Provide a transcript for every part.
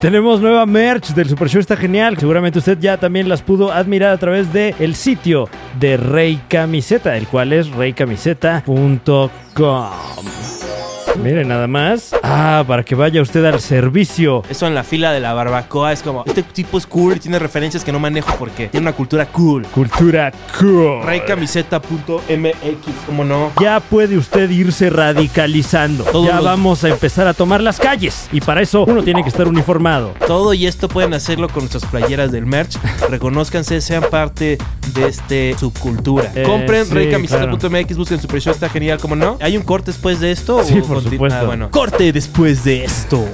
Tenemos nueva merch del Super Show, está genial. Seguramente usted ya también las pudo admirar a través del el sitio de Rey Camiseta, el cual es reycamiseta.com. Mire nada más. Ah, para que vaya usted al servicio. Eso en la fila de la barbacoa es como, este tipo es cool y tiene referencias que no manejo porque tiene una cultura cool. Cultura cool. Raycamiseta.mx, ¿cómo no? Ya puede usted irse radicalizando. Todos ya los- vamos a empezar a tomar las calles. Y para eso uno tiene que estar uniformado. Todo y esto pueden hacerlo con nuestras playeras del merch. Reconózcanse, sean parte de este subcultura. Eh, Compren sí, reycamiseta.mx, busquen su precio, está genial, ¿cómo no? ¿Hay un corte después de esto? Sí, por conti- supuesto. Ah, bueno. Corte después de esto.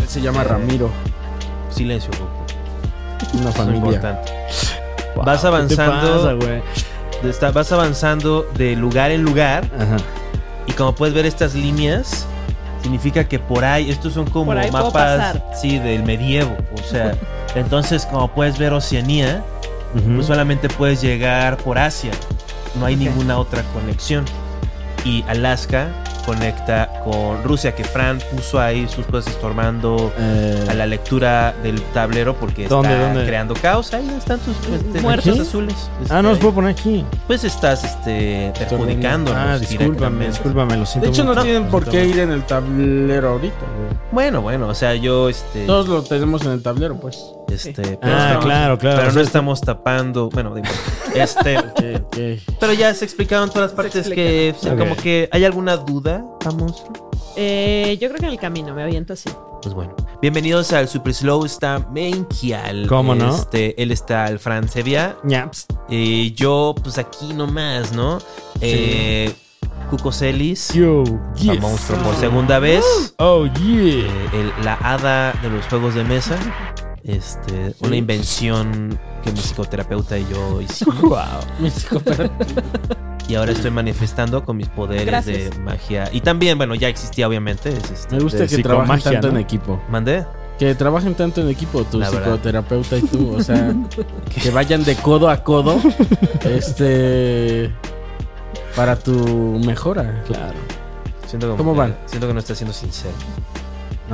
Él se llama Ramiro, Silencio, Goku. Eso una es lo familia. importante. Vas avanzando. Está- vas avanzando de lugar en lugar. Ajá. Y como puedes ver estas líneas, significa que por ahí, estos son como Por ahí puedo mapas pasar. sí, del medievo. O sea, entonces como puedes ver Oceanía, pues solamente puedes llegar por Asia. No hay ninguna otra conexión. Y Alaska conecta con Rusia, que Fran puso ahí sus cosas estormando Eh, a la lectura del tablero porque ¿Dónde, está dónde? creando caos. Ahí están tus este, Muertos. flechitas azules. Ah, no los Este, puedo poner aquí. pues estás este, perjudicándonos Ah, discúlpame, directamente. discúlpame, lo siento. de hecho, no, mucho. tienen por qué ir en el tablero ahorita. güey. Bueno, bueno, o sea, yo este, Todos lo tenemos en el tablero, pues. este, pero, Ah, estamos- claro, claro. pero no estamos tapando, bueno, da igual. este, Eh, Ok. pero ya se explicaron todas las partes que explica. como Ok. que hay alguna duda, vamos. Eh, yo creo que en el camino me aviento así. Pues bueno, bienvenidos al Super Slow está Menkial. ¿Cómo no? Este, él está al Fran Sevilla Ñaps. y yo pues aquí nomás, ¿no? Eh, Cuco Celis, Yo. a yes. Monstruo por segunda vez. Oh, yeah. Eh, el- la hada de los juegos de mesa. Este, una invención que mi psicoterapeuta y yo hicimos. Mi psicópata. Y ahora estoy manifestando con mis poderes Gracias. de magia. Y también, bueno, ya existía, obviamente. es este- Me gusta De que trabajen psicomagia, tanto ¿no? en equipo. ¿Mandé? Que trabajen tanto en equipo, tu La verdad. psicoterapeuta y tú. O sea, que vayan de codo a codo. este. Para tu mejora. Claro. Siento como ¿Cómo que- van? Siento que no está siendo sincero.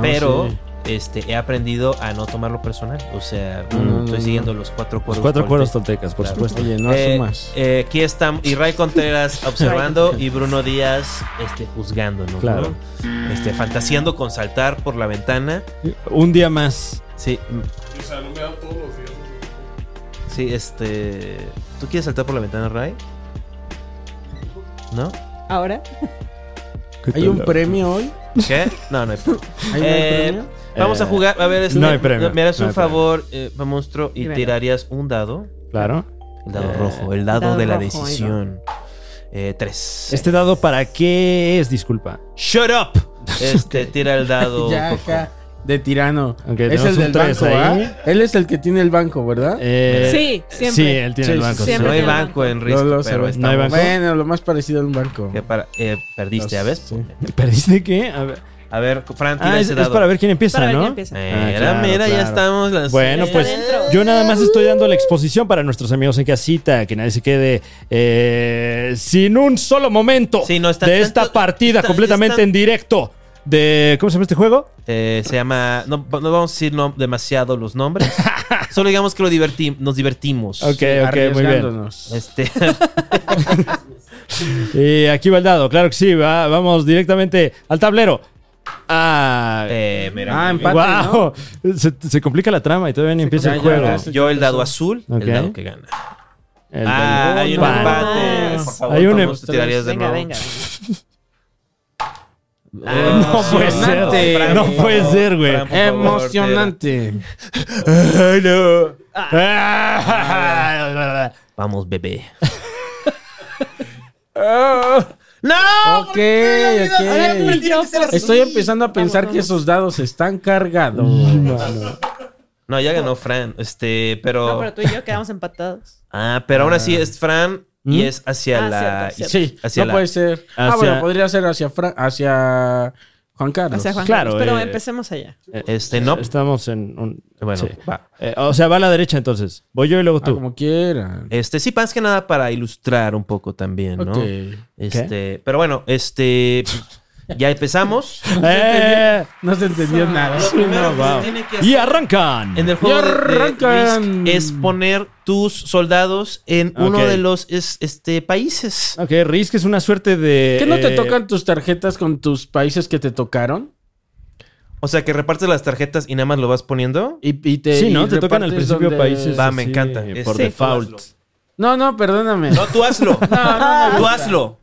Pero sí. este, he aprendido a no tomarlo personal. O sea, No, no, estoy no, siguiendo los cuatro cuervos. Los cuatro cueros toltecas. toltecas, por Claro. supuesto. Oye, no Eh, asumas. eh, aquí están Israel Contreras observando y Bruno Díaz este, juzgándonos. ¿no? Claro. Este, fantaseando con saltar por la ventana. Un día más. Sí. Sí, este. ¿Tú quieres saltar por la ventana, Ray? ¿No? Ahora, ¿Hay un premio hoy? ¿Qué? No, no hay problema. ¿Hay Eh, un premio? Vamos a Eh, jugar. A ver, este, no hay premio, Me harás no un hay favor, eh, monstruo, y Dímelo. tirarías un dado. Claro. El dado Eh, rojo, el dado, dado de la rojo, ahí va. decisión. Eh, tres. ¿Este dado para qué es? Disculpa. ¡Shut up! Este, tira el dado. Ya rojo. acá, de tirano. Ok, es tenemos el un del tres banco, ahí. ¿ah? Él es el que tiene el banco, ¿verdad? Eh, Sí, siempre. Sí, él tiene Sí, el sí, banco. sí. No Siempre hay tiene banco banco. en No Risco, lo sé. pero No está hay banco. Bueno, lo más parecido a un banco. que para- eh, perdiste, ¿ya Los- ves? sí. ¿Perdiste qué? A ver. A ver, Fran, tira Ah, es, ese es dado. para ver quién empieza, para ver ¿no? quién empieza. Mira, Ah, claro, mira, ya claro. estamos. las- Bueno, Está pues dentro. yo nada más estoy dando la exposición para nuestros amigos en casita, que nadie se quede eh, sin un solo momento Sí, no, está- de tanto- esta partida está- completamente está- en directo de... ¿Cómo se llama este juego? Eh, se llama. No, no vamos a decir no- demasiado los nombres. Solo digamos que lo diverti- nos divertimos. Ok, Eh, ok, muy bien. Arriesgándonos. Este, Y aquí va el dado, claro que sí, va- vamos directamente al tablero. Ah, eh, mira, Ah, muy empate, wow. se, se complica la trama y todavía ni empieza el complica juego. la bien. Yo el dado azul, Ok. el dado que gana. El ah, del- hay un Vale. empate. Vamos. Por favor, Hay un em- Tomás, empate. tú tirarías de venga, nuevo. venga, venga. Eh, Ah, No puede Emocionante. ser, Ah, no puede ser, güey. Fran, por favor, Emocionante. Ay, no. Ah. Ah. tira. Vamos, bebé. Ok, ok. Tiró por- Estoy empezando a pensar que esos dados están cargados. No, ya ganó Fran. Este, pero. No, pero tú y yo quedamos empatados. Ah, pero aún así es Fran y ¿Mm? es hacia Ah, la. cierto, Sí, Hacia no la- puede ser. Ah, hacia- bueno, podría ser hacia Fran- hacia Juan Carlos. O sea, Juan Claro, Carlos, pero eh, empecemos allá. Este, no. Estamos en un... Bueno, sí. va. Eh, o sea, va a la derecha entonces. Voy yo y luego Ah, tú. como quiera. Este, sí, más que nada para ilustrar un poco también, Eh, ¿no? Ok. Este, pero bueno, este, ya empezamos. Eh, No se entendió nada. Lo primero no, que wow. se tiene que Y hacer arrancan. en el juego Y de- de arrancan. Risk es poner tus soldados en uno Ok. de los es- este, países. Ok, Risk es una suerte de... ¿Qué no te eh, tocan tus tarjetas con tus países que te tocaron? O sea, que repartes las tarjetas y nada más lo vas poniendo. Y, y te, Sí, y ¿no? Te tocan al repartes principio donde- países. Va, me así, eh, encanta. Por Sí. default. No, no, perdóname. No, tú hazlo. No, no, no. tú hazlo.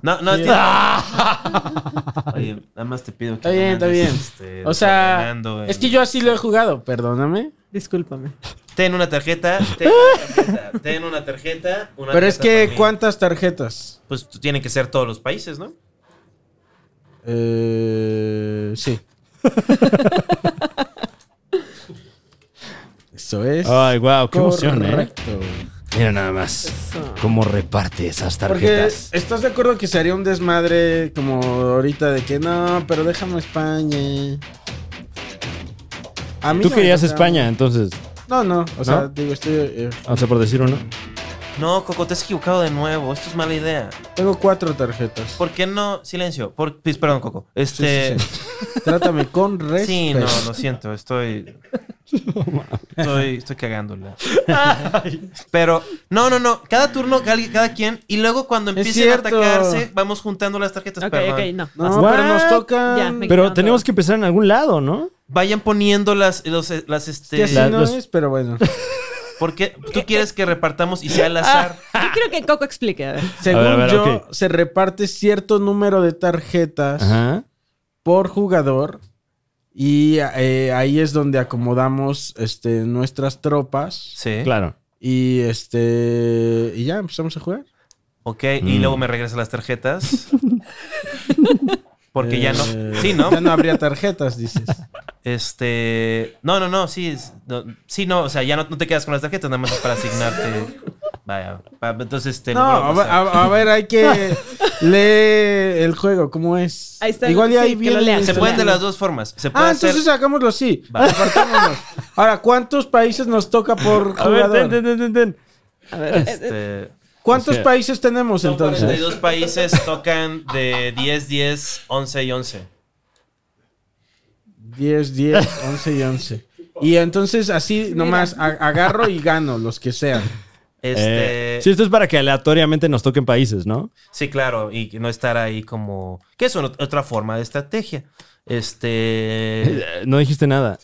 No, no, Sí. te- Oye, nada más te pido que. Está no bien, me está andes, bien. este, O sea, desordenando eh. es el- que yo así lo he jugado, perdóname. Discúlpame. Ten una tarjeta, ten una tarjeta, ten una tarjeta. una Pero es tarjeta que, para mí. ¿cuántas tarjetas? Pues tienen que ser todos los países, ¿no? Eh, sí. Eso es. Ay, wow, Oh, qué emoción, ¿eh? correcto. Mira nada más Eso. cómo reparte esas Porque tarjetas. estás de acuerdo que se haría un desmadre como ahorita de que no, pero déjame España. A mí Tú no me querías tocaron. España, entonces. No, no. O sea, ¿No? digo, estoy. eh, O sea, por decir uno. No, Coco, te has equivocado de nuevo. Esto es mala idea. tengo cuatro tarjetas. ¿Por qué no? Silencio. Por... pues, Perdón, Coco. Sí, sí, Este. Sí, sí. Trátame con respeto. no, lo siento. Estoy. Estoy, estoy cagándola. Pero, no, no, no. Cada turno, cada, cada quien. Y luego cuando Es empiecen a cierto. atacarse, vamos juntando las tarjetas. Ok, perdón. ok, no. No, What? pero nos Ya, tocan. me- Pero No, no. tenemos que empezar en algún lado, ¿no? Vayan poniendo las, los- las Que este. así La- no los- es, pero bueno. Porque tú quieres que repartamos y sea al azar. Yo quiero que Coco explique. A ver. Según A ver, a ver, yo, ok. se reparte cierto número de tarjetas Ajá. por jugador. Y eh, ahí es donde acomodamos este, nuestras tropas. Sí. Claro. Y este. Y ya empezamos a jugar. Ok, y Mm. luego me regresan las tarjetas. Porque ya no. Eh, Sí, ¿no? Ya no habría tarjetas, dices. Este. No, no, no, sí. es- no, sí, no, o sea, ya no, no te quedas con las tarjetas, nada más es para asignarte. Vaya. pa- entonces, este. No, lo vuelvo a a, ver- pasar. a- a ver, hay que leer el juego, ¿cómo es? Ahí está, Igual ya sí, ahí que viene lo la lean. Se instrucción. pueden de las dos formas. Se puede este, hacer. Ah, entonces hagámoslo así. Va. Apartámonos. Ahora, ¿cuántos países nos toca por A ver, ten, jugador? ten, ten, ten, ten. A ver. eh, eh, Este, ¿Cuántos O sea, países tenemos son entonces? 42 países tocan de 10, 10, 11 y 11. 10, 10, 11 y 11. Y entonces así nomás a- agarro y gano los que sean. Eh, Este. sí, sí. esto es para que aleatoriamente nos toquen países, ¿no? claro. Y no estar ahí como. Que es una- otra forma de estrategia. Este. Eh, No dijiste nada.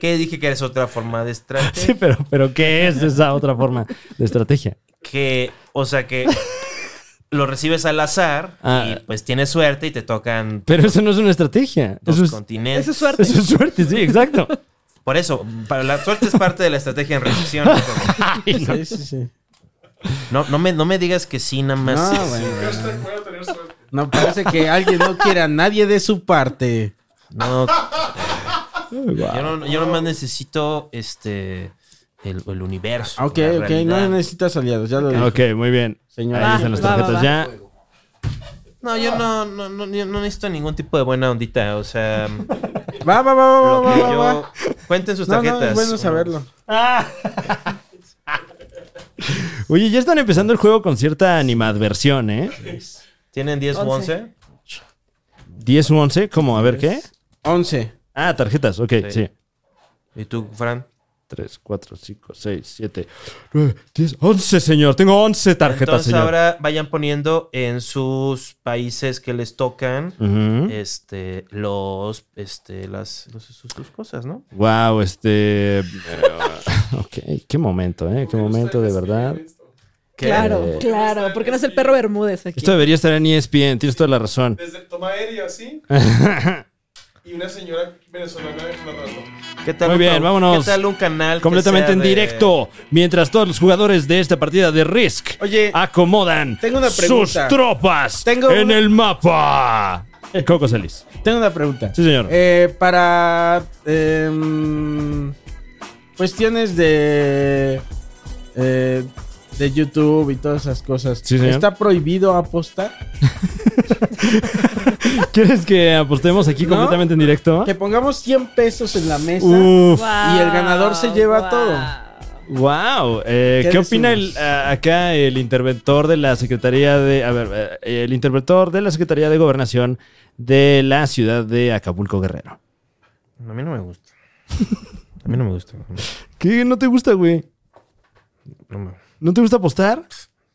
que dije que es otra forma de estrategia. Sí, pero, pero ¿qué es esa otra forma de estrategia? que, o sea que lo recibes al azar Ah. y pues tienes suerte y te tocan Pero eso no es una estrategia. dos Eso es, continentes. Eso es suerte. eso es suerte, sí, exacto. Por eso, para la suerte es parte de la estrategia en recesión. Coco. Ay, no. Sí, sí, sí. No, no, me, no me digas que sí, nada más. este, No, Sí, bueno. No, parece que alguien no quiere a nadie de su parte. no, Guau. yo no, yo nomás necesito este el, el universo. Ok, la ok, no realidad. necesitas aliados, ya lo dije. Ok, muy bien. Señora. Ahí están las Va, va, tarjetas va. ya. No, yo no, no, no, yo no necesito ningún tipo de buena ondita. O sea, Va, va, va, va, lo va, que va, va. yo- cuenten sus Oh, No, tarjetas. no, es bueno saberlo. Oye, ya están empezando el juego con cierta animadversión, ¿eh? ¿Tienen 10 u Once. 11? 10 u 11, ¿cómo? A ver qué. 11. Ah, tarjetas, ok, Sí. sí. ¿Y tú, Fran? 3, 4, 5, 6, 7, 9, 10, 11, señor. Tengo 11 tarjetas, Entonces señor. ahora vayan poniendo en sus países que les tocan Ujú. este los este las los- sus, sus cosas, ¿no? Wow, este. eh, ok, qué momento, ¿eh? Qué momento, de verdad. Que- Claro, claro. ¿Por qué no es el perro Bermúdez aquí? Esto debería estar en E ESPN, tienes toda la razón. Desde toma aérea, así. y una señora venezolana narrando. ¿Qué tal Muy un- bien, vámonos. ¿Qué tal un canal que Completamente sea en de- directo, mientras todos los jugadores de esta partida de Risk Oye, Ah. acomodan tengo una sus pregunta. tropas Tengo en una- el mapa. Eh, Coco Celis. Tengo una pregunta. Sí, señor. Eh, para em, cuestiones de eh, de YouTube y todas esas cosas, Sí, señor. ¿está prohibido apostar? ¿Quieres que apostemos aquí ¿No? completamente en ¿Ah? directo? Que pongamos 100 pesos en la mesa. Uh. Uf. Guau, el ganador se lleva todo. Wow, eh, ¿Qué ¿qué, opina el, decimos? a- acá el interventor de la Secretaría de, a ver, eh, el interventor de la Secretaría de Gobernación de la ciudad de Acapulco Guerrero? A mí no me gusta. A mí no me gusta. ¿Qué no te gusta, güey? No me- ¿No te gusta apostar?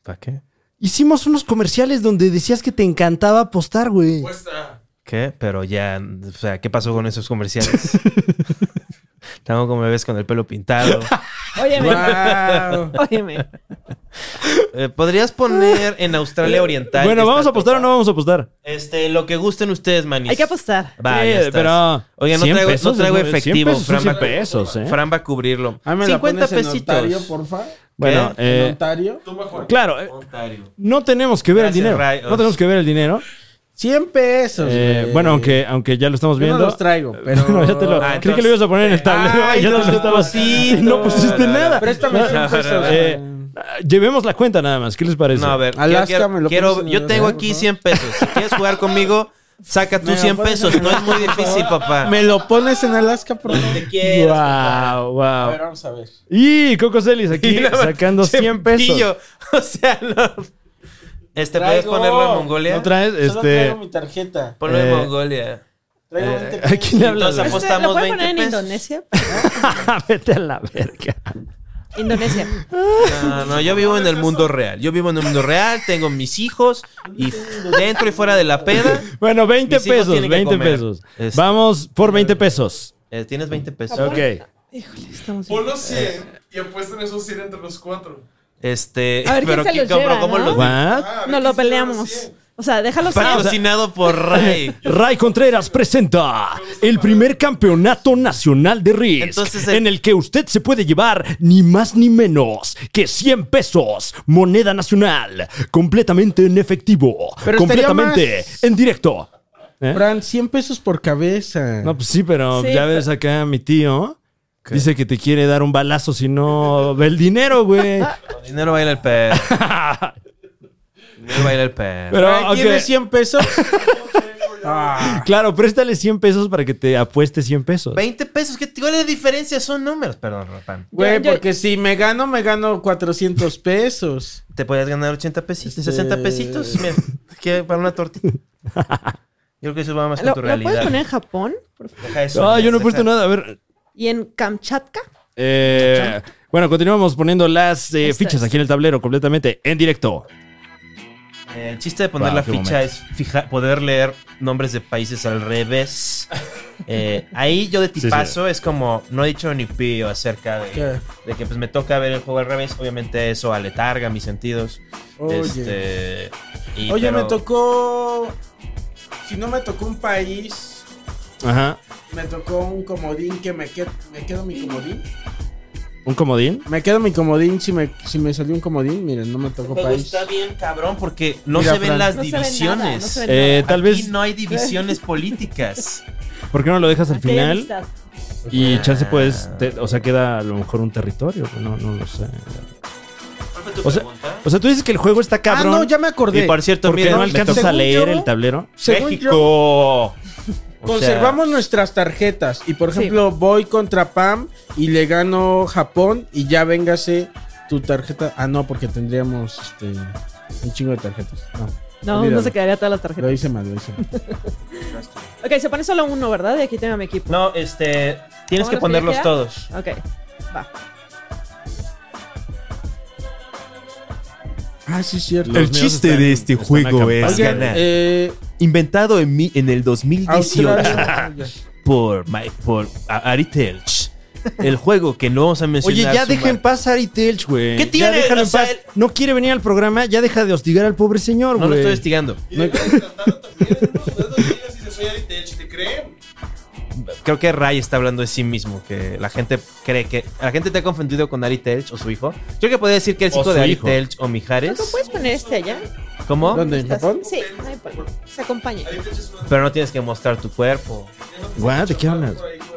¿Para qué? Hicimos unos comerciales donde decías que te encantaba apostar, güey. Cuesta. ¿Qué? Pero ya, o sea, ¿qué pasó con esos comerciales? Tengo como bebés con el pelo pintado. Óyeme, Guau. óyeme. Eh, ¿Podrías poner en Australia Oriental? Eh, Bueno, que ¿vamos a está apostar o no vamos a apostar? Este, lo que gusten ustedes, manis. Hay que apostar. Va, Sí, ya estás. pero. Oiga, no 100 traigo, no pesos, traigo es- 100 efectivo, pesos son Fran, 100 va- pesos, ¿eh? Fran va a cubrirlo. Ah, me la 50 pones en notario, pesitos. porfa. Bueno, ¿Qué? eh, Notario. Tumba, Juan. claro, eh, Ontario. no tenemos que ver el Gracias, dinero. Ray. No tenemos que ver el dinero. 100 pesos. Eh, güey. bueno, aunque, aunque ya lo estamos Yo viendo. no los traigo, pero. No, ya te lo. Ah, creí que entonces- lo ibas a poner en el tablero. Ay, ya te no, lo estabas- sí, no pusiste no, no, nada. Préstame 100 pesos. Eh, güey. ah, Llevemos la cuenta nada más. ¿Qué les parece? No, a ver. Alaska, quiero- me lo quiero- pones en yo el tengo lugar, aquí por favor. 100 pesos. Si quieres jugar conmigo, saca Me tus lo 100 pones en pesos. el No es muy difícil, papá. Me lo pones en Alaska, por favor. Te quiero. Wow, A wow. ver, vamos a ver. Y Coco Celis aquí Mira, sacando 100 pesos. cepillo. O sea, no. Este, ¿puedes Traigo. ponerlo en Mongolia? ¿No traes? Solo traigo Este. mi tarjeta. Ponlo Eh, en Mongolia. Traigo eh, 20 ¿a pesos. quién le hablas? Entonces apostamos ¿Lo 20 pueden poner en pesos. Indonesia? Vete a la verga. Indonesia. No, no, yo vivo en el mundo real. Yo vivo en el mundo real, tengo mis hijos y dentro y fuera de la peda. Bueno, 20 Mis hijos pesos, tienen que 20 comer. pesos. Este. Vamos por 20 pesos. Eh, Tienes 20 pesos. Ok. Híjole, estamos bien. Pon los 100 y apuestan esos 100 entre los cuatro. Este, A ver, pero ¿quién se ¿quién- los cómo- cómo lleva, no? los- What? Ah, a ver Nos lo quién se lleva los peleamos. 100. O sea, déjalo ser. Patrocinado por Ray. Ray Contreras presenta el primer campeonato nacional de RIS, Entonces, el- en el que usted se puede llevar ni más ni menos que 100 pesos, moneda nacional, completamente en efectivo, Pero estaría completamente más- en directo. ¿Eh? Fran, 100 pesos por cabeza. No, pues sí, pero Sí, ya pero- ves acá mi tío. Dice que te quiere dar un balazo si no ve el dinero, güey. Con dinero baila el perro. Dinero baila el perro. Pero, Fran, ¿Tienes ok. 100 pesos? Ah, Claro, préstale 100 pesos para que te apueste 100 pesos. 20 pesos, ¿qué, ¿cuál es la diferencia? Son números. Perdón, Rapán. güey, Yo- yo- porque si me gano, me gano 400 pesos. Te podías ganar 80 pesitos, Este- 60 pesitos. Mira, que para una tortita. Yo creo que eso va más con ¿Lo, tu lo puedes realidad. poner en Japón? Por favor? Deja eso, Ah, yo no he deja- puesto nada. A ver, ¿Y en Kamchatka? Eh, bueno, continuamos poniendo las eh, Estas. fichas aquí en el tablero completamente en directo. Eh, El chiste de poner Wow, la qué ficha momento. es fija- poder leer nombres de países al revés. Eh, ahí yo de sí. tipazo es como, no he dicho ni pío acerca de, ¿Qué? de que pues me toca ver el juego al revés. Obviamente eso aletarga mis sentidos. Oye. Este, y- Oye, pero- me tocó. Si no me tocó un país, Ajá. me tocó un comodín que me quedo. ¿Me quedo mi comodín? ¿Un comodín? Me quedo mi comodín. Si me, si me salió un comodín, miren, no me tocó Pero país. está bien cabrón porque no Mira, se ven Fran. las No se ve nada, no divisiones. se ve Eh, tal Aquí vez, no hay divisiones políticas. ¿por qué no lo dejas al Aquí hay final? amistad. Y chance pues, te- o sea, queda a lo mejor un territorio, no, no lo sé. ¿Cuál fue tu O sea, pregunta? O sea, tú dices que el juego está cabrón. Ah, no, ya me acordé. Y por cierto, Porque porque no me alcanzas tocó. a leer Según yo- el tablero. Según México. yo, O sea, conservamos nuestras tarjetas. Y por Sí. ejemplo, voy contra Pam y le gano Japón. Y ya véngase tu tarjeta. Ah, no, porque tendríamos este, un chingo de tarjetas. No, No, olvídalo. no se quedaría todas las Lo tarjetas. hice mal, lo hice mal. Ok, se pone solo uno, ¿verdad? Y aquí tengo a mi equipo. No, este. Tienes ¿Cómo que los ponerlos quería? todos. Ok, va. Ah, sí, es cierto. Los míos están- este están acampando. Oigan, eh, Inventado en, mi- en el 2018 Australia. por, Mike- por a- Ari Telch. El juego que no vamos a Oye, mencionar. ya su deja en marca. paz a Ari Telch, güey. ¿Qué tiene? Ya déjalo O en sea, paz. él- No quiere venir al programa, ya deja de hostigar al pobre señor, No lo güey. estoy investigando. Y deberían tratarlo también. No No digas si se soy Ari Tech, te creen. Creo que Ray está hablando de sí mismo. Que la gente cree que. La gente te ha confundido con Ari Telch o su hijo. Yo que podría decir que es O hijo su de Ari hijo. Telch o Mijares. ¿Tú pues. puedes poner este allá? ¿Cómo? ¿Dónde? ¿En ¿Estás? Japón? Sí, no hay problema. Se acompaña. Ari Tech es una. Pero no tienes que mostrar tu cuerpo. Guau, ¿de qué hablas? por ahí, güey.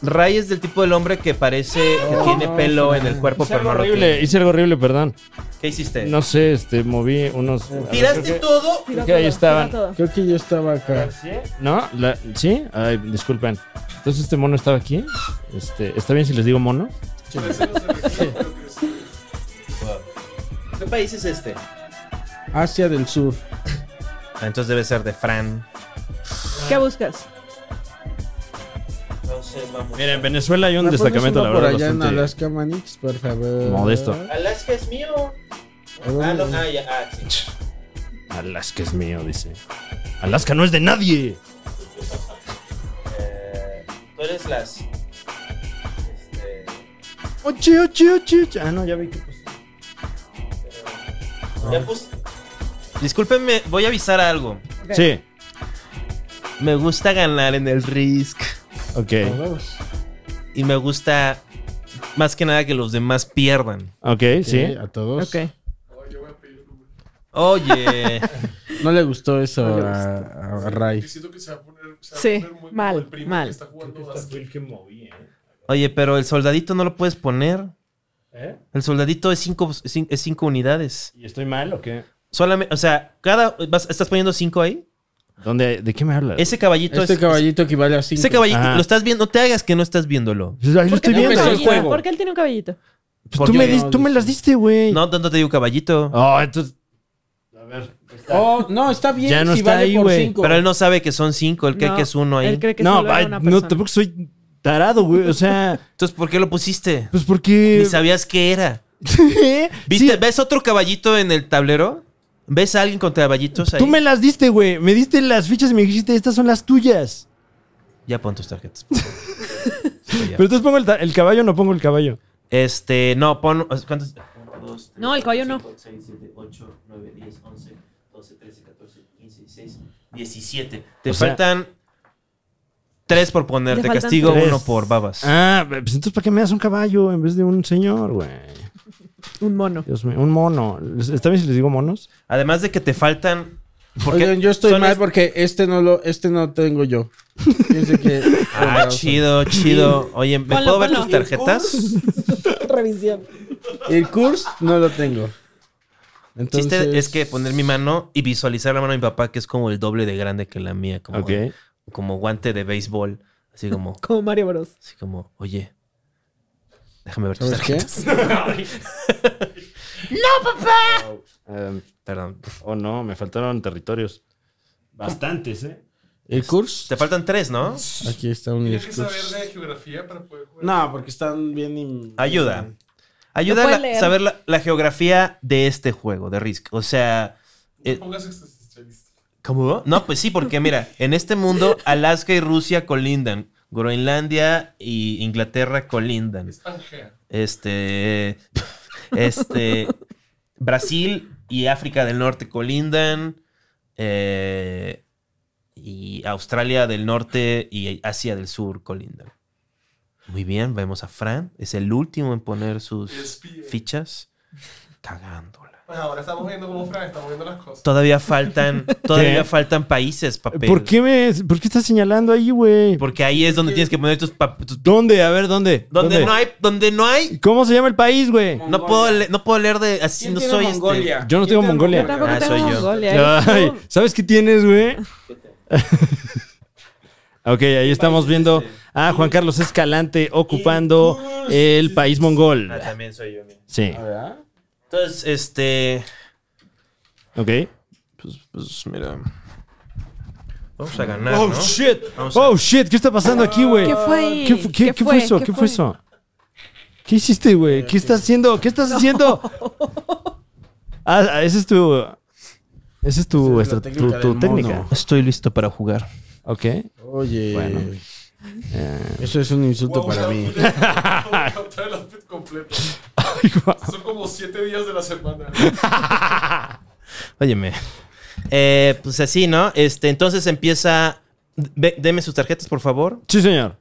Ray es del tipo del hombre que parece que Oh, tiene no, pelo no. en el cuerpo, Hice pero algo no lo horrible, tiene. hice algo horrible, perdón. ¿Qué hiciste? No sé, este, moví unos. a ver, ¿Tiraste creo que- todo? Tira que ahí todo, estaban. tira todo. Creo que yo estaba acá. ¿No? La- ¿Sí? Ay, disculpen. Entonces este mono estaba aquí. Este, ¿Está bien si les digo mono? ¿Qué país es este? Ah, Asia del Sur. Entonces debe ser de Fran. ¿Qué buscas? Entonces vamos. Miren, en Venezuela hay un ¿Me pones destacamento, uno la verdad. Por allá en bastante- Alaska, Manix, por favor. Modesto. Alaska es mío. Ah, no, ah, ya, ah, sí. Alaska es mío, dice. Alaska no es de nadie. Eh, tú eres las. Este. Oche, oche, oche. oche. Ah, no, ya vi que pues. Ya pus- Discúlpenme, voy a avisar algo. Ok. Sí, Me gusta ganar en el Risk. ok. Vamos. Y me gusta más que nada que los demás pierdan. Ok, sí. a todos. Ok. Oye. No le gustó eso No le a, a Ray. Que siento que se va a poner. se va a Sí, poner muy mal, como el primo mal. que está jugando básquet. Oye, pero el soldadito no lo puedes poner. ¿Eh? El soldadito es cinco, cin- es cinco unidades. ¿Y estoy mal o qué? Solamente, o sea, cada. vas- ¿Estás poniendo cinco ahí? ¿Dónde, ¿De qué me hablas? Ese caballito Este es- caballito equivale a 5. Ese caballito, Ajá. lo estás viendo, no te hagas que no estás viéndolo. Pues, ahí lo ¿Por qué estoy tiene un no viendo. empezó el caballito? juego. ¿Por qué él tiene un caballito? Pues ¿Por tú, qué me, no? dis- tú me las diste, güey. No, no te digo caballito. Oh, entonces. A ver. Oh, no, está bien. Ya no si está vale ahí, por güey. cinco. Pero él no sabe que son cinco, él cree No, que es uno ahí. Él cree que no, solo era ay, una no, persona. tampoco soy tarado, güey. O sea, Entonces, ¿por qué lo pusiste? pues Ni porque. sabías qué era. ¿Eh? ¿Viste? Sí, ¿Ves otro caballito en el tablero? ¿Ves a alguien con caballitos ahí? tú me las diste, güey. Me diste las fichas y me dijiste, estas son las tuyas. Ya pon tus tarjetas. por favor. Sí, ya. Pero entonces pongo el, ta- el caballo o no pongo el caballo. Este, no, pon. ¿Cuántos? No, el caballo no. 6, 7, 8, 9, 10, 11, 12, 13, 14, 15, 16, 17. Te O sea- faltan. Tres por poner. Le Te faltan castigo tres. uno por babas. Ah, pues entonces, ¿para qué me das un caballo en vez de un señor, güey? Un mono. Dios mío, un mono. ¿Está bien si les digo monos? Además de que te faltan. porque Oigan, yo estoy son mal est- porque este no lo, este no tengo yo. Fíjense que. Ah, chido, chido. Oye, ¿me Ponlo, puedo ver ponlo. tus tarjetas? Revisión. El curse no lo tengo. Entonces, chiste es que poner mi mano y visualizar la mano de mi papá, que es como el doble de grande que la mía, como, Ok. como guante de béisbol. Así como, Como Mario Bros. así como, oye, déjame ver tus ¿sabes qué? tarjetas. Um, Perdón. oh, no, me faltaron territorios. Bastantes, ¿eh? El curse. Te faltan tres, ¿no? Aquí está un Tienes que saber curse. de geografía para poder jugar. No, porque están bien. im- Ayuda. No Ayuda puede a la- leer. saber la, la geografía de este juego, de Risk. O sea, eh, No pongas existencialista. ¿cómo? No, pues sí, porque mira, en este mundo Alaska y Rusia colindan. Groenlandia y Inglaterra colindan. Es Pangea. Este. Este. Brasil y África del Norte colindan. eh, y Australia del Norte y Asia del Sur colindan. Muy bien, vemos a Fran. Es el último en poner sus ESPN. fichas. Cagándola. Pues ahora estamos viendo cómo Fran estamos viendo las cosas. Todavía faltan. Todavía faltan países, papel. ¿Por qué me, por qué estás señalando ahí, güey? Porque ahí es donde tienes que poner tus, pa- tus- ¿Dónde? A ver, ¿dónde? donde no hay, donde no hay. ¿Cómo se llama el país, güey? No puedo, le- no puedo leer de así ¿Quién no tiene soy este. Mongolia? Yo no tengo ¿Quién tiene Mongolia. Yo tampoco Ah, tengo soy yo. Mongolia. Ay, ¿eh? No. ¿Sabes qué tienes, güey? Ok, ahí estamos viendo este. a Juan Carlos Escalante ocupando el país mongol. Ah, también soy yo, mira. Sí, Ah, ¿verdad? Entonces, este. ok. Pues, pues mira. Vamos a ganar. Oh, ¿no? shit. Vamos a- Oh, shit. ¿Qué está pasando aquí, güey? ¿Qué fue ahí? ¿Qué, fu- qué- qué fue eso? ¿Qué fue eso? Eh, ¿Qué hiciste, güey? ¿Qué estás haciendo? ¿Qué estás haciendo? Ah, ah, ese es tu... Ese es tu, Esa es la estra- tu- técnica tu del técnica. mono. Estoy listo para jugar. Ok. Oye. Bueno. Eso es un insulto Wow, para Fran, mí. tienes que contar el outfit completo. Ay, guau. Son como siete días de la semana. Óyeme. Eh, pues así, ¿no? Este, entonces empieza. ve- deme sus tarjetas, por favor. Sí, señor.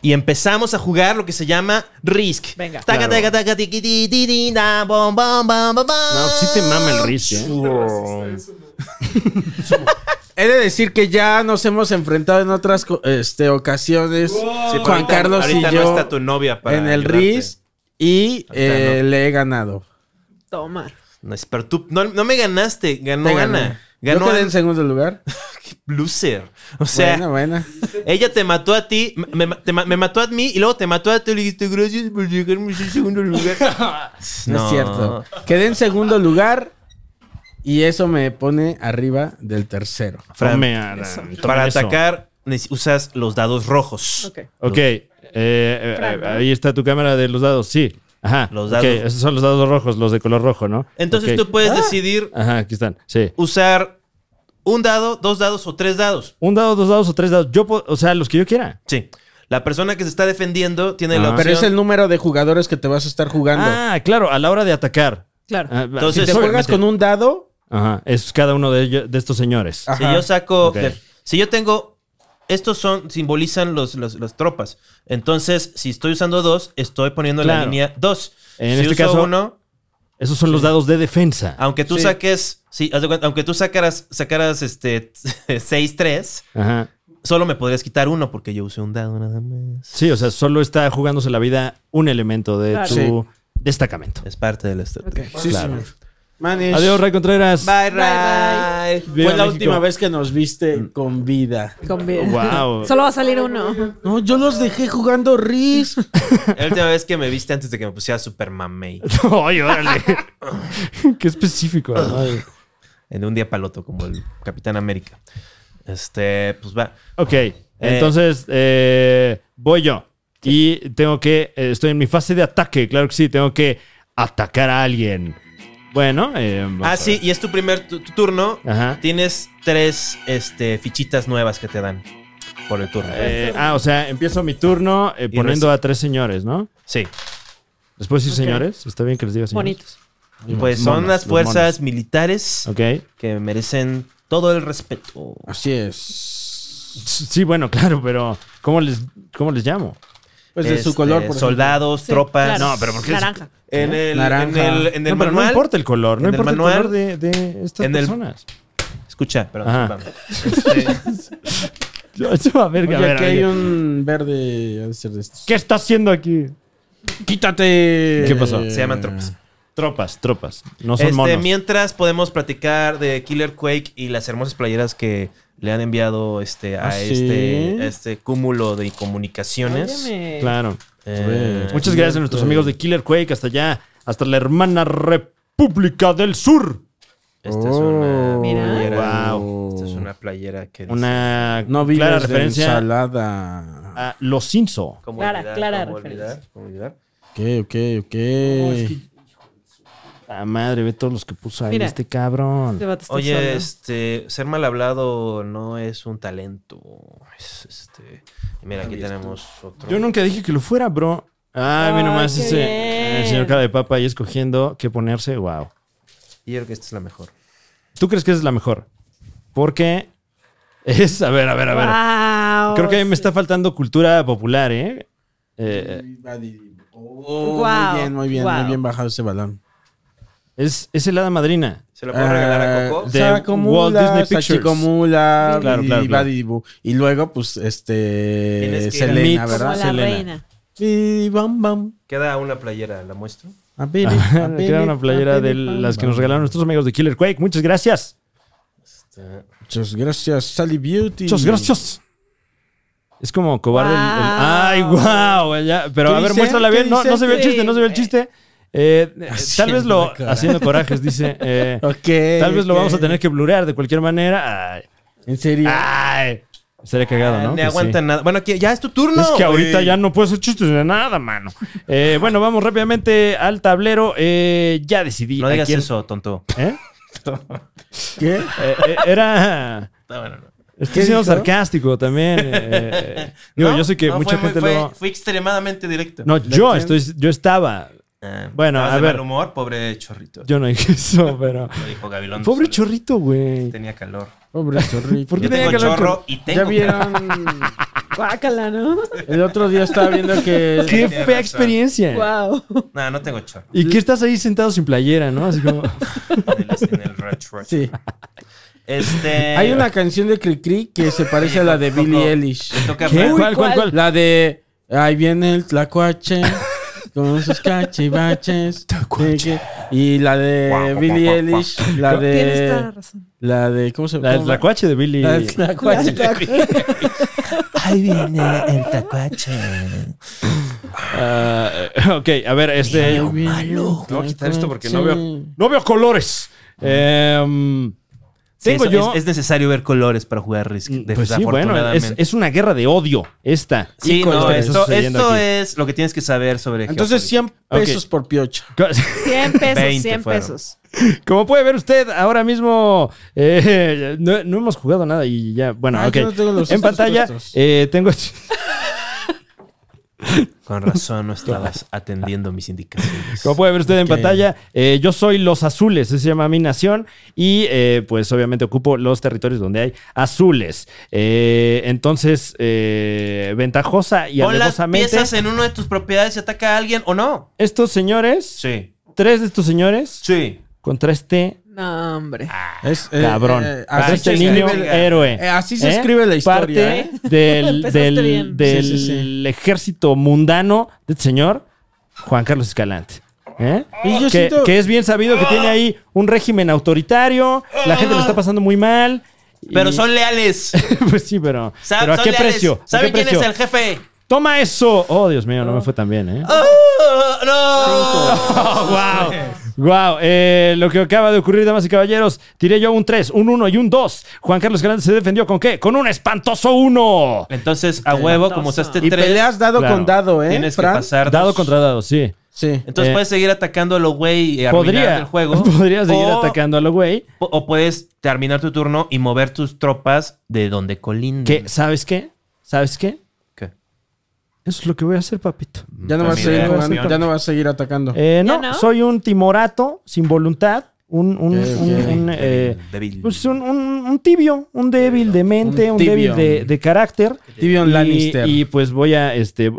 Y empezamos a jugar lo que se llama Risk. Venga. Taca, Claro. taca, taca, tiqui, ti, ti, ti, da, bom, bom, bom, bom, bom. No, sí te mama el Riz, ¿eh? Eso no. He de decir que ya nos hemos enfrentado en otras co- este, ocasiones. Sí, pero Juan ahorita- Carlos y ahorita yo no está tu novia para en el ayudarte. RIS y Ahorita eh, le he ganado. Toma. No, es- pero tú no, no me ganaste. Ganó Te Ana. Yo Ganó quedé Ana. en segundo lugar. Loser. O sea, buena, buena. ella te mató a ti, me, me- te ma- me mató a mí y luego te mató a ti y le dijiste gracias por llegarme en segundo lugar. No, es cierto. Quedé en segundo lugar y eso me pone arriba del tercero. Fran, Tomear, Para tomen eso. atacar neces- usas los dados rojos. Ok. Ok. eh, eh, Fran, ¿no? ahí está tu cámara de los dados, sí. Ajá. Los Los dados. esos son los dados rojos, los de color rojo, ¿no? Entonces Ok. tú puedes decidir Ajá, aquí están. Sí. usar un dado, dos dados o tres dados. Un dado, dos dados o tres dados. Yo, po- o sea, los que yo quiera. Sí. La persona que se está defendiendo tiene la Ah. opción. Pero es el número de jugadores que te vas a estar jugando. Ah, claro, a la hora de atacar. Claro. Ah, Entonces, sí, te soy- juegas con un dado. Ajá, es cada uno de, ellos- de estos señores. Ah. Si Ajá. yo saco. Ok. de- si yo tengo. Estos son. simbolizan los, los- las tropas. Entonces, si estoy usando dos, estoy poniendo la Claro. línea dos. En si este uso caso- uno, Esos son los dados de defensa. aunque tú Sí. saques. sí, haz de cuenta, aunque tú sacaras, sacaras este 6-3, Ajá. solo me podrías quitar uno porque yo usé un dado nada más. Sí, o sea, solo está jugándose la vida un elemento de Claro. tu destacamento. Es parte del estrategia. Sí, Claro. señor. Manish. Adiós, Ray Contreras. Bye, Bye, Ray. Viva Fue la México. última vez que nos viste con vida. Con bien. Wow. Solo va a salir uno. No, yo los dejé jugando Riz. La última vez que me viste antes de que me pusiera Super Mamey. Ay, órale. Qué específico. Ay. En un día paloto, como el Capitán América. Este, pues va. Ok, entonces eh, voy yo. Y tengo que. eh, estoy en mi fase de ataque, claro que sí. Tengo que atacar a alguien. Bueno, eh, vamos Ah, a sí, y es tu primer tu- tu turno. ver. Ajá. Tienes tres este, fichitas nuevas que te dan por el turno. Eh, ah, o sea, empiezo mi turno eh, Y poniendo a tres señores, ¿no? sí. Después sí, Ok. señores. Está bien que les diga señores. Bonitos. Pues son monos, las los fuerzas militares Ok. que merecen todo el respeto. Así es. Sí, bueno, claro, pero ¿cómo les, cómo les llamo? Pues de su Este, color, por ¿Eh? Soldados, Sí, tropas. claro. No, pero ¿por qué es- Naranja. En el, en Naranja. el, en el no, pero no manual- importa el color, no en el importa el, manual- color de, de estas en el- personas. Escucha, perdón. Ajá. vamos. Este, Yo- yo, a ver, ejemplo. a Oye, ver, aquí a ver. hay un verde. ha de ser de estos. ¿Qué está haciendo aquí? ¡Quítate! ¿Qué pasó? se llaman tropas. Tropas, tropas. No son Este, monos. Mientras podemos platicar de Killer Quake y las hermosas playeras que le han enviado este, a ¿Ah, sí? este, a este cúmulo de comunicaciones. Óyeme. Claro. Eh, Muchas gracias a nuestros amigos de Killer Quake. Hasta allá, hasta la hermana República del Sur. Esta es una Oh, Mira. playera. wow. Esta es una playera que dice Una No vives clara de referencia ensalada. a Los Cinzo. ¿Cómo Clara, olvidar? clara ¿Cómo referencia. olvidar? ¿Cómo olvidar? Ok, ok, ok. La madre, ve todos los que puso ahí Mira. este cabrón. Este vato está Oye, solo. este, ser mal hablado no es un talento. Es este. Mira, aquí tenemos otro. Yo nunca dije que lo fuera, bro. Ay, mira Ay, nomás qué ese bien. el señor cara de papa ahí escogiendo qué ponerse. Wow. Yo creo que esta es la mejor. ¿Tú crees que esa es la mejor? Porque es, a ver, a ver, a ver. Wow, Creo que a mí me sí. está faltando cultura popular, ¿eh? Eh, Oh, Wow, Muy bien, muy bien, wow. muy bien bajado ese balón. es, es el hada madrina. ¿Se la puedo regalar a Coco? Ah, de Walt Disney Pictures. Sachicomula, Claro, Bidi- claro, claro. Badibu. Y luego, pues, Tienes este. que- Selena, Mix. Como ¿verdad? la Selena. reina. Bidi bam, bam. Queda una playera, ¿la muestro? A Bidi, a Bidi, Queda una a playera de Bidi, bam, las que bam. nos regalaron nuestros amigos de Killer Quake. Muchas gracias. Está- Muchas gracias, Sally Beauty. Muchas gracias. Es como cobarde. el- el- ay, Wow. wow. ya, pero ¿Qué a ver, dice? muéstrala ¿Qué bien. No, dice? no se ve el Sí, chiste, no se ve el güey. chiste. Eh, eh, tal Haciendo vez lo. corajes. Haciendo corajes, dice. eh, Ok. tal vez lo ok. vamos a tener Ah. que blurear de cualquier manera. Ay. En serio. ay. Estaría cagado, ¿no? Ah, Que No sí. aguantan nada. Bueno, aquí ya es tu turno. es que ahorita güey. ya no puedo hacer chistes de nada, mano. Eh, bueno, vamos rápidamente al tablero. Eh, ya decidí. No a digas quién- eso, tonto. ¿Eh? ¿Qué? Eh, eh, era. No, bueno, no. Estoy siendo dijo? sarcástico también. eh. digo, No, yo sé que no, mucha fue muy- gente fue, lo. Fue extremadamente directo. No, yo quién? estoy, yo estaba. Ah, Bueno, estabas a de ver. mal humor, pobre chorrito. Yo no dije eso, pero. Lo dijo Gabilondo. Pobre solo. chorrito, güey. Tenía calor. Pobre chorrito. ¿Por qué Yo tenía tengo que hablar chorro con- y tengo ¿Ya vieron? Mm. Guácala, ¿no? El otro día estaba viendo que. Qué Tiene fea razón. experiencia. Wow. calor. No, no tengo chorro. Y que estás ahí sentado sin playera, ¿no? Así como. En el- en el Red Truck. Sí. Este. Hay una canción de Cricri que se parece a la de Coco, Billie Eilish. Le toca a ¿Qué? Fran. ¿Cuál, cuál, ¿cuál? cuál? La de. Ahí viene el tlacuache. con sus cachivaches. de que- y la de Billie Eilish, la Tienes toda la de razón. la de ¿cómo se La del cómo- tlacuache de Billy. La del tlacuache. Ahí viene el tacuache. Ah, ok, a ver, este. Ahí viene el Voy a quitar esto porque no veo, tlacuache. no veo colores. Em, tengo Sí, eso- yo. Es, es necesario ver colores para jugar Risk. pues sí, bueno, desafortunadamente. es, es una guerra de odio esta. Sí, Híjole, no, que está esto, sucediendo esto aquí. es lo que tienes que saber sobre Entonces geopolítica. 100 pesos por piocha. 100 pesos, 20 100 fueron. pesos. Como puede ver usted, ahora mismo eh, no, no hemos jugado nada y ya. Bueno, Ah, ok. yo no tengo los en otros pantalla puestos. eh, tengo. Con razón no estabas atendiendo mis indicaciones. Como puede ver usted en Ok. pantalla, eh, yo soy los azules, ese se llama mi nación, y eh, pues obviamente ocupo los territorios donde hay azules. Eh, entonces, eh, ventajosa y Pon las alevosamente, piezas en una de tus propiedades y ataca a alguien o no. estos señores, Sí. tres de estos señores, Sí. contra este No, hombre. Ah, Es, eh, cabrón, eh, contra ah, este chinga. niño Venga. héroe. eh, así se ¿Eh? escribe la historia. Parte ¿eh? del, Empezaste del- bien. del Sí, sí, sí. ejército mundano del señor Juan Carlos Escalante. ¿eh? Y yo que, siento- que es bien sabido que tiene ahí un régimen autoritario, la gente lo está pasando muy mal. y- Pero son leales. pues sí, pero. Sa- pero ¿a son qué leales. precio? ¿A ¿Saben qué quién precio? es el jefe? ¡Toma eso! Oh, Dios mío, no me fue tan bien, ¿eh? ¡Oh, ¡No! Oh, wow. Wow, eh, lo que acaba de ocurrir, damas y caballeros, tiré yo un 3, un 1 y un 2. Juan Carlos Escalante se defendió con qué? Con un espantoso 1. Entonces, a huevo, como usaste Y peleas tres, dado Claro. con dado, ¿eh? pues, tienes que Fran? pasar. Dado dos. contra dado, sí. Sí. Entonces Eh, puedes seguir atacando a los güey y arruinar Podría, el juego. podría seguir O- Oh. atacando a lo güey. O puedes terminar tu turno y mover tus tropas de donde colindan. Mm. Que, ¿sabes qué? ¿Sabes qué? ¿Qué? Eso es lo que voy a hacer, papito. Ya no Pues vas a mira, seguir pues jugando, mira. ya no vas a seguir atacando. Eh, no, ¿Ya no? soy un timorato sin voluntad. Un, un, Ok, un- ok. un, eh, Débil. pues un, un- un tibio, un débil de mente, un, Un débil tibio. de, de carácter. Tyrion Y- Lannister. Y pues voy a, este, eh,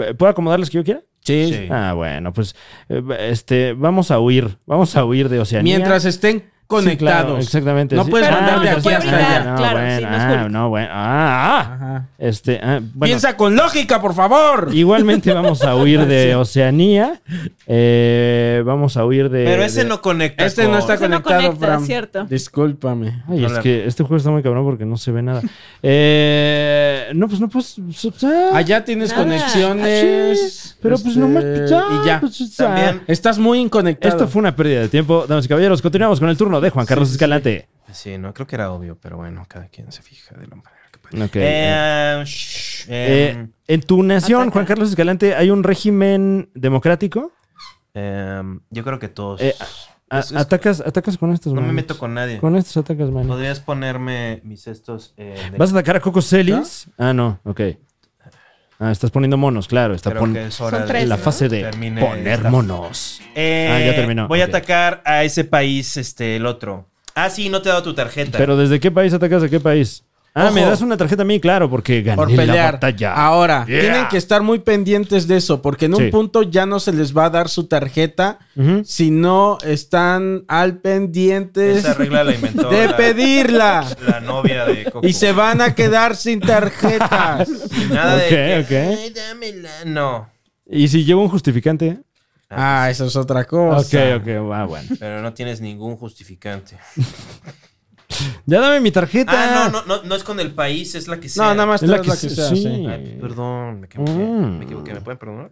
eh, ¿puedo acomodar los que yo quiera? Sí. Sí. Ah, bueno, pues, eh, este, vamos a huir, vamos a huir de Oceanía. Mientras estén Sí, claro, conectados. exactamente. No sí. puedes Ah, mandar de mientras aquí puede estén- hasta evitar, allá. Ah, claro, bueno, sí, no es ah, público. no, bueno, ah, ah. Ajá. Este, ah, bueno, Piensa con lógica, por favor. Igualmente vamos a huir de Oceanía. eh, vamos a huir de. Pero ese eh, de- no conecta. Este no con- está Ese no conectado, conecta, Fran. cierto. Discúlpame. Ay, no es la- que este juego está muy cabrón porque no se ve nada. Eh, no, pues no, pues. pues, ah, Allá tienes Nada. sí, conexiones. pero pues este, nomás. pues, ah, Y ya. pues, ah. También. Estás muy inconectado. Esto fue una pérdida de tiempo, damas y caballeros. Continuamos con el turno de Juan Carlos Escalante. Sí, no, creo que era obvio, pero bueno, cada quien se fija de la manera que puede. Ok. Eh, shh, Eh, eh, en tu nación, Ataca. Juan Carlos Escalante, ¿hay un régimen democrático? eh, yo creo que todos. Eh, A- Pues Es- es- atacas, atacas con estos, no me manos. meto con nadie. Con estos atacas, man. Podrías ponerme mis estos. eh, de- ¿Vas a atacar a Coco Celis? Ah, no, ok. Ah, estás poniendo monos, claro. Está creo pon- que es hora Son de- tres, en la ¿no? fase de Termine poner esta- monos. Eh, Ah, ya terminó, Voy ok. a atacar a ese país, este, el otro. Ah, sí, no te he dado tu tarjeta. Pero ¿desde qué país atacas a qué país? Ah, Ojo. me das una tarjeta a mí, claro, porque gané por la pelear. batalla. Ahora, Yeah. tienen que estar muy pendientes de eso, porque en un Sí. punto ya no se les va a dar su tarjeta Ujú. si no están al pendientes Esa regla la inventó de la, pedirla. la novia de Coco. Y se van a quedar sin tarjetas. Nada Ok, de ok. que, "Ay, dámela". No. ¿Y si llevo un justificante? ah, eso es otra Ok, cosa. ok, ah, bueno. Pero no tienes ningún justificante. Ya dame mi tarjeta. Ah, no, no, no, no es con el país, es la que sea. No, nada más Es la traes que, la que, sea, sí. sí. Ay, pues, perdón, me equivoqué. Mm. Me equivoqué, ¿me pueden perdonar?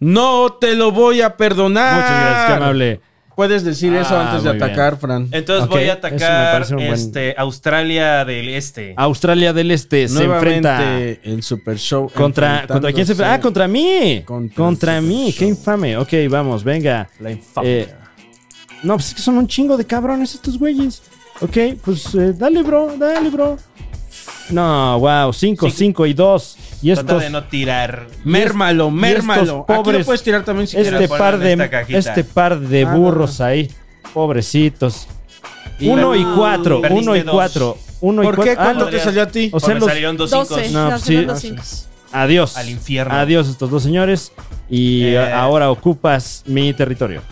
No te lo voy a perdonar. Muchas gracias, qué amable. Puedes decir eso Ah, antes de muy bien. atacar, Fran. Entonces Ok, voy a eso me atacar parece un buen- Ah, este, Australia del Este. Australia del Este se enfrenta Nuevamente el Super Show. contra contra quién se enfrenta? Ah, contra mí. Contra, Contra el mí, Super qué Show. infame. Ok, vamos, venga. La infamia. Eh, No, pues es que son un chingo de cabrones estos güeyes. Ok, pues eh, dale, bro, dale, bro. No, wow, 5, Sí. 5 y 2. Y Trata estos, de eh, no tirar. Mérmalo, y estos mérmalo. Aquí pobres- lo puedes tirar también si este lo quieres. ponen par en de esta cajita. este par de Ah, burros ahí, pobrecitos. Y- 1 y No, 4, perdiste 1 y dos. 4, 1 y Ah, ¿Por 4. qué? ¿Cuánto no, te ya. salió a ti? O sea, me los- salieron dos 12. No, No, pues sí. Adiós. Al infierno. Adiós estos dos señores y Eh. a- ahora ocupas mi territorio.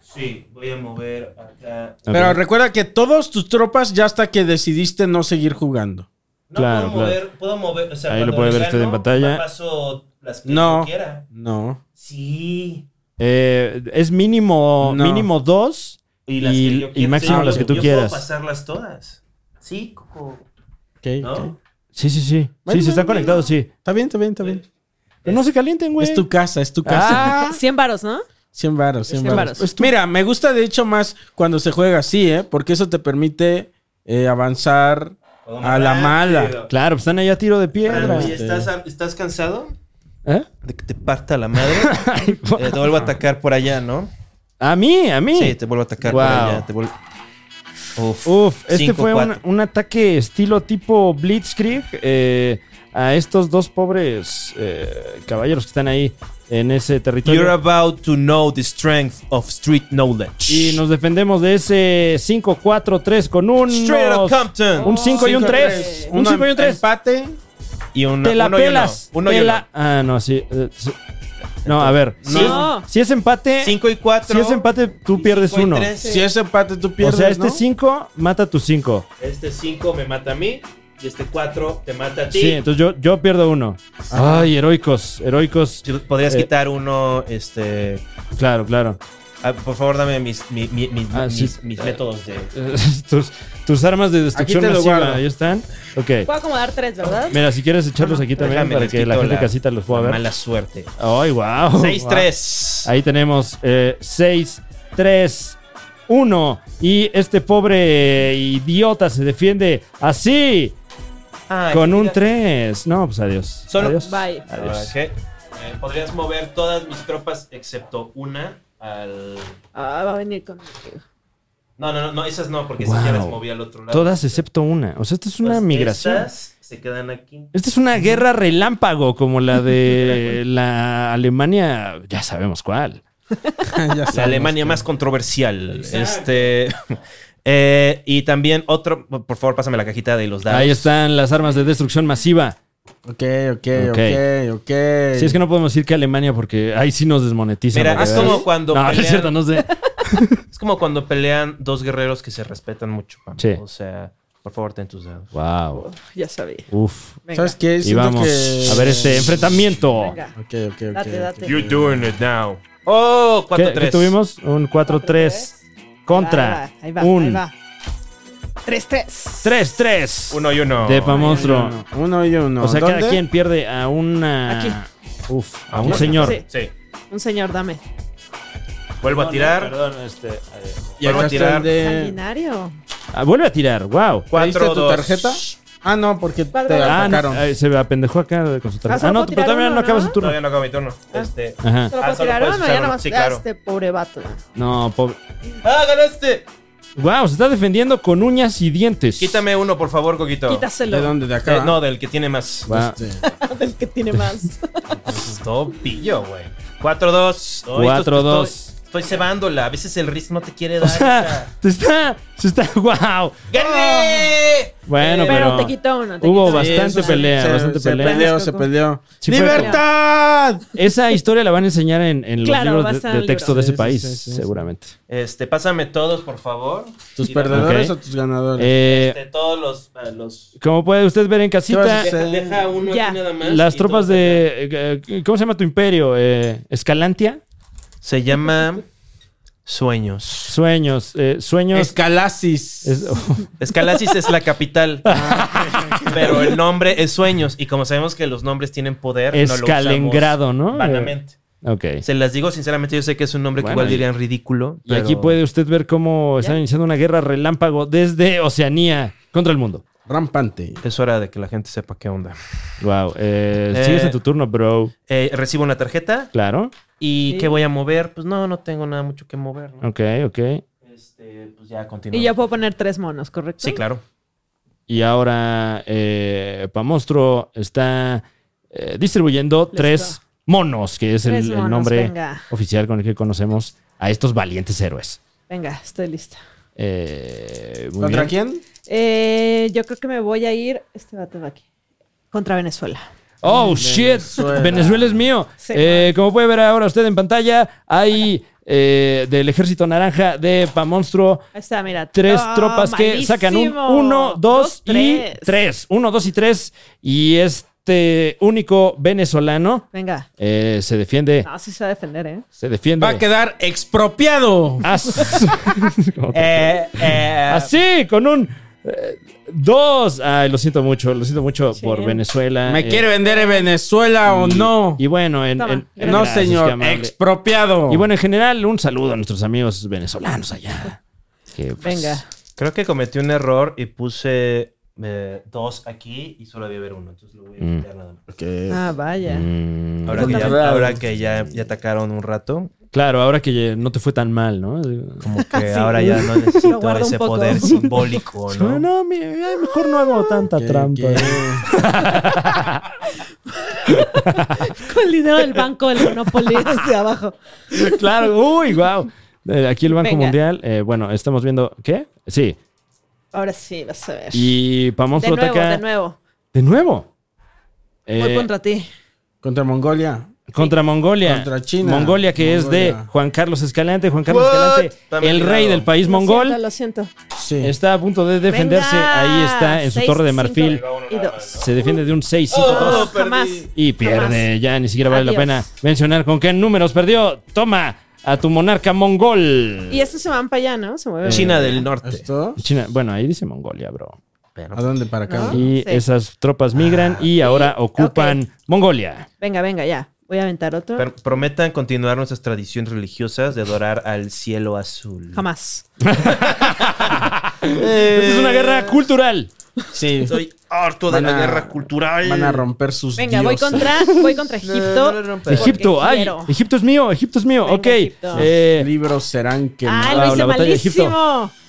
Sí, voy a mover acá. Ok. Pero recuerda que todos tus tropas ya hasta que decidiste no seguir jugando. No Claro, puedo mover, puedo mover. O sea, Ahí lo cuando puede ver gano, usted en pantalla. Paso Las que No. yo quiera. No. Sí. Eh, es mínimo, No. mínimo dos. Y, las Y- que yo y quiera. máximo Sí, las que tú yo quieras. Puedo pasarlas todas. Sí, Coco. Ok, ok. ¿No? Sí, sí, sí. Bueno, sí, si están bueno, conectados, sí. Está bien, está bien, está bien. Pero no se calienten, güey. Es tu casa, es tu casa. Ah. 100 varos, ¿no? 100 varos, 100 Cien varos. varos. Mira, me gusta de hecho más cuando se juega así, ¿eh? Porque eso te permite eh, avanzar a la mala. Claro, pues están ahí a tiro de piedra. Franco, ¿y Este- ¿estás, ¿Estás cansado? ¿Eh? De que te parta la madre. Eh, te vuelvo a atacar por allá, ¿no? A mí, a mí. Sí, te vuelvo a atacar por Wow. allá. Te vuelvo... Uf. Uf, este Cinco, fue un, cuatro. un ataque estilo tipo Blitzkrieg eh, a estos dos pobres eh, caballeros que están ahí en ese territorio. You're about to know the strength of street knowledge. Y nos defendemos de ese 5-4-3 con un. Straight out of Compton. Un 5 y un 3. Un 5 y un 3. eh, Empate. Y un Te la uno pelas. Y uno. Uno te y uno. la- Ah, no, sí. eh, sí. No, a ver. No. Si, es, si es empate. Cinco y cuatro. Si es empate, tú pierdes cinco y uno. tres. Si es empate, tú O pierdes. sea, este ¿no? 5 mata a tu 5. Este 5 me mata a mí. Y este 4 te mata a Sí, ti. entonces yo, yo pierdo uno. Ay, heroicos, heroicos. Si Podrías Eh. quitar uno, este... Claro, claro. ah, por favor, dame mis, mi- mi- mis, Ah, sí. mis- mis métodos de... Eh, Tus, tus armas de destrucción Aquí te lo masiva, guardo. ahí están. Ok. Puedo acomodar tres, ¿verdad? Mira, si quieres echarlos aquí también Déjame, para les que la quito gente casita los pueda la ver. Mala suerte. Ay, wow. 6-3. Ahí tenemos eh, 6, 3, 1. Y este pobre idiota se defiende así, Ay, con un mira. 3. No, pues adiós. Solo- adiós. Bye. Adiós. Ok. Eh, Podrías mover todas mis tropas excepto una al... Ah, va a venir conmigo. No, no, no, no, esas no, porque Wow. esas ya las moví al otro lado. Todas excepto una. O sea, esta es una Pues migración. Estas se quedan aquí. Esta es una guerra relámpago como la de la Alemania, ya sabemos cuál. Ya La sabemos. Alemania más controversial. Este. eh, y también otro. Por favor, pásame la cajita de los dados. Ahí están las armas de destrucción masiva. Ok, ok, ok, ok. Si es que no podemos decir que Alemania porque ahí sí nos desmonetizan. Mira, la es verdad. como cuando No, pelean- es cierto, no sé. Es como cuando pelean dos guerreros que se respetan mucho. Pam. Sí. O sea, por favor, ten tus dados. Wow. Ya sabía. Uf. Venga. ¿Sabes qué? y Siento vamos que- a ver este enfrentamiento. Venga. Ok, ok, ok. Date, date. You're doing it now. Oh, ¿Qué, 4-3. qué tuvimos? Un 4-3 contra Ahí va, ahí un va. 3-3. 3-3 Uno y uno. de Pa Monstruo. Uno, uno y uno. O sea, cada ¿Dónde? quien pierde a una... Aquí. Uf, a ¿A un una? señor. Sí. Sí. Un señor, dame. Vuelvo a tirar. Perdón, este... Y Vuelvo a acá está tirar. el Eh, de... Sanguinario. Ah, vuelve a tirar, wow. ¿Pediste Cuatro, tu dos. tarjeta? Ah, no, porque te Cuatro, dos. Ah, no, atacaron. eh, se apendejó acá con su Ah, tarjeta. solo Ah, no, puedo pero tirar todavía uno, no acabas ¿no? tu turno. Todavía no acabo mi turno. Este. Ajá. ¿Solo Ah, solo puedo tirar puedes uno? usar Ya uno. nomás Sí, claro. este pobre vato. No, pobre. ¡Ah, ganaste! Wow, se está defendiendo con uñas y dientes. Quítame uno, por favor, Coquito. ¿De Quítaselo. dónde? ¿De acá? Eh, no, del que tiene más. Wow. Este, Del que tiene más. Pues, Todo pillo, güey. 4-2. Ay, Cuatro, esto- dos. Estoy, estoy cebándola. A veces el ritmo no te quiere dar. O esa- sea, se está, se está, wow. ¡Gané! Bueno, Eh, pero, Pero te quitó uno. te hubo quitó uno. bastante eso sí, pelea, se- bastante se pelea. peleó, se peleó. Sí, fue- ¡Libertad! Esa historia la van a enseñar en, en los Claro, va a libros de, estar de en el texto de libro. ese Sí, país, sí, sí, sí, sí. seguramente. Este, pásame todos, por favor. ¿Tus Y perdedores Ok. o tus ganadores? Eh, Este, todos los. a los... como puede usted ver en ¿Qué vas a casita, hacer? Deja, deja uno Ya. aquí nada más. las y tropas todos de... eh, ¿Cómo se llama tu imperio? Eh, ¿Escalantia? acá. Se llama. Sueños. Sueños, eh, sueños... Escalasis. es- Escalasis es la capital. pero el nombre es Sueños. Y como sabemos que los nombres tienen poder, Escalengrado, no lo ¿no? usamos vanamente. Ok. Se las digo sinceramente, yo sé que es un nombre que Bueno, igual y- dirían ridículo. Y aquí pero- puede usted ver cómo están iniciando una guerra relámpago desde Oceanía contra el mundo. Rampante. Es hora de que la gente sepa qué onda. Wow. eh, Eh, sigues en tu turno, bro. Eh, recibo una tarjeta Claro. y Sí. ¿qué voy a mover? Pues no, no tengo nada mucho que mover. ¿no? Ok, ok. Este, pues ya continúo. Y yo puedo poner tres monos, ¿correcto? Sí, claro. Y ahora eh, Pamostro está eh, distribuyendo Let's tres monos, que es el, Tres el monos, nombre venga. oficial con el que conocemos a estos valientes héroes. Venga, estoy lista. Eh, muy ¿Contra bien. quién? Eh, yo creo que me voy a ir. Este vato va aquí. Contra Venezuela. Oh, Mm, Venezuela. shit. Venezuela es mío. Sí. Eh, como puede ver ahora usted en pantalla, hay eh, del Ejército Naranja de Pamonstruo. Ahí está, mira. Tres Ah, tropas que malísimo. sacan un 1, 2 Dos, y 3. 1, 2 y 3. Y es Este único venezolano Venga. eh, se defiende. No, sí se va a defender, ¿eh? Se defiende. Va a quedar expropiado. As- Eh, eh, Así, con un. eh, dos. Ay, lo siento mucho, lo siento mucho Sí. por Venezuela. ¿Me eh, quiere vender en Venezuela o no? Y bueno, en. Toma, en- en- no, gracias, qué señor. amable. Expropiado. Y bueno, en general, un saludo a nuestros amigos venezolanos allá. que, pues, Venga. creo que cometí un error y puse eh, dos aquí y solo debe haber uno. Entonces lo voy a Mm. quitar nada más. Ah, vaya. mm, Ahora que, ya, Controlados. ahora que ya, ya atacaron un rato, claro, ahora que ya no te fue tan mal, ¿no? como que ahora ya no Lo necesito guardo un ese poco. poder simbólico, ¿no? mi- ay, mejor no hago tanta Que- que- Con el dinero del banco del Monopoly hacia abajo. Claro, uy, wow. Aquí el Banco Venga. Mundial, eh, bueno, estamos viendo. ¿Qué? Sí. Ahora sí, vas a ver. Y Pamón de nuevo, Flotaca. de nuevo. De nuevo. Voy Eh, contra ti. Contra Mongolia. contra Mongolia. Contra China. Mongolia, que es de Mongolia. Juan Carlos Escalante. Juan Carlos What? Está Escalante, el mezclado. rey del país Lo mongol, siento, lo siento. Sí. está a punto de defenderse. Venga. Ahí está, en su Seis, torre de cinco marfil. Y dos. Se defiende de un 6-5-2. Oh, jamás. Y pierde, ya ni siquiera vale la Adiós. pena mencionar con qué números perdió. Toma a tu monarca mongol. Y estos se van para allá, ¿no? Se mueven. China del Norte. ¿Esto? China- bueno, ahí dice Mongolia, bro. ¿A dónde? Para acá. ¿No? Y Sí. Ah, esas tropas migran y ahora ocupan Mongolia. Venga, venga, ya. Voy a aventar otro. Per- prometan continuar nuestras tradiciones religiosas de adorar al cielo azul. Jamás. Esta es una guerra Eh. cultural. Sí. Soy harto de Van la a- guerra cultural. Van a romper sus Venga, voy diosas. contra, voy contra Egipto. No, no, no, pero- porque Egipto, ay, quiero. Egipto es mío, Egipto es mío. Venga, ok. Egipto. Eh, Libros serán Ah, quemados. Wow, lo hice la batalla de Egipto. malísimo.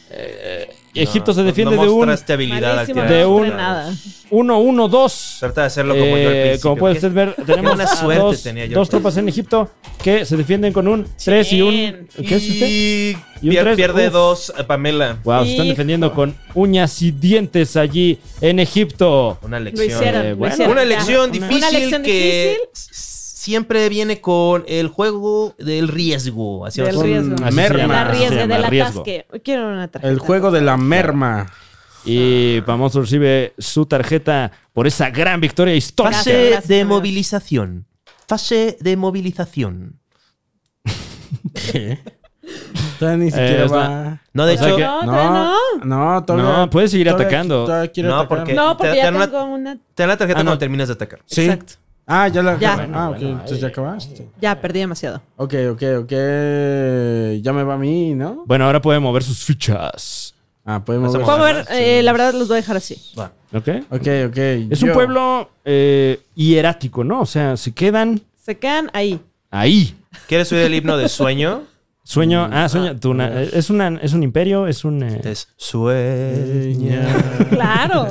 Egipto se No, defiende no de un mostraste habilidad al Malísimo, tirar. de no un- mostré nada. 1-1-2. Trata de hacerlo como yo al Eh, principio. como puede ¿Qué- usted ver, tenemos buena a suerte dos, tenía yo. dos tropas en Egipto que se defienden con un 3 y un. Bien. ¿Qué es este? Y, Y un pier- tres, pierde uf. dos eh, Pamela. Wow, se están Hijo. defendiendo con uñas y dientes allí en Egipto. Una Lo lección. hicieron. Eh, lo bueno. hicieron, Una ya. elección difícil Una elección que difícil. s- siempre viene con el juego del riesgo. Así Del va. riesgo. Así se Merma. llama, Del así se arriesgue, llama, del riesgo. atasque. Quiero una tarjeta. El juego de la merma. Y Pamón recibe su tarjeta por esa gran victoria histórica. Fase Gracias, gracias, de Pamela. movilización. Fase de movilización. Todavía ni siquiera es la- va. No, de O sea hecho, que- No, todavía no. No, todavía. No, puedes seguir todavía- atacando. todavía quiere No, atacar. porque- No, porque Te- ya te dan una- tengo una. te dan la tarjeta Ah, no. cuando terminas de atacar. Sí. Exacto. Ah, ya la. Ya. ah, Bueno, ok. bueno, entonces ya acabaste. Ya perdí demasiado. Ok, ok, ok. Ya me va a mí, ¿no? Bueno, ahora puede mover sus fichas. Ah, podemos ver. Puedo ver, eh, la verdad los voy a dejar así. Va. ¿Ok? Ok, ok. Es yo. un pueblo eh, hierático, ¿no? O sea, se quedan Se quedan ahí. ahí. ¿Quieres oír el himno de sueño? Sueño, ah, sueño, tú na- es, una, es un imperio, es un... eh, Es sueña. Claro.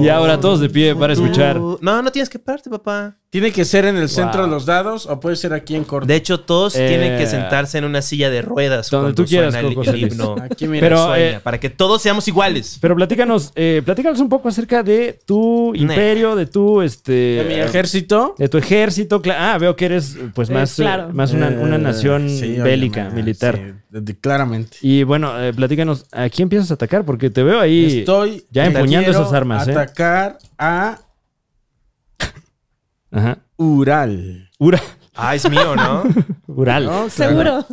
y ahora todos de pie para escuchar. No, no tienes que pararte, papá. ¿Tiene que ser en el centro Wow. de los dados o puede ser aquí en corte? De hecho, todos Eh, tienen que sentarse en una silla de ruedas donde cuando tú quieras, suena el- Coco el, Celis. himno. Aquí, mira. Pero, Sueña, eh, para que todos seamos iguales. pero platícanos, eh, platícanos un poco acerca de tu Ne. imperio, de tu, De mi este... ejército. De tu ejército, cla- ah, veo que eres pues Eh, más, eh, claro. más una, una Eh, nación sí, bélica, obviamente, militar. sí, de- de- claramente. Y bueno, eh, platícanos, ¿a quién empiezas a atacar? Porque te veo ahí Estoy. ya que empuñando quiero esas armas, ¿eh? Atacar a Ajá. Ural. Ura- Ah, es mío, ¿no? Ural. ¿no? Claro. Seguro.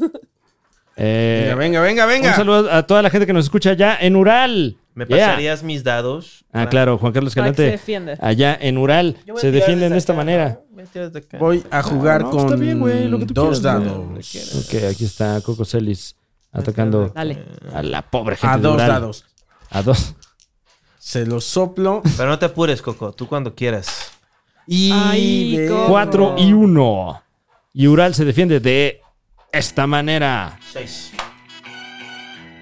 Eh, Venga, venga, venga, venga. Un saludo a toda la gente que nos escucha allá en Ural. ¿Me Yeah. pasarías mis dados? Ah, claro, Juan Carlos Para que se Escalante. defienda. Allá en Ural se defienden de esta manera. Voy a jugar no, pues está con bien, güey, lo que tú dos quieras, güey, dados. Ok, aquí está Coco Celis atacando Dale. a la pobre gente. A de dos Ural. dados. A dos. Se los soplo. Pero no te apures, Coco. Tú cuando quieras. Y Ay, de- Coco. Cuatro y uno. Y Ural se defiende de esta manera. Seis.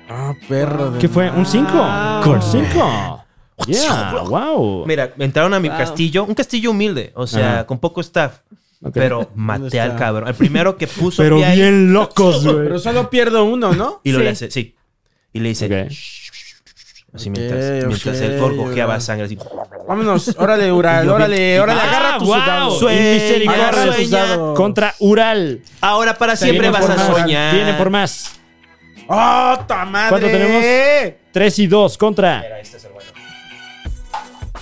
Ah, perro. de ¿Qué fue? ¿Un cinco? Wow. Ah. Con cinco. Yeah, wow. Mira, entraron a mi Wow. castillo. Un castillo humilde. O sea, Ajá. con poco staff. Ok. Pero ¿Dónde maté está? al cabrón. El primero que puso Pero pie ahí, bien locos, güey. Pero solo pierdo uno, ¿no? Y lo le Sí. hace, sí. Y le dice. Ok. "Shh". Así Ok, mientras, mientras el ok, gorgojeaba ok. sangre así. Vámonos. Órale, Ural. Órale, órale. Agarra tus dados. Ah, Y misericordia Agarra de sus tus dados. Contra Ural. Ahora para siempre Vienen vas por a más. soñar. Vienen por más. ¡Oh, ta madre! Este ¿Cuánto tenemos? 3 y 2 contra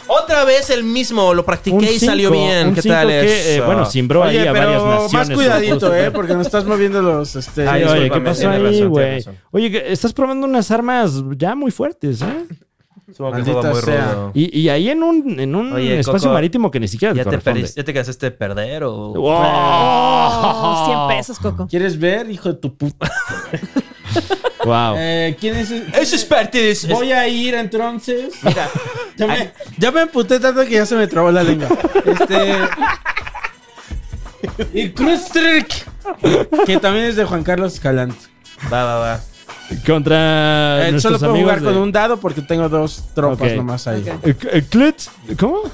Otra vez el mismo, lo practiqué y cinco, salió bien. un ¿Qué cinco tal que, eh, eso? bueno, simbró Oye, ahí a varias pero naciones. Oh, más por cuidadito, supuesto. ¿eh? Porque no estás moviendo los... Este, Ay, Ay, oye, ¿qué discúlpame, pasó tienes ahí, razón, güey? tienes razón. Oye, que estás probando unas armas ya muy fuertes, ¿eh? Supongo que Maldita juega muy sea. rudo. Y, y ahí en un, en un Oye, espacio Coco, marítimo que ni siquiera ¿Ya te, corresponde. perdiste- ¿Ya te cansaste de perder o...? ¡Wow! 100 pesos, Coco. ¿Quieres ver, hijo de tu puta? Wow. Eh, ¿Quién es? Eso es parte de... es- Voy a ir entonces. Mira, Ya me, ya me emputé tanto que ya se me trabó la lengua. Este. Y Krustrick, que también es de Juan Carlos Escalante. va, va, va. Contra Eh, Ah, nuestros solo puedo amigos jugar de- con un dado porque tengo dos tropas Ok. nomás ahí. Ok. Eh, eh, Clit- ¿Cómo? Eh,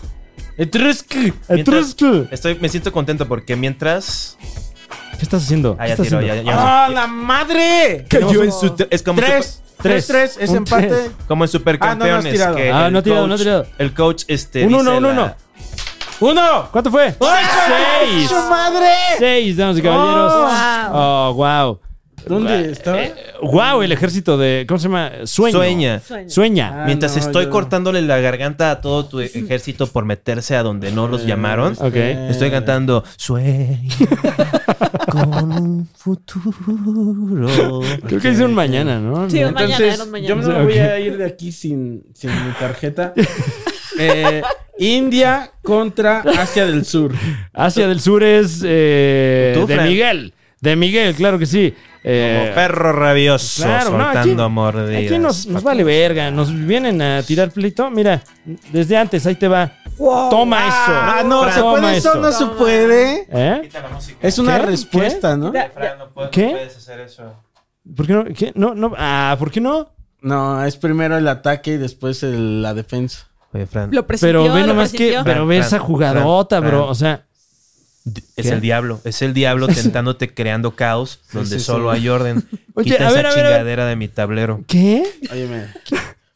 Etruski. Mientras- Etruscle. Estoy, me siento contento porque mientras... ¿Qué estás haciendo? Ah, ¿Qué ya estás tiro, ya, haciendo? ya. ¡Ah, la madre! Cayó en su... Es como, Tres. Tres, tres. Es Un empate. tres. como en Ah, no, no has Supercampeones. tirado. que Ah, el no he tirado, coach- no he tirado. El coach, este... Un dice uno, un la- uno. ¡Uno! ¿Cuánto fue? ¡Oh, ¡Seis! ¡Su madre! ¡Seis, damas y caballeros! Oh. ¡Oh, wow! ¿Dónde estaba? eh, ¡Wow! El ejército de. ¿Cómo se llama? Sueño. Sueña. Sueño. Sueña. Ah, Mientras no, estoy yo- cortándole la garganta a todo tu ejército por meterse a donde no Eh, los llamaron, Ok. estoy cantando Sueña con un futuro. Creo que hice un mañana, ¿no? Sí, un mañana, Entonces, era un yo mañana. no me voy a ir de aquí sin, sin mi tarjeta. Eh, India contra Asia del Sur. Asia del Sur es. eh, Tú, de Fran. Miguel. De Miguel, claro que sí. Eh, Como perro rabioso Claro, no, aquí- soltando mordidas. Aquí nos, nos vale verga, nos vienen a tirar pleito. Mira, desde antes, ahí te va. Toma eso. Ah, no, Fran, ¿se toma puede eso? No se puede. ¿Eh? Quita la música. Es una ¿Qué? respuesta, ¿no? Ya, ya. Fran, no puedes, ¿Qué? no puedes hacer eso. ¿Por qué no? ¿Qué? No, no. Ah, ¿por qué no? No, es primero el ataque y después el- la defensa. Oye, Fran, Lo presintió, Pero ve lo nomás que. presintió. Pero ve Fran, esa Fran, jugadota, Fran, bro. Fran. O sea. es ¿Qué? el diablo, es el diablo tentándote creando caos donde sí, solo sí. hay orden. Oye, Quita a ver, esa a ver, a ver. chingadera de mi tablero. ¿Qué? Óyeme.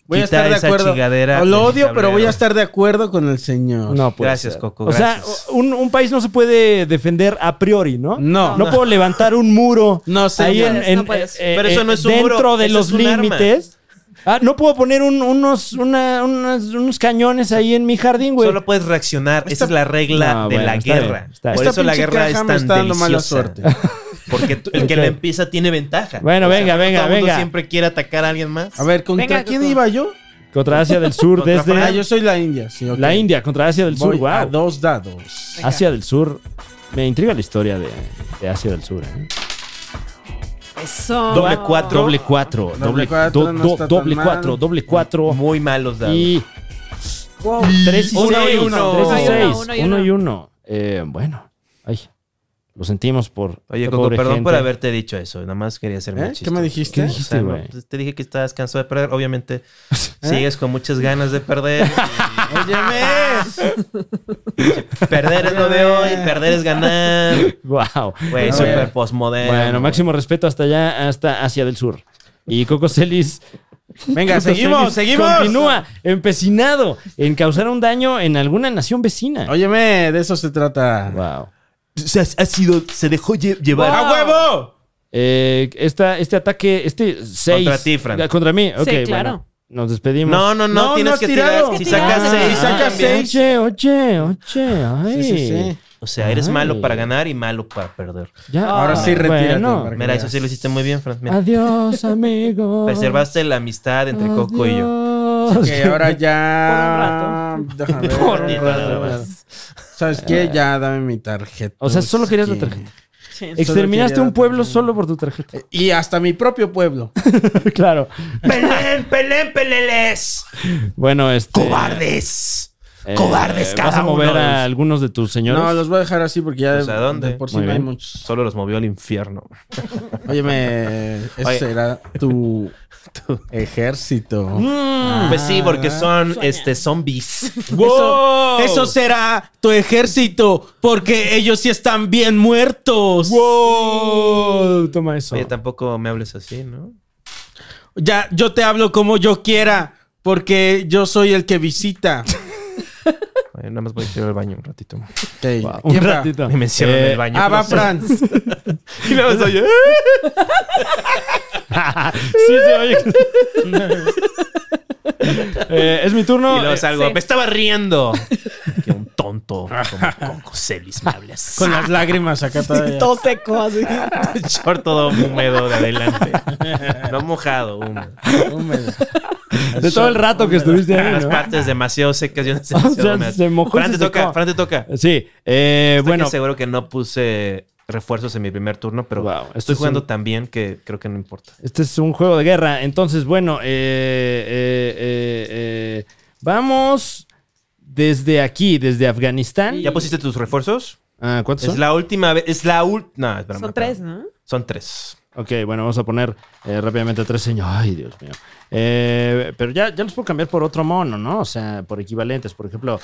Voy a Quita estar de esa acuerdo. chingadera O de lo mi odio, pero tablero. voy a estar de acuerdo con el señor. No, pues. Gracias, Coco, O sea, gracias. un, un país no se puede defender a priori, ¿no? No. No puedo levantar un muro. No, ahí señor. en, No en- puedes. eh, Pero eso eh, no es un dentro muro, de eso los es un arma. límites. Ah, no puedo poner un- unos, una- unas- unos cañones ahí en mi jardín, güey. Solo puedes reaccionar. Esa es la regla Pues, No, de bueno, la está bien, guerra. está bien. Por Esta eso la pinche guerra caja es me tan está dando deliciosa. mala Porque tú- el que la Ok. empieza tiene ventaja. Bueno, venga, venga, todo el mundo venga. siempre quiere atacar a alguien más. A ver, ¿contra Venga, quién Coco. iba yo? Contra Asia del Sur, Contra desde Ah, yo soy la India. Sí, ok. la India, contra Asia del Voy Sur, a wow. dos dados. Asia del Sur. Me intriga la historia de, de Asia del Sur. ¿eh? Eso. Doble cuatro. Doble cuatro, Doble doble cuatro, do- no do- está tan doble mal. cuatro, doble cuatro. Muy malos dados. Y Wow. 3 y 6. Uno y 3 uno. y Uno y uno, 6. uno y 1 uno. y 1. Bueno, ay, lo sentimos por. Oye, esta Coco, pobre perdón gente. por haberte dicho eso. Nada más quería ser ¿Eh? muy ¿Qué chistoso. me dijiste? ¿Qué dijiste, O sea, no, güey? ¿Eh? pues, te dije que estabas cansado de perder. Obviamente, sigues con muchas ganas de perder. Óyeme. perder es lo de hoy. Perder es ganar. Wow. Güey, A súper ver. postmoderno. Bueno, máximo respeto hasta allá, hasta Asia del Sur. Y Coco Celis. Venga, Coco seguimos, Celis seguimos. Continúa empecinado en causar un daño en alguna nación vecina. Óyeme, de eso se trata. Wow. Se, ha- ha sido, se dejó lle- llevar. ¡A huevo! Eh, esta, este ataque, este 6. Contra ti, Fran. Contra mí. Ok, Sí, claro. claro. nos despedimos. No, no, no, No, tienes no has que tirado. tirar. Si Es que sacas tienes que seis, tirar. también. sacas seis. Oche, oche, oche. Ay. Sí, sí, sí. O sea, eres malo Ay. para ganar y malo para perder. Ya. Ahora sí, retírate. Bueno. Marco. Mira, eso sí lo hiciste muy bien, Fran. Mira, Adiós, amigo. preservaste la amistad entre Coco y yo. Adiós. Ok, ahora ya. Déjame ver. Por ti nada más. ¿Sabes qué? Ya dame mi tarjeta. Ah. O sea, solo querías la Sí. tarjeta. Sí. Exterminaste quería un la pueblo tarjeta. Eh, solo por tu tarjeta. Y hasta mi propio pueblo. claro. ¡Pelén, pelén, peleles! Bueno, este. ¡Cobardes! eh, cobardes, cada ¿Vas a mover uno de a los- algunos de tus señores? No, los voy a dejar así porque ya. Pues, ¿a dónde? de por sí Muy no hay bien. muchos. Solo los movió al infierno. Óyeme, ese Oye. será tu ejército. Mm, Pues sí, porque son este, zombies. Eso, eso será tu ejército, porque ellos sí están bien muertos. ¡Wow! Oh, Toma eso. Oye, tampoco me hables así, ¿no? Ya, yo te hablo como yo quiera, porque yo soy el que visita. Oye, nada más voy a ir al baño un ratito. Ok, Wow. Un ¿quién va? ratito. Y me encierro en Eh, el baño. Ah, va Fran. Y luego soy yo. sí, sí, oye. Eh, es mi turno. y luego salgo. sí. Me estaba riendo. que un tonto como Coco Celis me hablas. Con las lágrimas acá todavía. Todo seco así. short todo húmedo de adelante. No mojado, húmedo. Húmedo. de todo el rato que estuviste ahí. Las ¿no? partes demasiado secas y unas O sea, demasiado húmedas. se mojó y Fran, se te toca, secó. Fran, te toca. Sí, eh, Estoy bueno. bueno. seguro que no puse refuerzos en mi primer turno, pero Wow, esto estoy es jugando un- tan bien que creo que no importa. Este es un juego de guerra. Entonces, bueno, eh, eh, eh, eh, vamos desde aquí, desde Afganistán. ¿Ya pusiste tus refuerzos? Ah, ¿Cuántos Es son? la última vez. Es la última. No, espérame, Son espérame. tres, ¿no? Son tres. Ok, bueno, vamos a poner eh, rápidamente tres señores. Ay, Dios mío. Eh, pero ya, ya los puedo cambiar por otro mono, ¿no? O sea, por equivalentes. Por ejemplo,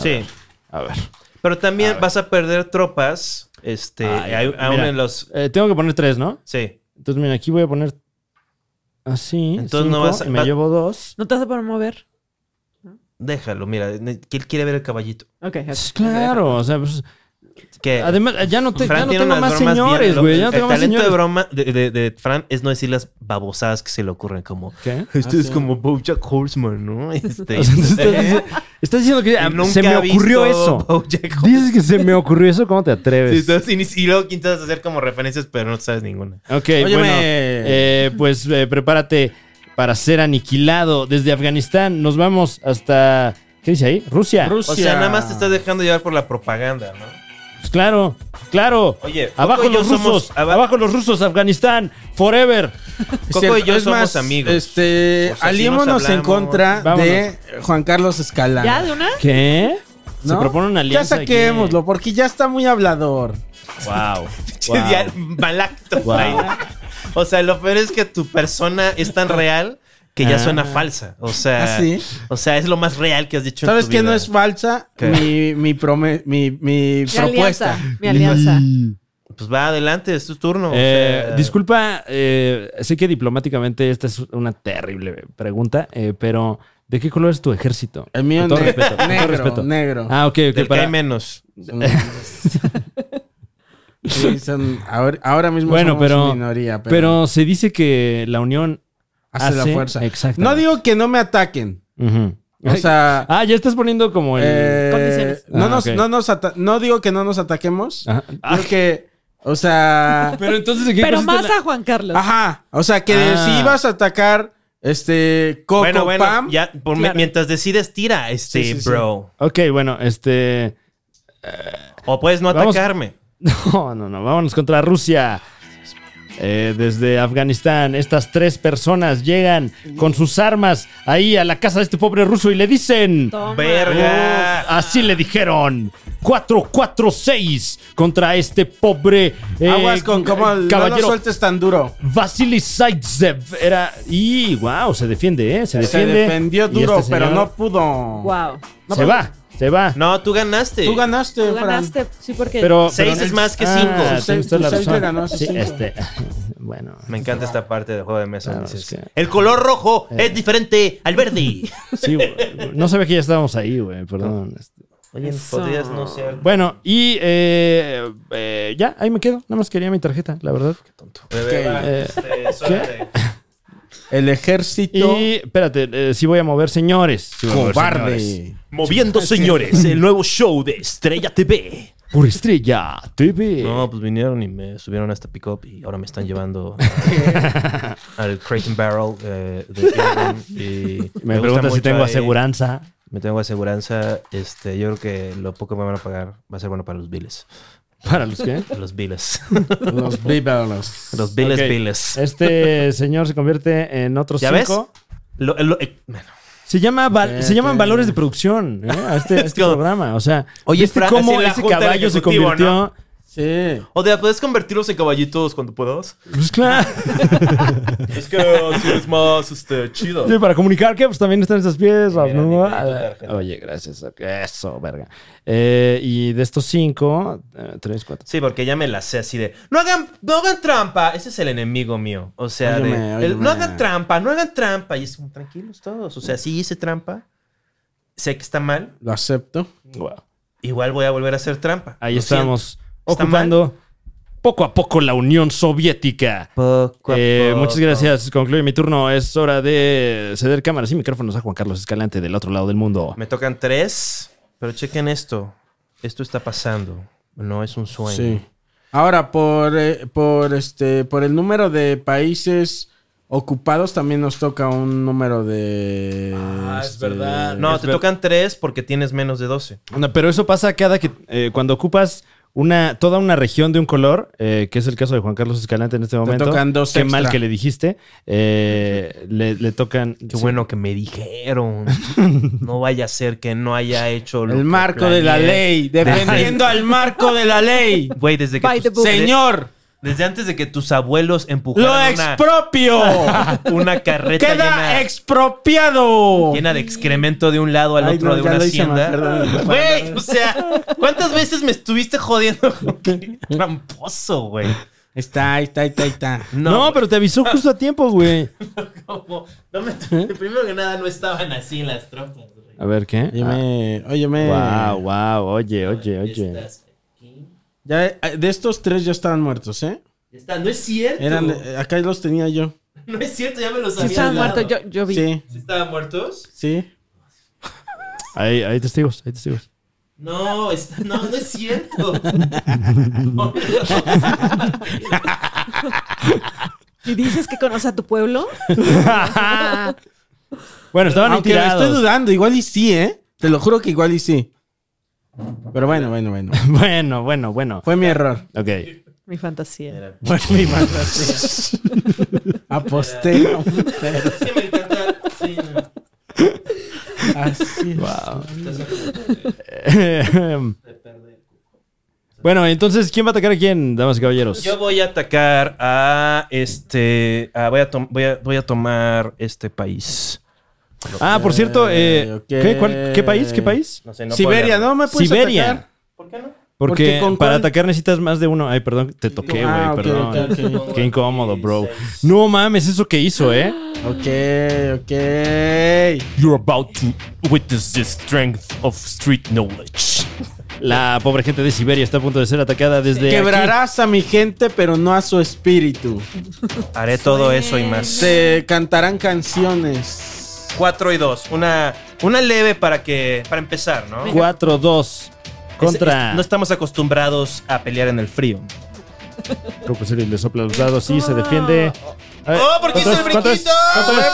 sí. a ver. Pero A también ver. vas a perder tropas. Este, Ay, hay- mira. aún en los. Eh, tengo que poner tres, ¿no? Sí. Entonces, mira, aquí voy a poner así. Entonces, no cinco, vas a- y me va- llevo dos. No te vas a poder mover. Déjalo, mira. ne- que Él quiere ver el caballito. Ok, ok. Pues, Claro, o sea, pues, Que además, ya no, te- ya Fran no tiene tengo unas más bromas bien señores, locas. güey. Ya no el tengo más talento señores. de broma de, de- de Fran es no decir las babosadas que se le ocurren como. ¿Qué? Esto Ah, es sí. como Bojack Horseman, ¿no? Este, O sea, entonces estás, dici- estás diciendo que ah, Nunca se me ha visto ocurrió eso. pues. Bojack Horseman. Dices que se me ocurrió eso, ¿cómo te Sí, atreves? entonces, y, y luego intentas hacer como referencias, pero no sabes ninguna. Ok, Óyeme. bueno, eh, pues eh, prepárate para ser aniquilado desde Afganistán. Nos vamos hasta. ¿Qué dice ahí? Rusia. Rusia. O sea, nada más te estás dejando llevar por la propaganda, ¿no? Pues claro, claro. Oye, Coco Abajo y yo los rusos, somos- aba- abajo los rusos, Afganistán, forever. Coco y yo somos amigos. Este, O sea, sí nos aliémonos en hablamos. contra Vámonos. de Juan Carlos Escalante. ¿Ya de una? ¿Qué? Se ¿No? propone una Ya alianza. aquí. saquémoslo, porque ya está muy hablador. Wow. Che, diario, mal acto, güey. O sea, lo peor es que tu persona es tan real que ya Ah. suena falsa. O sea, ¿Ah, sí? o sea, es lo más real que has dicho. en ¿Sabes tu qué vida. no es falsa? ¿Qué? Mi, mi, prome- mi, mi Mi propuesta. alianza. Mi alianza. Pues va adelante, es tu turno. o Eh, sea. disculpa, eh, sé que diplomáticamente esta es una terrible pregunta, eh, pero ¿de qué color es tu ejército? El mío Con todo ne- respeto, con todo negro, respeto. negro. Ah, ok, Del ok. que para- hay menos. Sí, son- ahora, ahora mismo Bueno, somos pero- minoría, pero... se dice que la unión hace, la fuerza. Exacto. No digo que no me ataquen. O sea, Ah, ya estás poniendo como el. eh, Condiciones. no, Ah, nos, ok. no, nos ata- no digo que no nos ataquemos. Ajá. Ah, Digo que, o sea, pero entonces, ¿de qué Pero consiste más la- a Juan Carlos. ajá, o sea, que Ah. si ibas a atacar este Coco bueno, bueno, Pam, ya por- Claro. mientras decides, tira, este, Sí, sí, sí. bro. Ok, bueno, este. O puedes no Vamos. atacarme. No, no, no. Vámonos contra Rusia. Eh, desde Afganistán, estas tres personas llegan con sus armas ahí a la casa de este pobre ruso y le dicen. Toma. Verga. Uf, así le dijeron. 4-4-6 contra este pobre eh, aguas con cómo no lo caballero sueltes tan duro. Vasily Zaitsev. Era. Y wow, se defiende, ¿eh? Se defiende. Se defendió Y duro, este pero señor no pudo. Wow. se va, se va. No, tú ganaste. Tú ganaste, Tú Fran. ganaste. Sí, porque. pero, Seis pero- es más que Ah, cinco. tienes Seis- toda la seis le razón. ganó a sus Sí, cinco. este. Bueno. Me encanta esta parte del juego de mesa. Claro, dices, es que- El color rojo Eh. es diferente al verde. Sí, güey, no sabía que ya estábamos ahí, güey. Perdón. Este, Oye, Eso. podrías no ser. Bueno, y eh, eh, ya, ahí me quedo. Nada más quería mi tarjeta, la verdad. Bebé, va, Eh, este, suerte. El ejército Y espérate, eh, sí voy a mover señores. Sí voy a mover señores. cobarde. Moviendo señores, el nuevo show de Estrella TV. Por Estrella TV. No, pues vinieron y me subieron a esta pickup y ahora me están llevando a- al Crate and Barrel eh, de Irving y me gusta pregunta si mucho tengo ahí. aseguranza. Me tengo aseguranza. Este, yo creo que lo poco que me van a pagar va a ser bueno para los biles. ¿Para los qué? Los biles. Los bíbelos. Los biles, Ok. biles. Este señor se convierte en otro ¿Ya ves? cinco. Lo- lo- eh, Se, llama val- Vete. se llaman valores de producción ¿eh? a este, a este como- programa. O sea, Oye, ¿viste Fran, cómo así la ese junta del caballo se ejecutivo, convirtió? ¿no? Sí. o sea, ¿puedes convertirlos en caballitos cuando puedas? Pues claro. Es que así es más este, chido. Sí, para comunicar que pues también están esas piezas, Mira, ¿no? Ah, eh. ni te quito tarjeta. Oye, gracias. ok, Eso, verga. Eh, y de estos cinco, eh, tres, cuatro. Sí, porque ya me la sé así de no hagan, no hagan trampa. Ese es el enemigo mío. O sea, Óyeme, de, el, óyeme. no hagan trampa, no hagan trampa. Y es como, tranquilos todos. O sea, sí hice trampa. Sé que está mal. Lo acepto. Wow. Igual voy a volver a hacer trampa. Ahí Lo estamos siento. Está ocupando poco a poco la Unión Soviética. Poco a Eh, poco. muchas gracias. Concluye mi turno. Es hora de ceder cámaras y micrófonos a Juan Carlos Escalante del otro lado del mundo. Me tocan tres, pero chequen esto. Esto está pasando. No es un sueño. Sí. Ahora, por, eh, por, este, por el número de países ocupados, también nos toca un número de. Ah, es este, verdad. No, Es te ver- tocan tres porque tienes menos de 12. No, pero eso pasa cada que eh, cuando ocupas una, toda una región de un color, eh, que es el caso de Juan Carlos Escalante en este momento. tocan dos Qué extra. mal que le dijiste. Eh, le, le tocan. Qué sí. bueno que me dijeron. No vaya a ser que no haya hecho lo El que marco de la planeé. ley. Defendiendo al marco de la ley. Güey, desde que By tus- the book. Señor, desde antes de que tus abuelos empujaron lo una, expropio. una carreta Queda llena, expropiado. llena de excremento de un lado al Ay, otro no, de ya una lo hice mal, hacienda. perdón. Güey, o sea, ¿cuántas veces me estuviste jodiendo? Qué tramposo, güey. Está, ahí está, ahí está, ahí está. No, pero te Ah. avisó justo a tiempo, güey. ¿Cómo? No me- ¿Eh? primero que nada, no estaban así las tropas, güey. A ver, ¿qué? Óyeme, óyeme. Wow, wow. Ah, Oye, oye, oye. Estás aquí. Ya, eh, de estos tres ya estaban muertos, ¿eh? Ya está, no es cierto. Eran, eh, acá los tenía yo. No es cierto, ya me los Si había estaban dado. muertos, yo, yo vi. Sí, ¿Sí estaban muertos? sí. Hay, hay testigos, hay testigos. No, está- no, no es cierto. Y dices que conoces a tu pueblo. bueno, estaban ahí Aunque lo tirados. estoy dudando, igual y sí, ¿eh? Te lo juro que igual y sí. Pero bueno, bueno, bueno. Bueno, bueno, bueno. Fue mi error. Ok. Mi fantasía. Bueno, mi madre. Aposté. a un perro. es que me encanta. Sí, no. Así es. Em, bueno, entonces, ¿quién va a atacar a quién, damas y caballeros? Yo voy a atacar a este. a- voy, a tom- voy, a, voy a tomar este país. Ah, por cierto, eh, ok. ¿qué, cuál- qué país? ¿Qué país? No sé, no Siberia, puedo leerlo. ¿no? ¿Me puedes Siberia. atacar? ¿Por qué no? Porque, Porque con para cuál- atacar necesitas más de uno. Ay, perdón, te toqué, güey, Ah, ok, perdón. ok, Qué incómodo, bro. 16. No mames, eso que hizo, ¿eh? Ok, ok. You're about to witness the strength of street knowledge. La pobre gente de Siberia está a punto de ser atacada desde. aquí. Quebrarás a mi gente, pero no a su espíritu. Haré todo eso y más. Se cantarán canciones. 4 y 2. Una, una leve para que. Para empezar, ¿no? 4-2 Es- contra. es- no estamos acostumbrados a pelear en el frío. Crocoseri le sopla los dados y se defiende. ¡Oh, porque hizo el ¿Cuánto es? brinquito! ¿Cuánto es?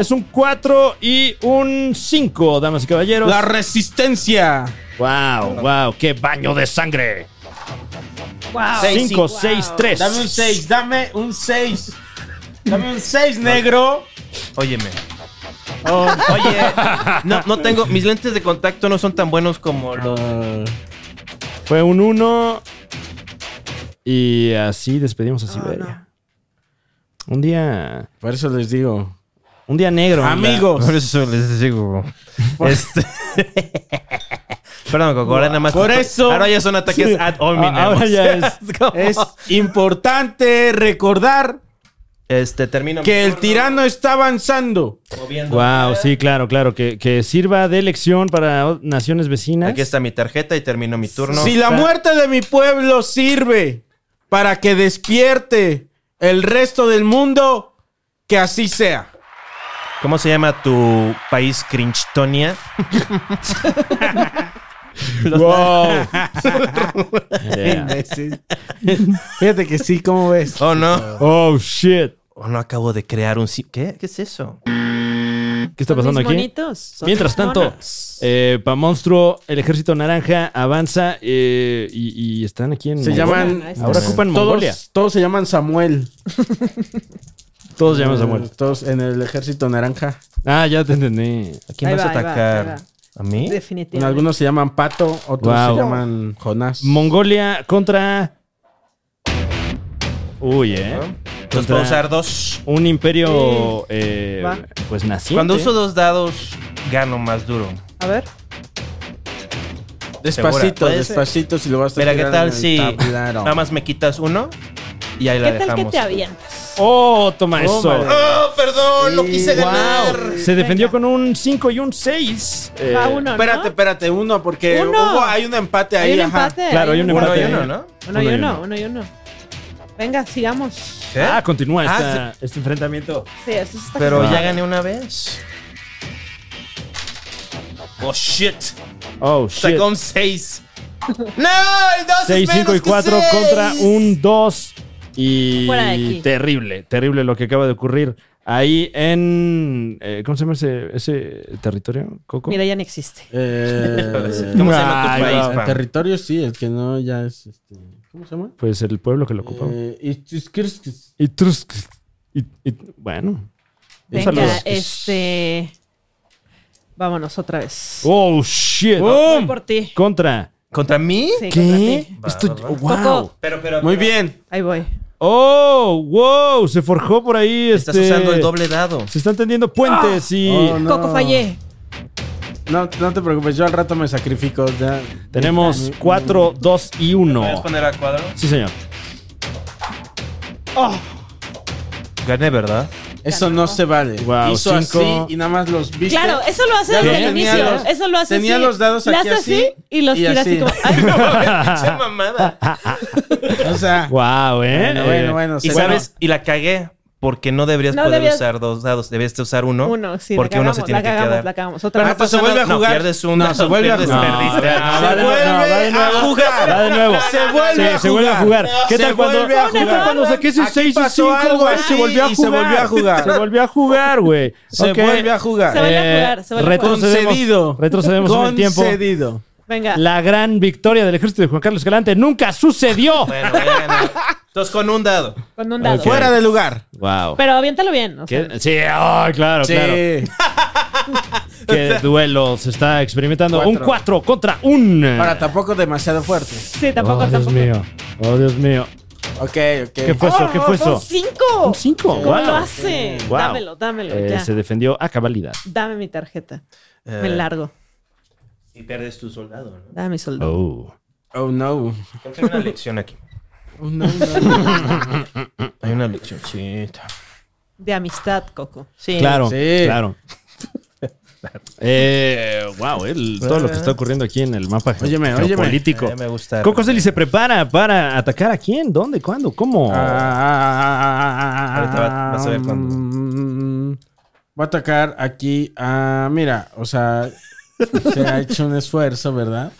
Es un 4 y un 5, damas y caballeros. La resistencia. ¡Wow! ¡Wow! ¡Qué baño de sangre! Ah, Wow. 5, 6, 3. Dame un 6, dame un 6. Dame un 6, negro. Óyeme. Oh, oye, no, no tengo. Mis lentes de contacto no son tan buenos como los. Fue un 1. Y así despedimos a Siberia. Un día. Por eso les digo. Un día negro. en la- Amigos. Por eso les digo. Este. Perdón, Coco, ahora nada más. Por eso- Ahora ya son ataques Sí. ad hominem. Ah, A- ahora o sea, ya es- como- Es importante recordar Este, termino. mi que el turno tirano está avanzando. moviendo- Wow, sí, claro, claro. Que, que sirva de lección para o- naciones vecinas. Aquí está mi tarjeta y termino mi turno. si la muerte de mi pueblo sirve para que despierte el resto del mundo, que así sea. ¿Cómo se llama tu país Cringtonia? ¡Wow! Yeah. Eh, Fíjate que sí, ¿cómo ves? Oh, no. ¡Oh, shit! Oh, no acabo de crear un. si- ¿Qué? ¿Qué es eso? Pues ¿Qué está pasando aquí? Bonitos, son Mientras mis tanto, monas. eh, pa' monstruo, el ejército naranja avanza eh, y, y están aquí en. Se Mongolia. llaman. Ahí está. Ahora ocupan Mongolia. Todos, todos se llaman Samuel. Todos se llaman Samuel. Eh, Todos en el ejército naranja. Ah, ya te entendí. ¿A quién Ahí vas a va, ahí va, atacar? ahí va. ¿A mí? Definitivamente. Algunos se llaman Pato, otros Wow. se llaman Jonás. Mongolia contra. Uy, eh. Entonces puedo usar dos. Un imperio. eh, Va. pues naciente. Cuando uso dos dados, gano más duro. A ver. Despacito, Segura. despacito, si lo vas a Mira, ¿qué tirar en tal el si tablero. nada más me quitas uno y ahí la ¿Qué tal que dejamos? te avientas? Oh, toma eso. ¡Oh, perdón! ¡No quise ganar! Se defendió Venga. con un 5 y un eh, 6. Va uno, ¿no? Espérate, espérate, uno, porque Uno. hubo- hay un empate ahí. Hay un ajá. empate. Claro, hay un Uno empate. y uno, ¿no? Uno y uno, uno y uno. Venga, sigamos. ¿Qué? Ah, continúa Ah, esta- este enfrentamiento. Sí, eso está Pero cabrón. ya gané una vez. Oh shit. Oh, shit. Sacó un 6. ¡No! El 2 6, 5 y 4 contra un 2. Fuera de aquí. Y terrible, terrible lo que acaba de ocurrir ahí en... eh, ¿Cómo se llama ese, ese territorio, Coco? Mira, ya no existe. Eh, ¿Cómo se llama tu Ay, país, va. Pam? territorio sí, el que no ya es este. ¿Cómo se llama? Pues el pueblo que lo ocupó. Eh, Itzkirskis. Y trus- y- y- bueno. Un Venga, saludo. este. Vámonos otra vez. Oh, shit. Voy por ti. Contra. ¿Contra mí? Sí, contra ¿Qué? ti. Esto, Va, va, wow. Coco. Pero, pero. Muy bien. Ahí voy. Oh, wow. Se forjó por ahí. Estás este- usando el doble dado. Se están tendiendo puentes y Oh, no. Coco, fallé. No, no te preocupes, yo al rato me sacrifico. Ya. tenemos 4, 2 y 1. poner a cuadro? Sí, señor. Gané, ¿verdad? Eso no se vale. Wow, Hizo cinco. así y nada más los viste. Claro, eso lo hace Ya desde los el tenía inicio. los- eso lo hace tenía así. los dados Le aquí hace así y los y tira así, así. como. Ay, Qué mamada. O sea, Wow, ¿eh? Bueno, bueno, bueno, Y se- sabes, y la cagué. Porque no deberías No poder debías- usar dos dados. Debías de usar uno. uno, sí. la porque uno cagamos, se tiene la que cagamos, quedar. la cagamos. Ah, Otra vez. entonces se vuelve a No, jugar. pierdes uno. No, se vuelve a pierdes, jugar. perdiste. Ah, se va de nuevo, vuelve no, va de a nuevo. jugar. Va de nuevo. Se vuelve Sí, a se vuelve a jugar. jugar. ¿Qué Se tal cuando, vuelve a ¿qué tal jugar. cuando saqué ese Aquí 6 y 5, pasó algo güey? así Se volvió a y se jugar. volvió a jugar. Se volvió a jugar, güey. Se Ok. Eh, vuelve a Se jugar. vuelve a jugar, se vuelve a jugar. retrocedemos, Concedido. Retrocedemos en el tiempo. Concedido. Venga. La gran victoria del ejército de Juan Carlos Escalante nunca sucedió. Bueno, voy a ganar. Entonces con un dado. Con un dado. Ok. Fuera de lugar. Wow. Pero aviéntalo bien. o sea, ¿Qué? Sí, ay, claro, claro. Sí. Qué duelo se está experimentando. Un 4 contra un. Ahora tampoco demasiado fuerte. sí, tampoco, oh, Dios tampoco. Oh, mío. Oh, Dios mío. Ok, ok. ¿Qué fue eso? ¿Qué fue eso? ¡Cinco! Un 5. ¿Cómo lo hace? Wow. Dámelo, dámelo. Eh, ya. se defendió a cabalidad. Dame mi tarjeta. Me Ah, Eh, largo. Y pierdes tu soldado, ¿no? Dame mi soldado. Oh. Oh no. Creo que hay una lección aquí. Oh no, no. Hay una leccioncita. De amistad, Coco. Sí. Oh. Claro, Sí. claro. Eh, wow, el- todo lo que está ocurriendo aquí en el mapa Óyeme, óyeme. geopolítico. Eh, me gusta. Coco Celis se prepara para atacar a quién, dónde, cuándo, Ah, cómo. Ahorita va- vas a ver cuándo. Voy Mm, a atacar aquí a. Mira, o sea, se ha hecho un esfuerzo, ¿verdad?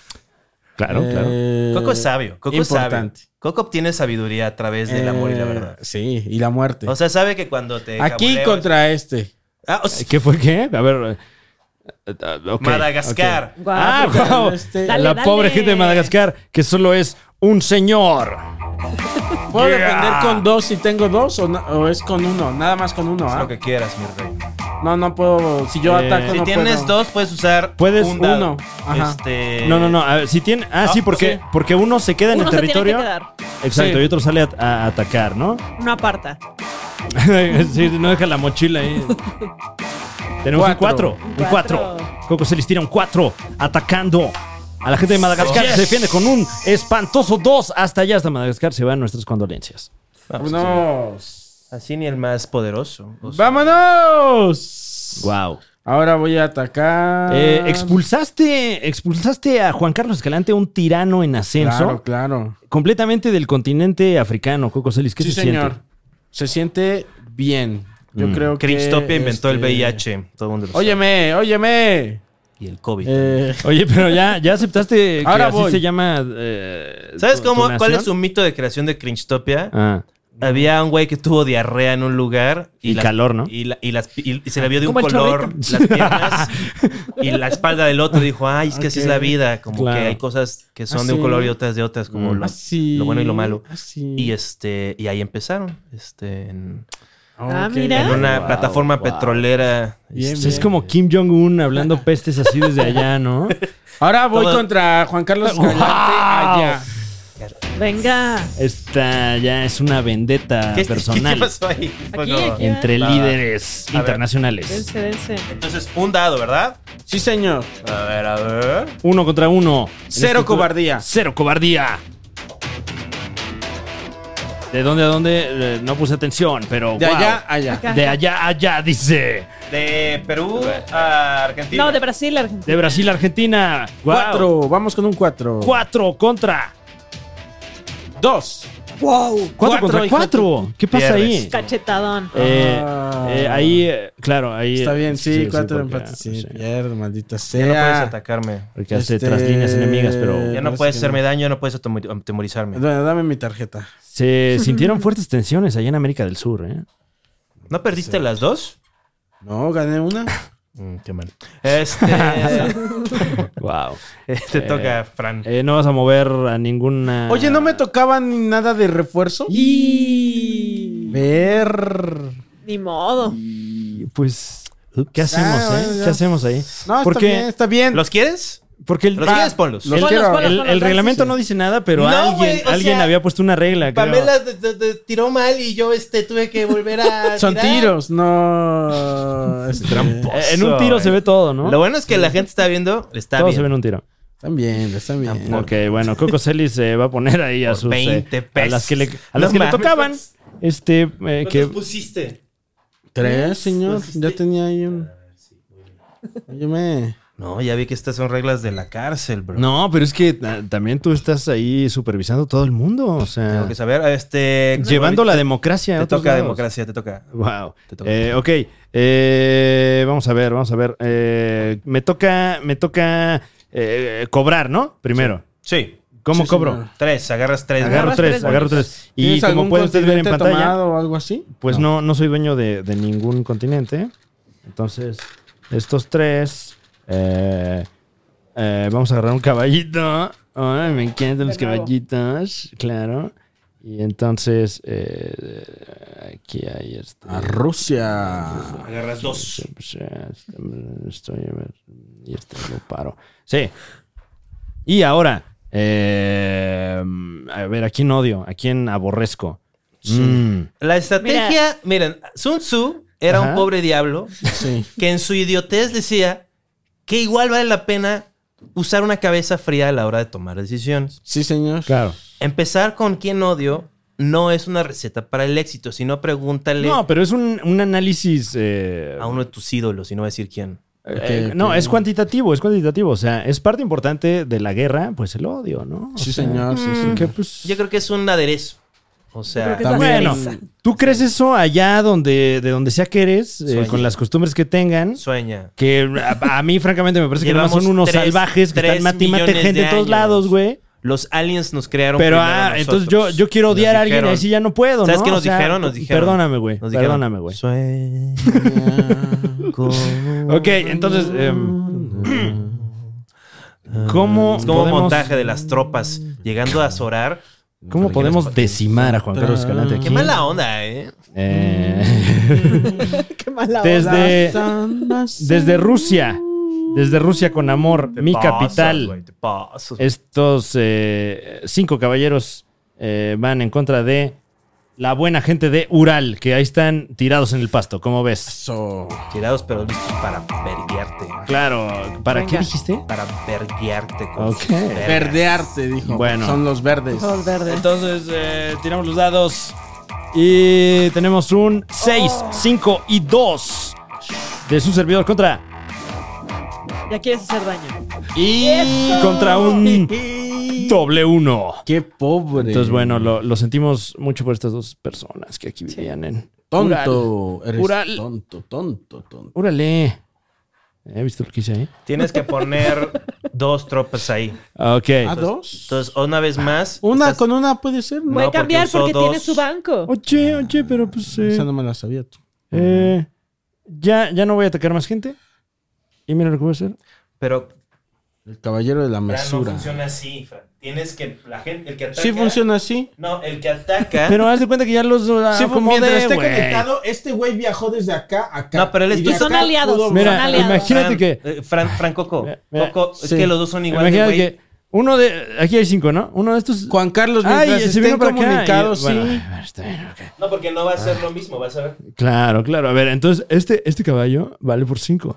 claro, claro. Eh, Coco es sabio. Coco es sabio. importante. Coco obtiene sabiduría a través del amor y la Eh, verdad. Sí, y la muerte. O sea, sabe que cuando te. aquí cabuleas- contra este. Ah, o sea, ¿Qué fue qué? A ver. eh, eh, ok, Madagascar. ok. Guau. Ah, wow. Este- Dale, la dale. pobre gente de Madagascar que solo es un señor. ¿Puedo Yeah. defender con dos si tengo dos o, no- o es con uno? Nada más con uno. Haz ¿ah? lo que quieras, mi rey. No, no puedo. Si yo Eh, ataco, Si no tienes puedo. dos, puedes usar Puedes un dado. uno. Ajá. Este... No, Eh, no, no. A ver, si tiene. Ah, sí, porque, sí. porque uno se queda en Uno el se territorio. tiene que quedar. Exacto, Sí. y otro sale a, a atacar, ¿no? Uno aparta. sí, no deja la mochila ahí. Tenemos Cuatro. un 4. Un 4. Coco se les tira un 4. Atacando a la gente de Madagascar. Yes. Se defiende con un espantoso 2. Hasta allá, hasta Madagascar, se van nuestras condolencias. Ah, pues, Vámonos. Así ni el más poderoso. O sea, ¡Vámonos! Wow. Ahora voy a atacar. Eh, expulsaste, expulsaste a Juan Carlos Escalante, un tirano en ascenso, Claro, claro. completamente del continente africano, Coco Celis. ¿Qué sí, se señor. siente? Se siente bien. Yo Mm. creo que. Cristopia inventó el este, VIH. Todo el mundo lo sabe. Óyeme, óyeme. Y el COVID. Eh, Oye, pero ya, ya aceptaste que Ahora así voy. se llama. eh, ¿Sabes tu- cómo, tu cuál nación? es su mito de creación de Cringetopia? Ah, Había un güey que tuvo diarrea en un lugar. Y calor, ¿no? Y, la- y las, pi- y- y se le vio de un Como el color las piernas y la espalda del otro. Dijo, ay, es que así es la vida. Como Claro. que hay cosas que son Ah, de un sí. color y otras de otras, como Mm. lo, así. lo bueno y lo malo. Así. Y este y ahí empezaron, este, en, Ah, Ok. mira. en una plataforma petrolera. Bien, pues este, es como Kim Jong-un hablando pestes así desde allá, ¿no? Ahora voy Todo- contra Juan Carlos Escalante allá. Venga. Esta ya es una vendetta ¿Qué, personal ¿Qué pasó ahí? Fue Aquí, como- aquí. entre Va. líderes A ver. internacionales. Dense, dense. Entonces, un dado, ¿verdad? Sí, señor. A ver, a ver. Uno contra este uno. En Cero este tu- cobardía. Cero cobardía. ¿De dónde a dónde? Eh, no puse atención, pero. De wow. allá a allá. Acá. De allá a allá, dice. De Perú a Argentina. No, de Brasil, a Argentina. De Brasil a Argentina. Wow. Cuatro, vamos con un cuatro. Cuatro contra. Dos. Cuatro, contra hijo de tu- cuatro. ¿Qué pasa ahí? Cachetadón. Eh, Ah. eh, ahí, eh, claro, ahí. Está bien, sí, cuatro porque, empates. Sí, pues, sí. pierde, maldita Ya no puedes sea. atacarme. Porque hace Este- tras líneas enemigas, pero. Ya no Parece puedes que hacerme daño, no puedes atomori- atemorizarme. Bueno, dame mi tarjeta. Se sintieron fuertes tensiones allá en América del Sur, ¿eh? ¿No perdiste las dos? No, gané una. Mm, qué mal. Este. Wow. te toca, Fran. Este, eh, no vas a mover a Ah. ninguna. Oye, no me tocaba ni nada de refuerzo. Ver. Ni modo. Y, Pues. ¿Qué hacemos, Ah, eh? bueno, ya. ¿Qué hacemos ahí? No, Porque- está bien, está bien. ¿Los quieres? Porque el, Ah, ¿Los va, quieres? Ponlos. Los Ponlos, quiero. Eh, ponlos, el, ponlos, el reglamento sí. no dice nada, pero No, alguien, güey, o alguien sea, había puesto una regla. creo. Pamela te- te- te tiró mal y yo este, tuve que volver a. Son tirar. tiros, no. este, Eh, en un tiro se ve todo, ¿no? Lo bueno es que la gente está viendo. Está todo se ve bien. en un tiro. Están bien, están bien. Ok, bueno, Coco Celis se va a poner ahí a Por sus. eh, 20 a las que le, a No las que le mames. tocaban. Este, eh, que. pusiste? Pues, Tres, señor. este- Yo tenía ahí un. Yo me. No, ya vi que estas son reglas de la cárcel, bro. No, pero es que ah, también tú estás ahí supervisando todo el mundo. O sea, Tengo que saber. Este. llevando la democracia. a Te otros toca lados. democracia, te toca. Wow. Te toca. Eh, ok. Eh, vamos a ver, vamos a ver. Eh, me toca, me toca eh, cobrar, ¿no? Primero. Sí. ¿Cómo Sí, cobro? señor. Tres, agarras tres. Agarro Agarras tres, tres agarro tres. Y ¿Tienes como algún pueden ustedes ver en continente pantalla, tomado o algo así? pues no. no, soy dueño de, de ningún continente. Entonces, estos tres. eh, eh, vamos a agarrar un caballito. Ay, me encantan los De nuevo. caballitos, claro. Y entonces, eh, aquí hay este. A Rusia. Agarras dos. Pues, eh, Estoy a ver. Y este lo paro. Sí. Y ahora. eh, a ver, ¿a quién odio? ¿A quién aborrezco? Mm, La estrategia, miren, Sun Tzu era Ajá. un pobre diablo Sí. que en su idiotez decía que igual vale la pena usar una cabeza fría a la hora de tomar decisiones. Sí, señor. claro. Empezar con quien odio no es una receta para el éxito, sino pregúntale No, pero es un, un análisis. eh, a uno de tus ídolos y no decir quién. eh, Ok, ok. No, es cuantitativo, es cuantitativo. O sea, es parte importante de la guerra, pues el odio, ¿no? O Sí, sea, señor. Mm. Sí, sí. que, pues, Yo creo que es un aderezo. O sea, Yo creo que también- bueno, ¿tú crees eso allá donde, de donde sea que eres, eh, Sueño. con las costumbres que tengan? sueña. Que a, a mí, francamente, me parece que nomás Llevamos son unos tres- salvajes que tres están mate y mate millones gente de de todos años. lados, güey. Los aliens nos crearon. Pero, primero ah, a entonces yo, nosotros. yo quiero Nos odiar a alguien y dijeron- así ya no puedo, ¿Sabes ¿no? qué nos O sea, dijeron? Nos dijeron. Perdóname, güey. Nos dijeron, Perdóname, güey. Sueña con- Ok, entonces, em, ¿cómo, Es como un podemos, montaje de las tropas llegando a azorar. ¿cómo podemos decimar a Juan Carlos Escalante aquí? Qué mala onda, ¿eh? Eh, Qué mala onda. desde, Desde desde Rusia, desde Rusia con amor, mi capital. Estos eh, cinco caballeros eh, van en contra de la buena gente de Ural, que ahí están tirados en el pasto, como ves. Eso. Tirados pero listos para verguearte. Claro, ¿para Venga. qué dijiste? Para verguearte con Ok. sus vergas. Verdearte, dijo. Bueno. Son los verdes. Sol verde. Entonces eh, tiramos los dados y tenemos un 6, 5 y 2 de su servidor contra Ya quieres hacer daño. y contra un doble 1. Qué pobre. Entonces, bueno, lo, lo sentimos mucho por estas dos personas que aquí vivían en. Tonto. Eres Ural. tonto, tonto, tonto. ¡Órale! ¿He visto Eh, lo que hice ahí? Tienes que poner dos tropas ahí. ¿A Ok. dos? Entonces, una vez más. Una estás- con una puede ser, ¿no? Puede porque cambiar usó porque dos. tiene su banco. Oye, oye, pero pues. eh, Esa no me la sabía tú. eh, ya, ya no voy a atacar más gente. Y mira lo que voy a hacer. ¿Eh? Pero El caballero de la Fran, no mesura. funciona así, Fran. Tienes que. La gente, el que ataca. sí funciona así. No, el que ataca. Pero haz de cuenta que ya los. ah, Sí, como Ah, mientras esté conectado, este güey viajó desde acá a acá. No, pero él es Y tu- de Son acá aliados, pudo- son Mira, aliados. imagínate que. eh, Fran, Fran Coco. Mira, mira. Coco, es Sí. que los dos son igual de Imagínate güey. que. Uno de. Aquí hay cinco, ¿no? Uno de estos. Juan Carlos, Ay, mientras se vino estén para acá. y- comunicados, bueno, sí. a ver, está bien, ok. No, porque no va a ser lo mismo, vas a ver. Claro, claro. A ver, entonces, este, este caballo vale por 5.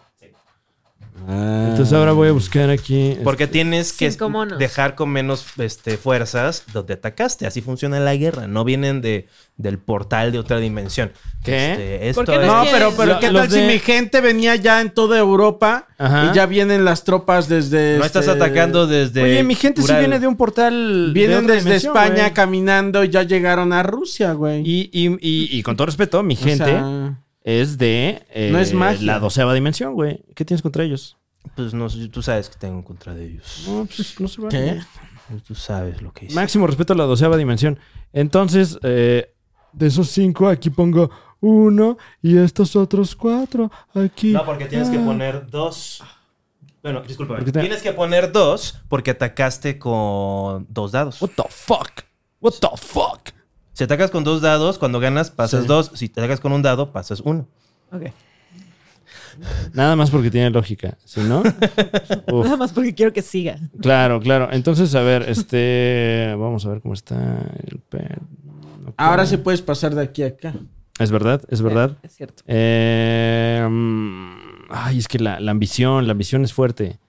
Ah. Entonces ahora voy a buscar aquí. Porque tienes que Cinco monos. dejar con menos este, fuerzas donde atacaste. Así funciona la guerra. No vienen de, del portal de otra dimensión. ¿Qué? Este, esto ¿Por qué es- no No, ¿Quién? pero, pero Lo- ¿qué los tal de- si mi gente venía ya en toda Europa Ajá. y ya vienen las tropas desde. no estás este, atacando desde. Oye, mi gente sí Ural. viene de un portal. Vienen de otra desde dimensión, España güey. caminando y ya llegaron a Rusia, güey. Y, y- y- y con todo respeto, mi O gente sea, es de eh, No es magia. la doceava dimensión, güey. ¿Qué tienes contra ellos? Pues no, tú sabes que tengo en contra de ellos. No, pues no se va. ¿Qué? Tú sabes lo que hice. Máximo respeto a la doceava dimensión. Entonces, eh, de esos cinco, aquí pongo uno y estos otros cuatro aquí. No, porque tienes que Ah. poner dos. Bueno, disculpa. Porque te- Tienes que poner dos porque atacaste con dos dados. What the fuck? What the fuck? Si atacas con dos dados, cuando ganas pasas dos. Si te atacas con un dado, pasas uno. Ok. Nada más porque tiene lógica, si no. Uf. Nada más porque quiero que siga. Claro, claro. Entonces, a ver, este. Vamos a ver cómo está el per- no Ahora puedo. sí puedes pasar de aquí a acá. Es verdad, es verdad. Es cierto. Eh, mm, ay, es que la, la ambición, la ambición es fuerte.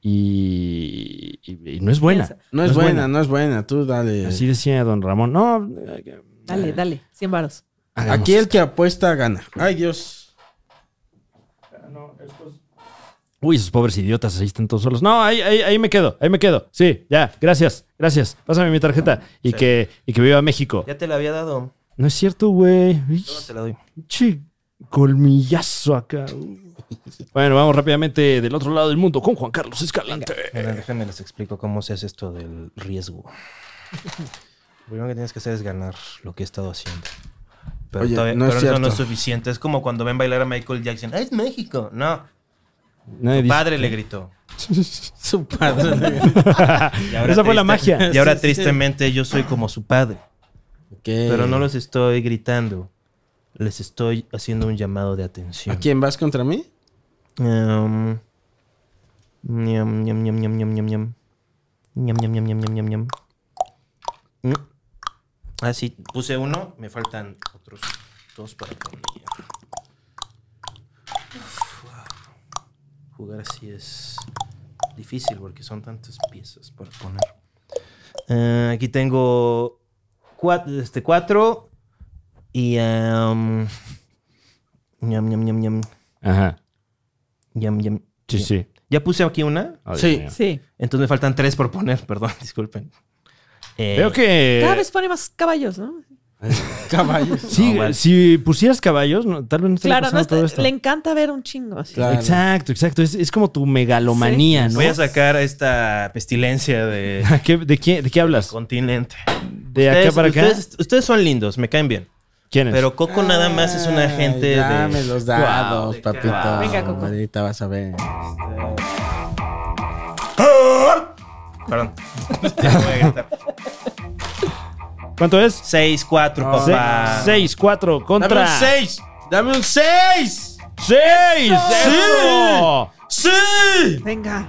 Y, y- y no es buena. Piensa. No es, buena, no es buena. Tú dale. Así decía don Ramón. No, eh, Dale, dale. 100 varos. hagamos. Aquí el que apuesta gana. Ay, Dios. Uy, esos pobres idiotas ahí están todos solos. No, ahí, ahí, ahí me quedo, ahí me quedo. Sí, ya, gracias, gracias. Pásame mi tarjeta y, que, y que viva México. Ya te la había dado. No es cierto, güey. Ahora te la doy. Che, colmillazo acá. Bueno, vamos rápidamente del otro lado del mundo con Juan Carlos Escalante. Mira, déjenme les explico cómo se hace esto del riesgo. Lo primero que tienes que hacer es ganar lo que he estado haciendo. Pero, Oye, todavía- no es pero eso no cierto. es suficiente. Es como cuando ven bailar a Michael Jackson. ¡Ah, es México! No. Nadie dice- Padre le gritó. Su padre. Y ahora Esa fue la triste- magia. Y ahora tristemente yo soy como su padre. Pero no los los... estoy gritando. Les estoy haciendo un llamado de atención. ¿A quién vas contra mí? Em, ñam, ñam, ñam, ñam, ñam, ñam, ñam. Ñam, ñam, ñam, ñam, ñam, ñam, ñam. Mm. Ah, sí, puse uno, me faltan otros dos para poner. Uf, wow. Jugar así es difícil porque son tantas piezas para poner. Eh, aquí tengo cuatro, este, cuatro y... em, ñam, ñam, ñam, ñam. Ajá, Yam, yam, sí, yam. sí. Ya puse aquí una, Ay, Dios Sí. mío. Sí. entonces me faltan tres por poner, perdón, disculpen. Eh, Veo Cada que vez pone más caballos, ¿no? Caballos. sí, No, bueno. si pusieras caballos, no, tal vez no estaría Claro, no pasando todo está- esto. le encanta ver un chingo. así. Claro. Exacto, exacto. Es, es como tu megalomanía, ¿no? Voy a sacar esta pestilencia de ¿A qué- de, qué, ¿De qué hablas? continente. ¿De ustedes, acá para acá? Ustedes, ustedes son lindos, me caen bien. ¿Quién es? Pero Coco nada más es una gente de. Dame los dados, Wow, de papito. cara. Venga, Coco. Ahorita vas a ver. Perdón. Te voy a gritar. ¿Cuánto es? Seis, cuatro, papá. 6-4 ¡Dame un contra 6. 6! ¡Dame un 6! ¡Eso! ¡Sí! Venga.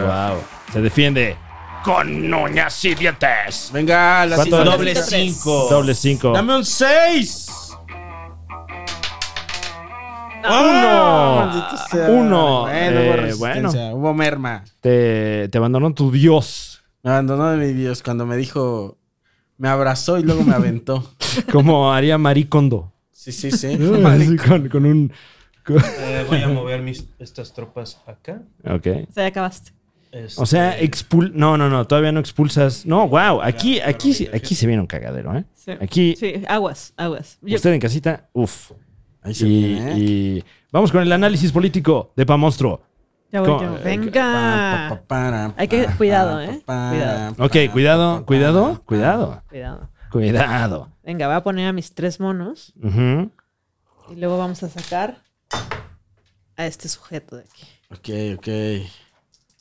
Wow. Se defiende con uñas y dientes. Venga, la ¿Cuánto? cinco. Doble cinco. Doble 5. ¡Dame un 6! Ah. Uno. Bueno, Eh, hubo resistencia, Hubo merma. Te, te abandonó tu dios. Me abandonó de mi Dios cuando me dijo. Me abrazó y luego me aventó. Como haría Marie Kondo. Sí, sí, sí. Así con, con un. con- Eh, voy a mover mis, estas tropas acá. Ok. O sea, ya acabaste. O sea, Este, expul. No, no, no. Todavía no expulsas. No, wow. Aquí, aquí, se- aquí se viene un cagadero, ¿eh? Sí. Aquí, Sí, aguas, aguas. Yo- usted en casita, uff. Ahí se Y, viene, ¿eh? y vamos con el análisis político de Pa Monstruo. ya voy, ¿Cómo? yo. Venga. Hay que- cuidado, ¿eh? Cuidado. Ok, cuidado, cuidado, cuidado, Cuidado. cuidado. Venga, voy a poner a mis tres monos Ujú. y luego vamos a sacar a este sujeto de aquí. Ok, ok.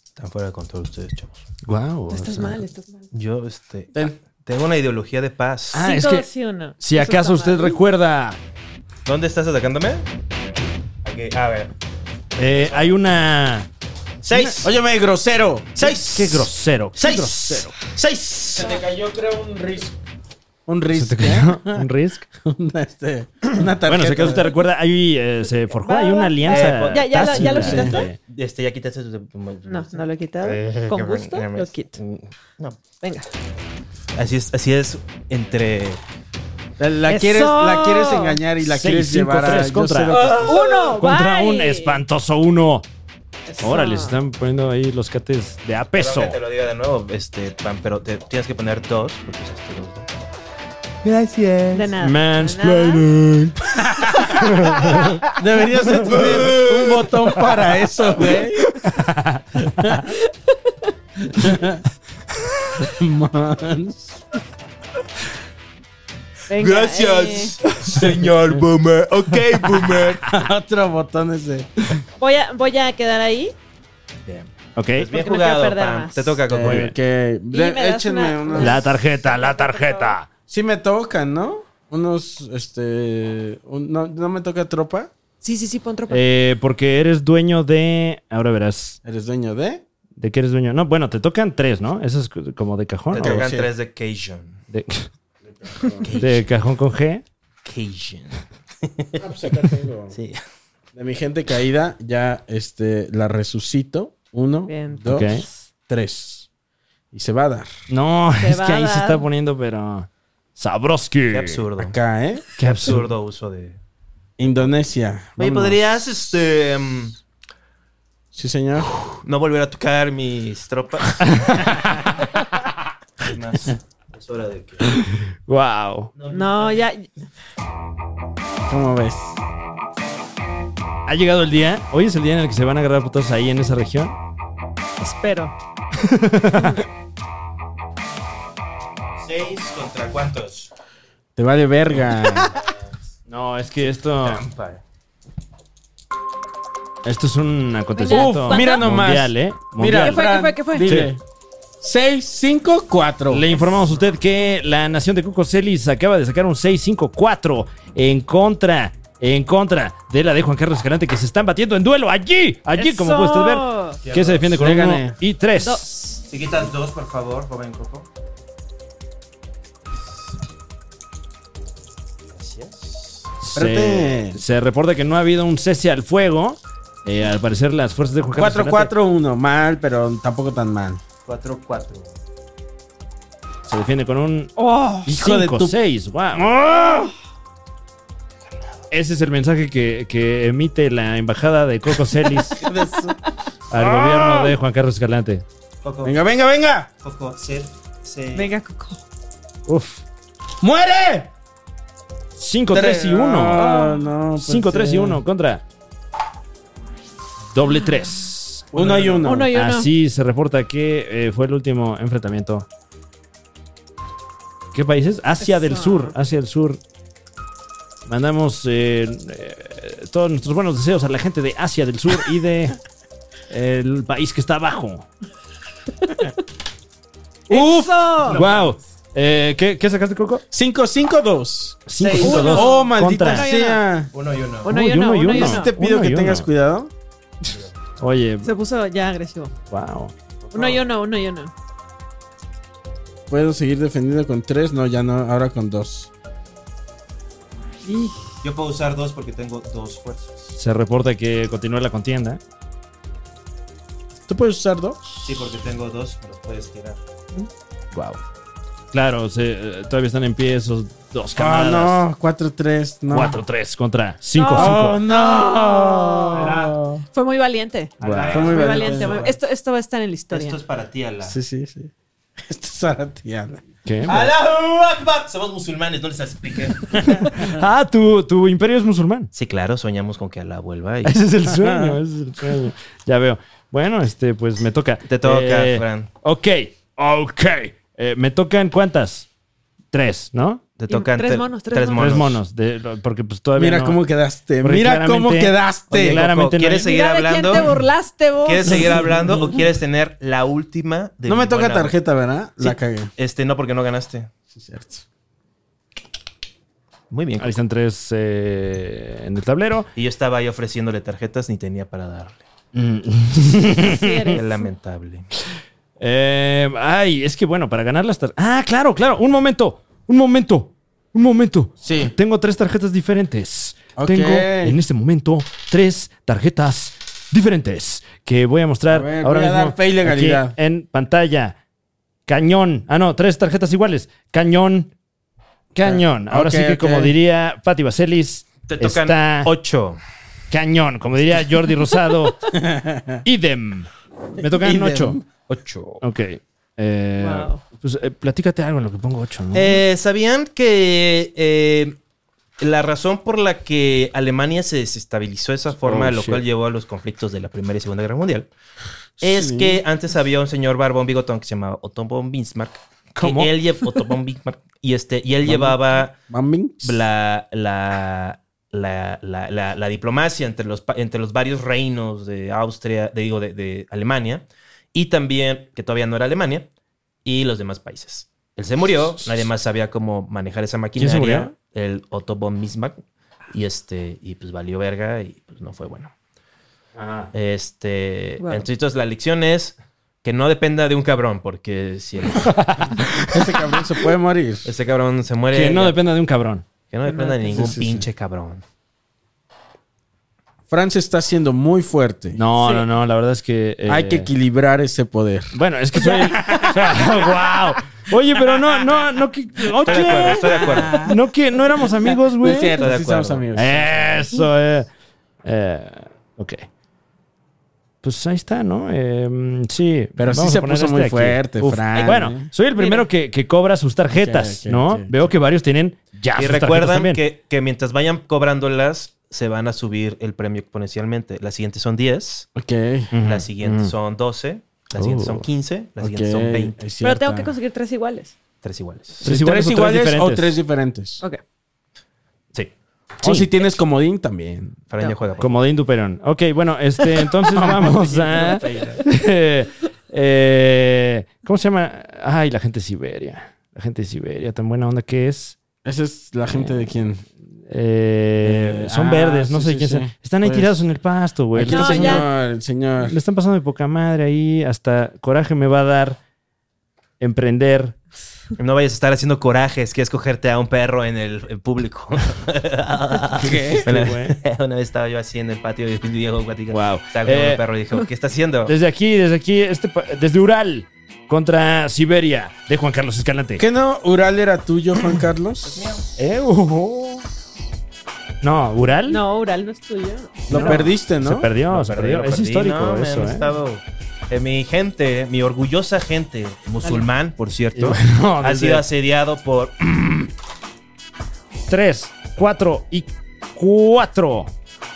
Están fuera de control ustedes, chavos. Guau. Tú o estás sea. mal, estás mal. Yo, este. Ten. Tengo una ideología de paz. Ah, Sí, es todo que- sí o no. Si Eso acaso está usted mal. recuerda, ¿Dónde estás atacándome? Aquí, a ver. eh, hay una. Seis. Óyeme, grosero. seis. Qué grosero. qué Seis. grosero. Seis. Se te cayó, creo, un risco. Un ¿Se te risk. cayó un Risk? una, este, una tarjeta. Eh, pues, Bueno, si acaso te recuerda, ahí eh, se forjó, hay una alianza. Ya- ya lo- ya lo tácita quitaste. entre- Este, ya quitaste tu. No, no lo he quitado. Eh, Con qué gusto bueno, ya me- lo quito. No. Venga. Así es, así es entre. La, la ¡Eso! quieres, la quieres engañar y la Seis, quieres cinco, llevar a... tres, yo contra. Ah, sé lo que- Ah. Uno, Contra bye. un espantoso uno. Eso. Ahora les están poniendo ahí los cates de a peso. Perdón que te lo diga de nuevo, este, Pam, pero te tienes que poner dos porque usaste dos. De Ah. nada. De nada. Mansplaining. Deberías de tener un botón para eso, güey. Mans. Venga, eh, señor Boomer. Ok, Boomer. Otro botón ese. eh, voy, a, voy a quedar ahí. Ok. Pues bien Porque me quiero jugado, perder Pam. más. Te toca con Muy bien. Ok. De- me das échenme una- unos- La tarjeta, la tarjeta. Sí me tocan, ¿no? Unos, este... un- no, no me toca tropa. Sí, sí, sí, pon tropa. Eh, porque eres dueño de. Ahora verás. Eres dueño de... ¿De qué eres dueño? No, bueno, te tocan tres, ¿no? Eso es c- como de cajón. Te ¿o? tocan sí. tres de Cajun. De, de cajón con G. Cajun. Ah, pues acá tengo. Sí. De mi gente caída, ya este, la resucito. Uno, Bien. dos, Ok. tres. Y se va a dar. No, Se es va que a ahí se dar. está poniendo, pero. Sabroski. Qué absurdo. Acá, ¿eh? Qué absurdo. Absurdo uso de. Indonesia. Oye, Vámonos. ¿podrías este mm, Sí, señor. no volver a tocar mis tropas? es más, es hora de que. Wow. No, ya. ¿Cómo ves? Ha llegado el día. Hoy es el día en el que se van a agarrar putos ahí en esa región. Espero. 6 contra cuántos? Te vale verga. No, es que esto. Trampa. Esto es un acontecimiento. Uf, mira nomás. Mundial, ¿eh? Mundial. ¿Qué fue? ¿Qué fue? ¿Qué fue? Dile. Seis, cinco, cuatro. Le informamos a usted que la nación de Cuco Celis acaba de sacar un 6-5-4 en contra, en contra de la de Juan Carlos Escalante que se están batiendo en duelo allí, allí como Eso. puede usted ver. Que se defiende con Le un gané. uno y 3. Dos. Si quitas dos, por favor, joven Coco. Gracias. Se, Espérate. se reporta que no ha habido un cese al fuego. Eh, al parecer las fuerzas de Juan Carlos Cuatro, Escalante cuatro, uno. Mal, pero tampoco tan mal. 4 4. se defiende con un Oh, Hijo de tu- 5-6. ¡Ah! Wow. Ese es el mensaje que, que emite la embajada de Coco Celis al gobierno Ah. de Juan Carlos Escalante. Coco, Venga, venga, venga. Coco, ser, ser. venga, Coco. Uf. ¡Muere! 5, 3 y 1. No, no. pues, 5, 3 y eh, 1 contra. Doble 3. Uno y uno. Uno y uno. Así se reporta que eh, fue el último enfrentamiento. ¿Qué países? Asia del Eso. Sur. Asia del Sur. Mandamos eh, eh, todos nuestros buenos deseos a la gente de Asia del Sur y de el país que está abajo. ¡Uf! ¡Eso! ¡Wow! Eh, ¿qué, qué sacaste, Coco? 5, 5, 2. 5, Seis. 5, 2. Oh, maldita Contra. sea. 1 y 1. Uno y uno, uno y uno. Sí te pido Uno que y tengas uno. cuidado. Oye, Se puso ya agresivo. wow. Uno y uno, uno y uno. ¿Puedo seguir defendiendo con tres? No, ya no. Ahora con dos. Yo puedo usar dos porque tengo dos fuerzas. Se reporta que continúa la contienda. ¿Tú puedes usar dos? Sí, porque tengo dos, pero puedes tirar. Wow. Claro, se- eh, todavía están en pie esos dos Ah, camaradas. no. Cuatro, tres. No. 4-3 contra 5-5. Oh, no. Fue muy valiente. Fue muy Muy valiente. valiente. muy- Esto, esto va a estar en la historia. Esto es para ti, Ala. Sí, sí, sí. Esto es para ti, Ana. ¿Qué? Allahu Akbar. Somos musulmanes, no les expliqué. Ah, tu, tu imperio es musulmán. Sí, claro, soñamos con que Alá vuelva y Ese es el sueño, ese es el sueño. Ya veo. Bueno, este, pues me toca. Te toca, Eh, Fran. Ok, ok. Eh, ¿Me tocan cuántas? Tres, ¿no? Te tocan tres tre- monos, tres monos. Tres monos. de- lo- porque pues todavía Mira no- cómo quedaste. Porque Mira claramente- cómo Oye, quedaste. claro. claramente no ¿Quieres hay- seguir Mira hablando? de quién te burlaste vos. ¿Quieres seguir hablando o quieres tener la última de no me mi toca buena- tarjeta, ¿verdad? La Sí. cagué. Este, no, porque no ganaste. Sí, cierto. Muy bien. Ahí están tres eh, en el tablero. Y yo estaba ahí ofreciéndole tarjetas, ni tenía para darle. Mm. Sí Qué eres. lamentable. Eh, ay, es que bueno, para ganar las tarjetas. Ah, claro, claro. Un momento. un momento, un momento. Sí. Tengo tres tarjetas diferentes. Ok. Tengo en este momento tres tarjetas diferentes que voy a mostrar A ver, ahora voy a mismo dar fe y legalidad. aquí en pantalla. Cañón. Ah, no, tres tarjetas iguales. Cañón. Cañón. Ahora Ok, sí que ok. como diría Patti Vaselis, Te tocan está ocho. cañón. Como diría Jordi Rosado, idem. Me tocan Idem. ocho. Ocho. Ok. Eh, Wow. Pues eh, platícate algo en lo que pongo ocho, ¿no? Eh, ¿Sabían que eh, la razón por la que Alemania se desestabilizó de esa forma, Oh, lo shit. cual llevó a los conflictos de la Primera y Segunda Guerra Mundial, es que antes había un señor barbón bigotón que se llamaba Otto von Bismarck. que ¿Cómo? él lle- Otto von Bismarck. Y, este, y él llevaba Mami. la, la, la, la, la- la diplomacia entre los, pa- entre los varios reinos de Austria, de, digo, de, de Alemania, y también, que todavía no era Alemania, y los demás países. Él se murió, nadie más sabía cómo manejar esa maquinaria. se murió? El Otto von Bismarck. Y, este, y pues valió verga y pues no fue bueno. Ah. Este, Wow. Entonces la lección es que no dependa de un cabrón, porque si el- Ese Este cabrón se puede morir. ese cabrón se muere... que no ya- dependa de un cabrón. que no dependa de ningún pues, sí, sí. pinche cabrón. Francia está siendo muy fuerte. No, no, no. La verdad es que. eh, Hay que equilibrar ese poder. Bueno, es que soy. wow. Oye, pero no, no, no que. Estoy de acuerdo, Oye. estoy de acuerdo. No que no éramos amigos, güey. Estoy de sí somos acuerdo. amigos. Eso, eh. Eh, ok. Pues ahí está, ¿no? Eh, sí. Pero sí vamos a se poner puso este muy aquí. fuerte, Uf. Fran. Bueno, ¿eh? soy el primero que, que cobra sus tarjetas, Ok, ok, ¿no? ok. Veo que varios tienen ya Y sus tarjetas recuerdan también. que, que mientras vayan cobrándolas, se van a subir el premio exponencialmente. Las siguientes son 10, Ok. Ujú. las siguientes son 12, las siguientes son Oh. 15, las ok, siguientes son 20. es Pero tengo cierta. que conseguir tres iguales. Tres iguales. Tres Sí, iguales tres o tres iguales o diferentes. tres diferentes. Ok. Sí. O si tienes comodín también. Fran ya juega. Como de Induperón. Ok, bueno, este, entonces vamos a. Eh, eh, ¿Cómo se llama? Ay, la gente de Siberia. La gente de Siberia, tan buena onda que es. Esa es la gente de quién. Eh, Eh, son ah, verdes, no sí, sé sí, quién sí. sea. Están ahí Pues- tirados en el pasto, güey. El Le, están No, pasando- ya. señor, el señor. le están pasando de poca madre ahí. Hasta coraje me va a dar emprender. No vayas a estar haciendo corajes, que es cogerte a un perro en el en público. Una, una vez estaba yo así en el patio y Diego platicando. Wow. Estaba con Eh, un perro y dijo, ¿qué está haciendo? Desde aquí, desde aquí, este, pa- desde Ural contra Siberia de Juan Carlos Escalante. ¿Qué no? ¿Ural era tuyo, Juan Pues Carlos? Eh, oh, oh. No, Ural. No, Ural no es tuyo. Lo No. perdiste, Se ¿no? perdió, Lo se perdí, perdió. lo Es perdí. histórico No, me eso, han ¿eh? estado- eh, mi gente, mi orgullosa gente, musulmán, por Y cierto, bueno, ha desde sido asediado por 3, 4 y 4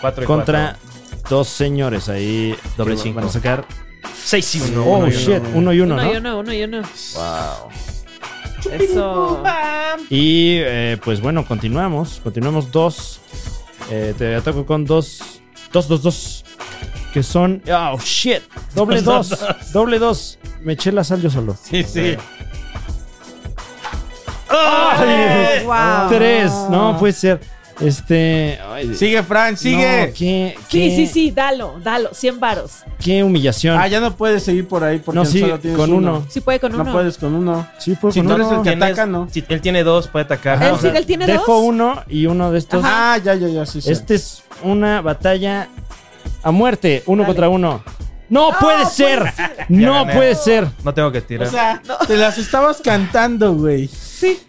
cuatro y contra cuatro. dos señores ahí. Doble que cinco. Van a sacar. seis y uno. oh, uno y uno. shit. Uno y uno, Uno ¿no? y uno, uno y uno. Wow. Eso. Y eh, pues bueno, continuamos. Continuamos dos. Eh, te ataco con dos. Dos, dos, dos. Que son. Oh, shit. Doble dos. doble dos. Me eché la sal yo solo. Sí, sí. Ay, Wow. Tres. No puede ser. Este. ay, Sigue, Fran, sigue. no, qué- Sí, qué- sí, sí, dalo, dalo. 100 varos. Qué humillación. Ah, ya no puedes seguir por ahí porque no, sí, solo tienes con uno. Sí puede con uno. No puedes con uno. Sí, puedo Si con no uno. eres el que Tienes- ataca, ¿no? Si él tiene dos, puede atacar. Él O sí, sea, él tiene Dejo dos. uno y uno de estos. Ah, ya, ya, ya, sí, sí. Esta es una batalla a muerte, uno Dale. Ah, pues contra uno. ¡No, puede, ser. Ya No gané. puede ser. No tengo que tirar. O sea, te las estabas cantando, güey. Sí.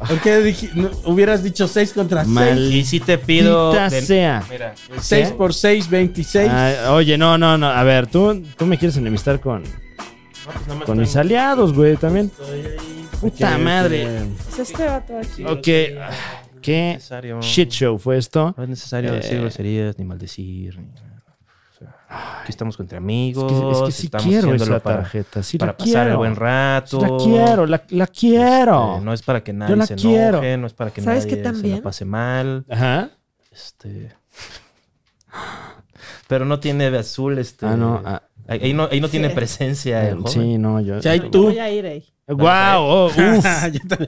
¿Por qué dij- no, hubieras dicho 6 contra 6? y si te pido. Maldita de- sea. Mira, es- 6 por 6, 26. Ah, oye, no, no, no. A ver, tú, tú me quieres enemistar con, con mis aliados, güey, también. Puta madre. Es este vato aquí. Ok. ah, Qué necesario. shit show fue esto. No es necesario Eh. decir groserías ni maldecir. Ni nada. O sea, Aquí estamos entre Es amigos. que, es que sí estamos quiero haciéndolo esa para- tarjeta. Sí, para la pasar el quiero. buen Sí rato. la quiero, la, la quiero. Este, no es para que nadie Yo la se quiero. enoje, no es para que ¿Sabes nadie qué se también? la pase mal. Ajá. Este. Pero no tiene de azul este. Ah, no. ah, eh, Ahí, ahí no, ahí no tiene Sí. presencia el sí, joven. no, yo. Si hay Yo tú. Voy a ir ahí. ¡Guau! oh, uf.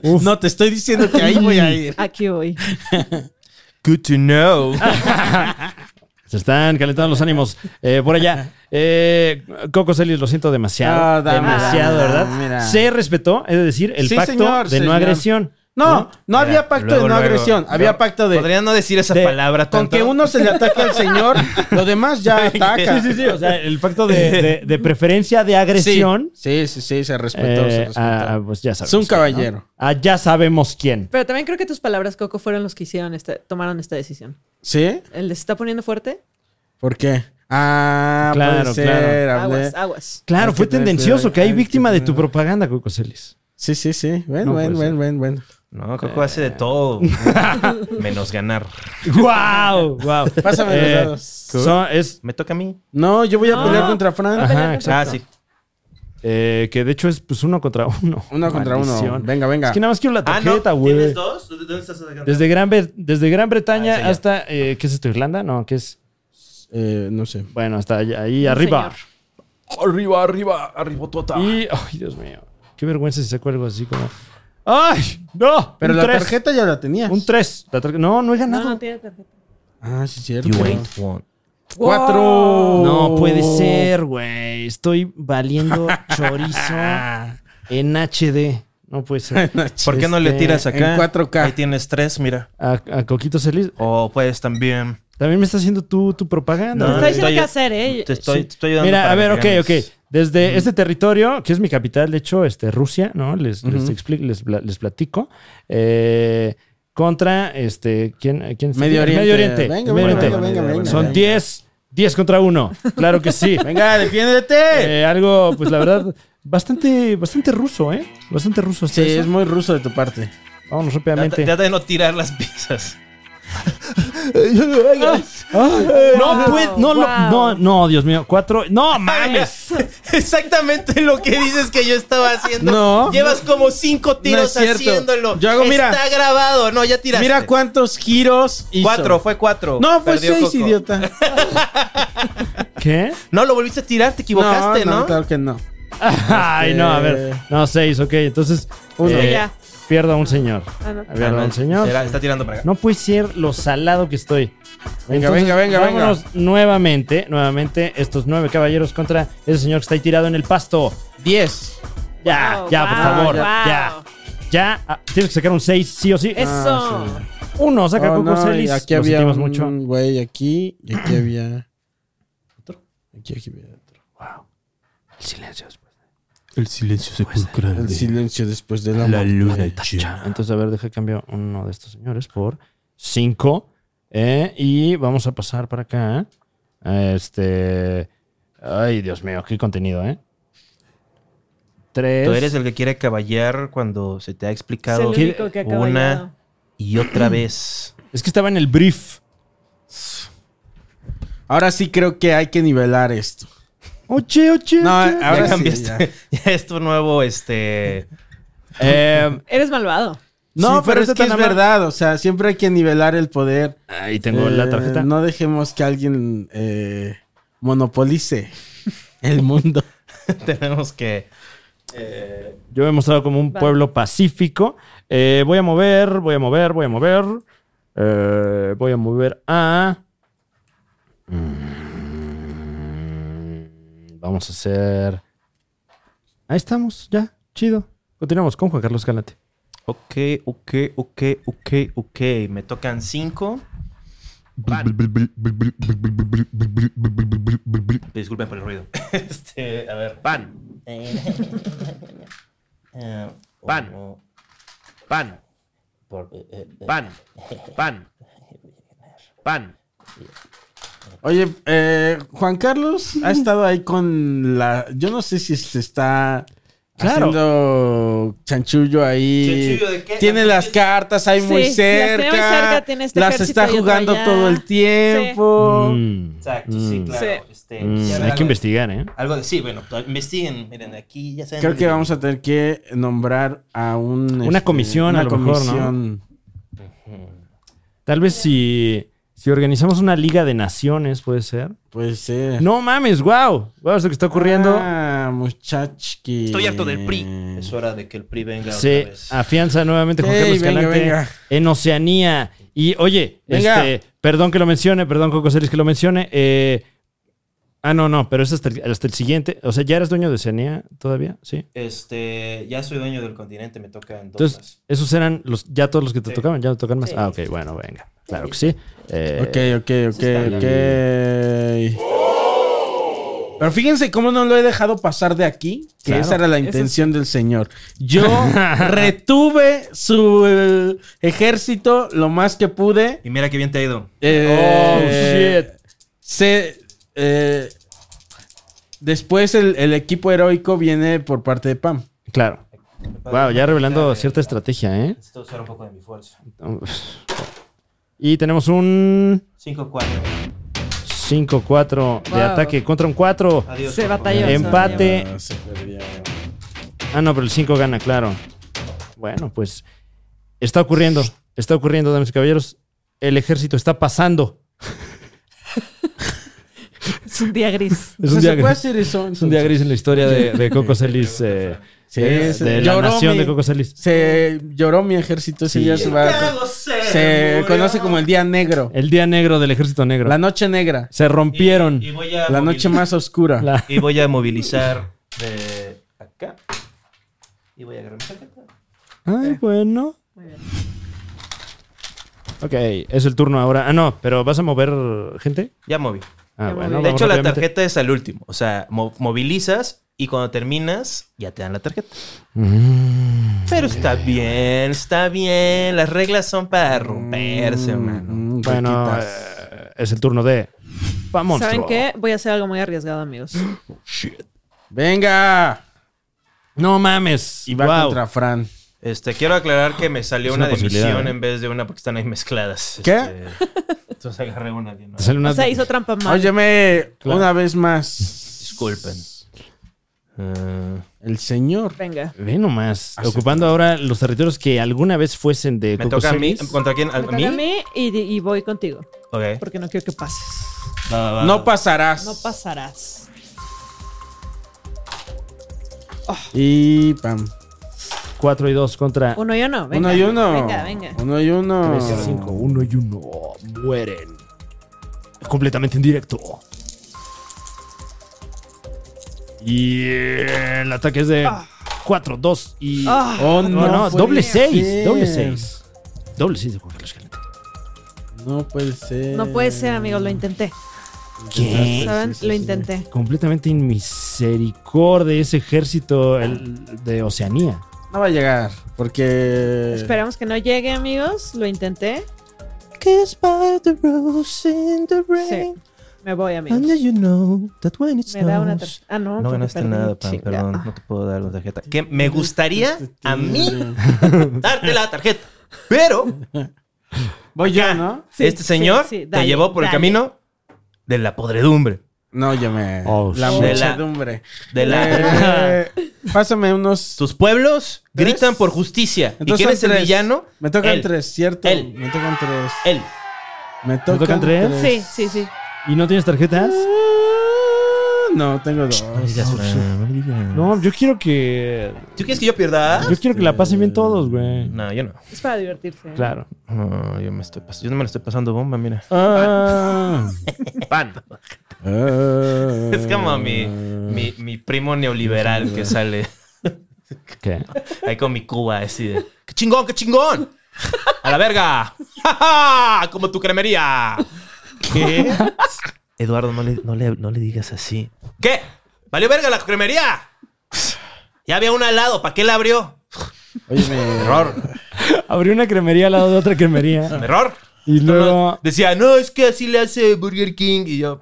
Uf. No, te estoy diciendo que ahí voy a ir. Aquí voy. Good to know. Se están calentando los ánimos eh, por allá. Eh, Coco Celis, lo siento demasiado. Ah, dame, demasiado, dame, ¿verdad? mira. Se respetó, es decir, el Sí, pacto señor, de señor. no agresión. No, no, había pacto luego, de no luego. agresión. Había pacto de. Podrían no decir esa de- palabra Con tanto. que uno se le ataque al señor, lo demás ya ataca. Sí, sí, sí. O sea, el pacto de, de- de preferencia de agresión. Sí, sí, sí, se respetó. se eh, respetó. a- a- pues ya sabemos Es un quién, caballero. ¿no? A ya sabemos quién. Pero también creo que tus palabras, Coco, fueron los que hicieron esta, tomaron esta decisión. ¿Sí? ¿Él ¿Les está poniendo fuerte? ¿Por qué? Ah, Claro, Ah, puede claro. ser, hablé. Aguas, aguas. Claro, Hay que fue tener tendencioso cuidado, que hay hay que víctima de tu tener- propaganda, Coco Celis. Sí, sí, sí. Bueno, No pues puede bueno, ser. bueno, bueno, bueno. No, Coco hace de todo. menos ganar. ¡Wow! ¡Wow! Pásame los dados. Eh, son- es, Me toca a mí. No, yo voy a No. pelear contra Fran. ajá, Ah, exacto. sí. Eh, que de hecho es pues uno contra uno. Uno contra uno. Maldición. Venga, venga. Es que nada más quiero la Ah, tarjeta, no. güey. ¿Tienes dos? ¿De dónde estás sacando? Desde Gran, Bre- desde Gran Ah, Bretaña ese ya. hasta. eh, ¿Qué es esto? ¿Irlanda? No, que es. Eh, no sé. Bueno, hasta allá- ahí arriba. señor. Arriba, arriba, arriba, Tota. tuota. Y. ¡Ay, Dios mío! Qué vergüenza si saco algo así como. ¡Ay! ¡No! Pero un la tres, tarjeta ya la tenías. Un 3. No, no he No, ganado. no tiene tarjeta. Ah, sí, cierto. You ain't one. Cuatro. No puede ser, güey. Estoy valiendo chorizo en HD. No puede ser. ¿Por qué no le Este, tiras acá? en 4K. Ahí tienes tres, mira. A, a Coquito Celis. O puedes también. También me está haciendo tu, tu propaganda. No, Te güey. está diciendo estoy- qué hacer, ¿eh? Te estoy, Sí. te estoy ayudando. Mira, para a ver, que ok, ganes. ok. Desde este territorio, que es mi capital, de hecho, este, Rusia, ¿no? Les, les explico, les, pla- les platico. Eh, contra, este, ¿quién, quién está Medio aquí? Oriente. Medio Oriente. Venga, Medio venga, Oriente. venga, venga, venga. Son 10, 10 contra 1. Claro que sí. Ah, Venga, defiéndete. Eh, algo, pues la verdad, bastante, bastante ruso, ¿eh? Bastante ruso. hasta Sí, eso. es muy ruso de tu parte. Vámonos Trata, rápidamente. trata de no tirar las pizzas. Ah, no, Wow, puede- no, lo- wow. no, no, Dios mío. Cuatro. No, mames. Exactamente lo que dices que yo estaba haciendo. Oh, No. Llevas como cinco tiros No es cierto. haciéndolo. Yo hago, mira. Está grabado. No, ya tiraste. Mira cuántos giros hizo. Cuatro, fue cuatro. No, fue Perdió seis, Coco. idiota. ¿Qué? No, lo volviste a tirar, te equivocaste, ¿no? Claro que no. Ay, no, a ver. No, seis, ok. Entonces, Este, Uno. eh, Ya. pierdo a un señor. Ah, no. Ah, Pierdo a no, un señor. será- está tirando para acá. No puede ser lo salado que estoy. Venga, venga, venga, venga. vámonos nuevamente, nuevamente, estos nueve caballeros contra ese señor que está ahí tirado en el pasto. Diez. Ya, Wow, ya, por wow, favor. wow. Ya. Ya. Ah, tienes que sacar un seis, sí o sí. Eso. Uno, saca Ah. Oh, Coco no, y Celis. Aquí Lo había sentimos un mucho. güey aquí y aquí había otro. Aquí, aquí había otro. El silencio después. El silencio sepulcral. El silencio después de la, La luna muerte. llena. Entonces, a ver, deja cambio uno de estos señores por cinco. eh, y vamos a pasar para acá. eh, Este. Ay, Dios mío, qué contenido, ¿eh? Tres. Tú eres el que quiere caballar cuando se te ha Es el explicado único que ha caballado. una y otra vez. Es que estaba en el brief. Ahora sí creo que hay que nivelar esto. Oche, oche. No, oche. ahora ya sí, cambiaste. ya. ya. es tu nuevo, este. Eh, Eres malvado. No, Sí, pero pero es este que es tan amable. verdad. O sea, siempre hay que nivelar el poder. ah, ahí tengo Eh, la tarjeta. No dejemos que alguien eh, monopolice el mundo. Tenemos que. Eh, Yo me he mostrado como un Va. pueblo pacífico. Eh, voy a mover, voy a mover, voy a mover. Eh, voy a mover a. Mm, Vamos a hacer. Ahí estamos, ya, chido. Continuamos con Juan Carlos Calate. Ok, ok, ok, ok, ok. Me tocan cinco. Disculpen por el ruido. Este, a ver. Pan. eh, Pan. uno, Pan. por- eh, eh, eh, Pan. Pan. Pan. Oye, eh, Juan Carlos ha estado ahí con la. Yo no sé si se está Claro. haciendo chanchullo ahí. ¿Chanchullo de qué? Tiene las cartas ahí Sí, muy las cerca. tiene muy cerca, tiene este las ejército está y otro jugando allá. todo el tiempo. Mm, Exacto, sí, mm, claro. Sí. Este, mm, ya Hay algo- que investigar, ¿eh? Algo de sí, bueno, to- investiguen. Miren, aquí ya Mm. saben. Creo que vamos a tener que nombrar a un. este, Una comisión, a lo mejor, ¿no? Tal vez si, si organizamos una liga de naciones, puede ser. Puede ser. No mames, wow. Wow, esto que está ocurriendo. Eh. Ah, muchachki. Estoy harto del PRI. Es hora de que el PRI venga otra se vez. afianza nuevamente Juan Ey, Carlos venga, Escalante venga. en Oceanía. Y oye, Venga. este, perdón que lo mencione, perdón Coco Celis que lo mencione. eh, Ah, no, no, pero es hasta el, hasta el siguiente. O sea, ¿ya eres dueño de Oceanía todavía? Sí. Este, ya soy dueño del continente, me toca en dos Entonces, más. esos eran los, ya todos los que te Sí. tocaban, ya no tocan más. Sí. Ah, ok, bueno, venga. Claro que sí. Eh, Ok, ok, ok, ok. Pero fíjense cómo no lo he dejado pasar de aquí, que Claro. esa era la intención del señor. Yo retuve su eh, ejército lo más que pude. Y mira qué bien te ha ido. Eh, Se, eh, después el, el equipo heroico viene por parte de Pam. Claro. Wow, ya revelando cierta estrategia, ¿eh? Necesito usar un poco de mi fuerza. Y tenemos un 5-4. 5-4 de Wow. ataque contra un 4. Adiós. Se por favor. batalló. Empate. Ah, se perdió. Ah, no, pero el 5 gana, claro. Bueno, pues está ocurriendo. Está ocurriendo, damas y caballeros. El ejército está pasando. Es un día gris. Es O sea, un día se puede gris. hacer eso. Es un día gris en la historia de, de Coco Celis. eh, Sí, de sí. de la Lloró nación mi- de Coco Celis. Se lloró mi ejército ese Sí. día se va a- Se conoce como el día negro. El día negro del ejército negro. La noche negra. Se rompieron. Y, y voy a La noche movili- más oscura. La- Y voy a movilizar de acá. Y voy a agarrar mi tarjeta. Ay, bueno. Ok, es el turno ahora. Ah, no, pero ¿vas a mover gente? Ya moví. Ah, Ya bueno. moví. de vamos hecho, la rápidamente. tarjeta es al último. O sea, mo- movilizas y cuando terminas, ya te dan la tarjeta. Mm. Pero está bien, está bien. Las reglas son para romperse, hermano. Mm, Bueno, riquitas. eh, es el turno de. Vamos. ¿Saben qué? Voy a hacer algo muy arriesgado, amigos. Venga. No mames. Y va Guau. contra Fran. Este, quiero aclarar que me salió Es una, una posibilidad, división ¿eh? en vez de una porque están ahí mezcladas. ¿Qué? Este, entonces agarré una. que no Te sale O una- sea, hizo trampa mal. Óyeme Claro. una vez más. Disculpen. Eh, El señor. Venga. Ve nomás. Ocupando ahora los territorios que alguna vez fuesen de me Coco toca a mí. Celis. ¿Contra quién? Me ¿A mí? ¿Eh? toca a mí y, y voy contigo. Ok. Porque no quiero que pases. Va, va, va. No pasarás. No pasarás. y pam. 4 y 2 contra Uno y uno. Venga. uno y uno. Venga, venga. Uno y uno. 3, 5, 1 y 1. Mueren. Completamente en directo. Y eh, el ataque es de 4, 2 y. Ah, Oh, no, no, puede doble ser. 6. Doble 6. Doble 6 de Juan Carlos Escalante. No puede ser. no puede ser, amigos. Lo intenté. ¿Qué? ¿Saben? Sí, sí, lo sí. intenté. Completamente inmisericordia ese ejército el- de Oceanía. No va a llegar. Porque. Esperamos que no llegue, amigos. Lo intenté. Kiss by the rose in the Sí. rain. Me voy, And amigos. then you know that when it Me da una snows. tarjeta. Ah, no. No porque ganaste perdí. nada, Pam, Chinga. perdón, no te puedo dar la tarjeta. Que me gustaría Este a mí darte la tarjeta, pero Voy yo, ¿no? Sí, este sí, señor sí, te dale, llevó por el dale. camino de la podredumbre, No, yo me. Oh, la shit. muchedumbre. de la... Eh, pásame unos. Sus pueblos ¿Tres? gritan por justicia. ¿Y quién son es el tres. villano? Me tocan Él. tres, ¿cierto? Él. Me tocan tres. Él. Me tocan, tocan tres? Ah, Sí, sí, sí. ¿Y no tienes tarjetas? Ah, No, tengo dos. Ah. No, yo quiero que. ¿Tú quieres que yo pierda? Yo quiero que la pasen bien todos, güey. No, yo no. Es para divertirse. ¿eh? Claro. No, yo, me estoy pas- yo no me lo estoy pasando bomba, mira. Ah, pan. ah. Es como mi, mi, mi primo neoliberal que sale ¿Qué? ahí con mi cuba así de... ¡Qué chingón, qué chingón! ¡A la verga! ¡Ja, ja! ¡Como tu cremería! ¿Qué? Eduardo, no le, no, le, no le digas así. ¿Qué? ¿Valió verga la cremería? Ya había una al lado, ¿para qué la abrió? Oye, me- Error, Abrí una cremería al lado de otra cremería. error. Y No, no, luego. decía, no, es que así le hace Burger King. Y yo,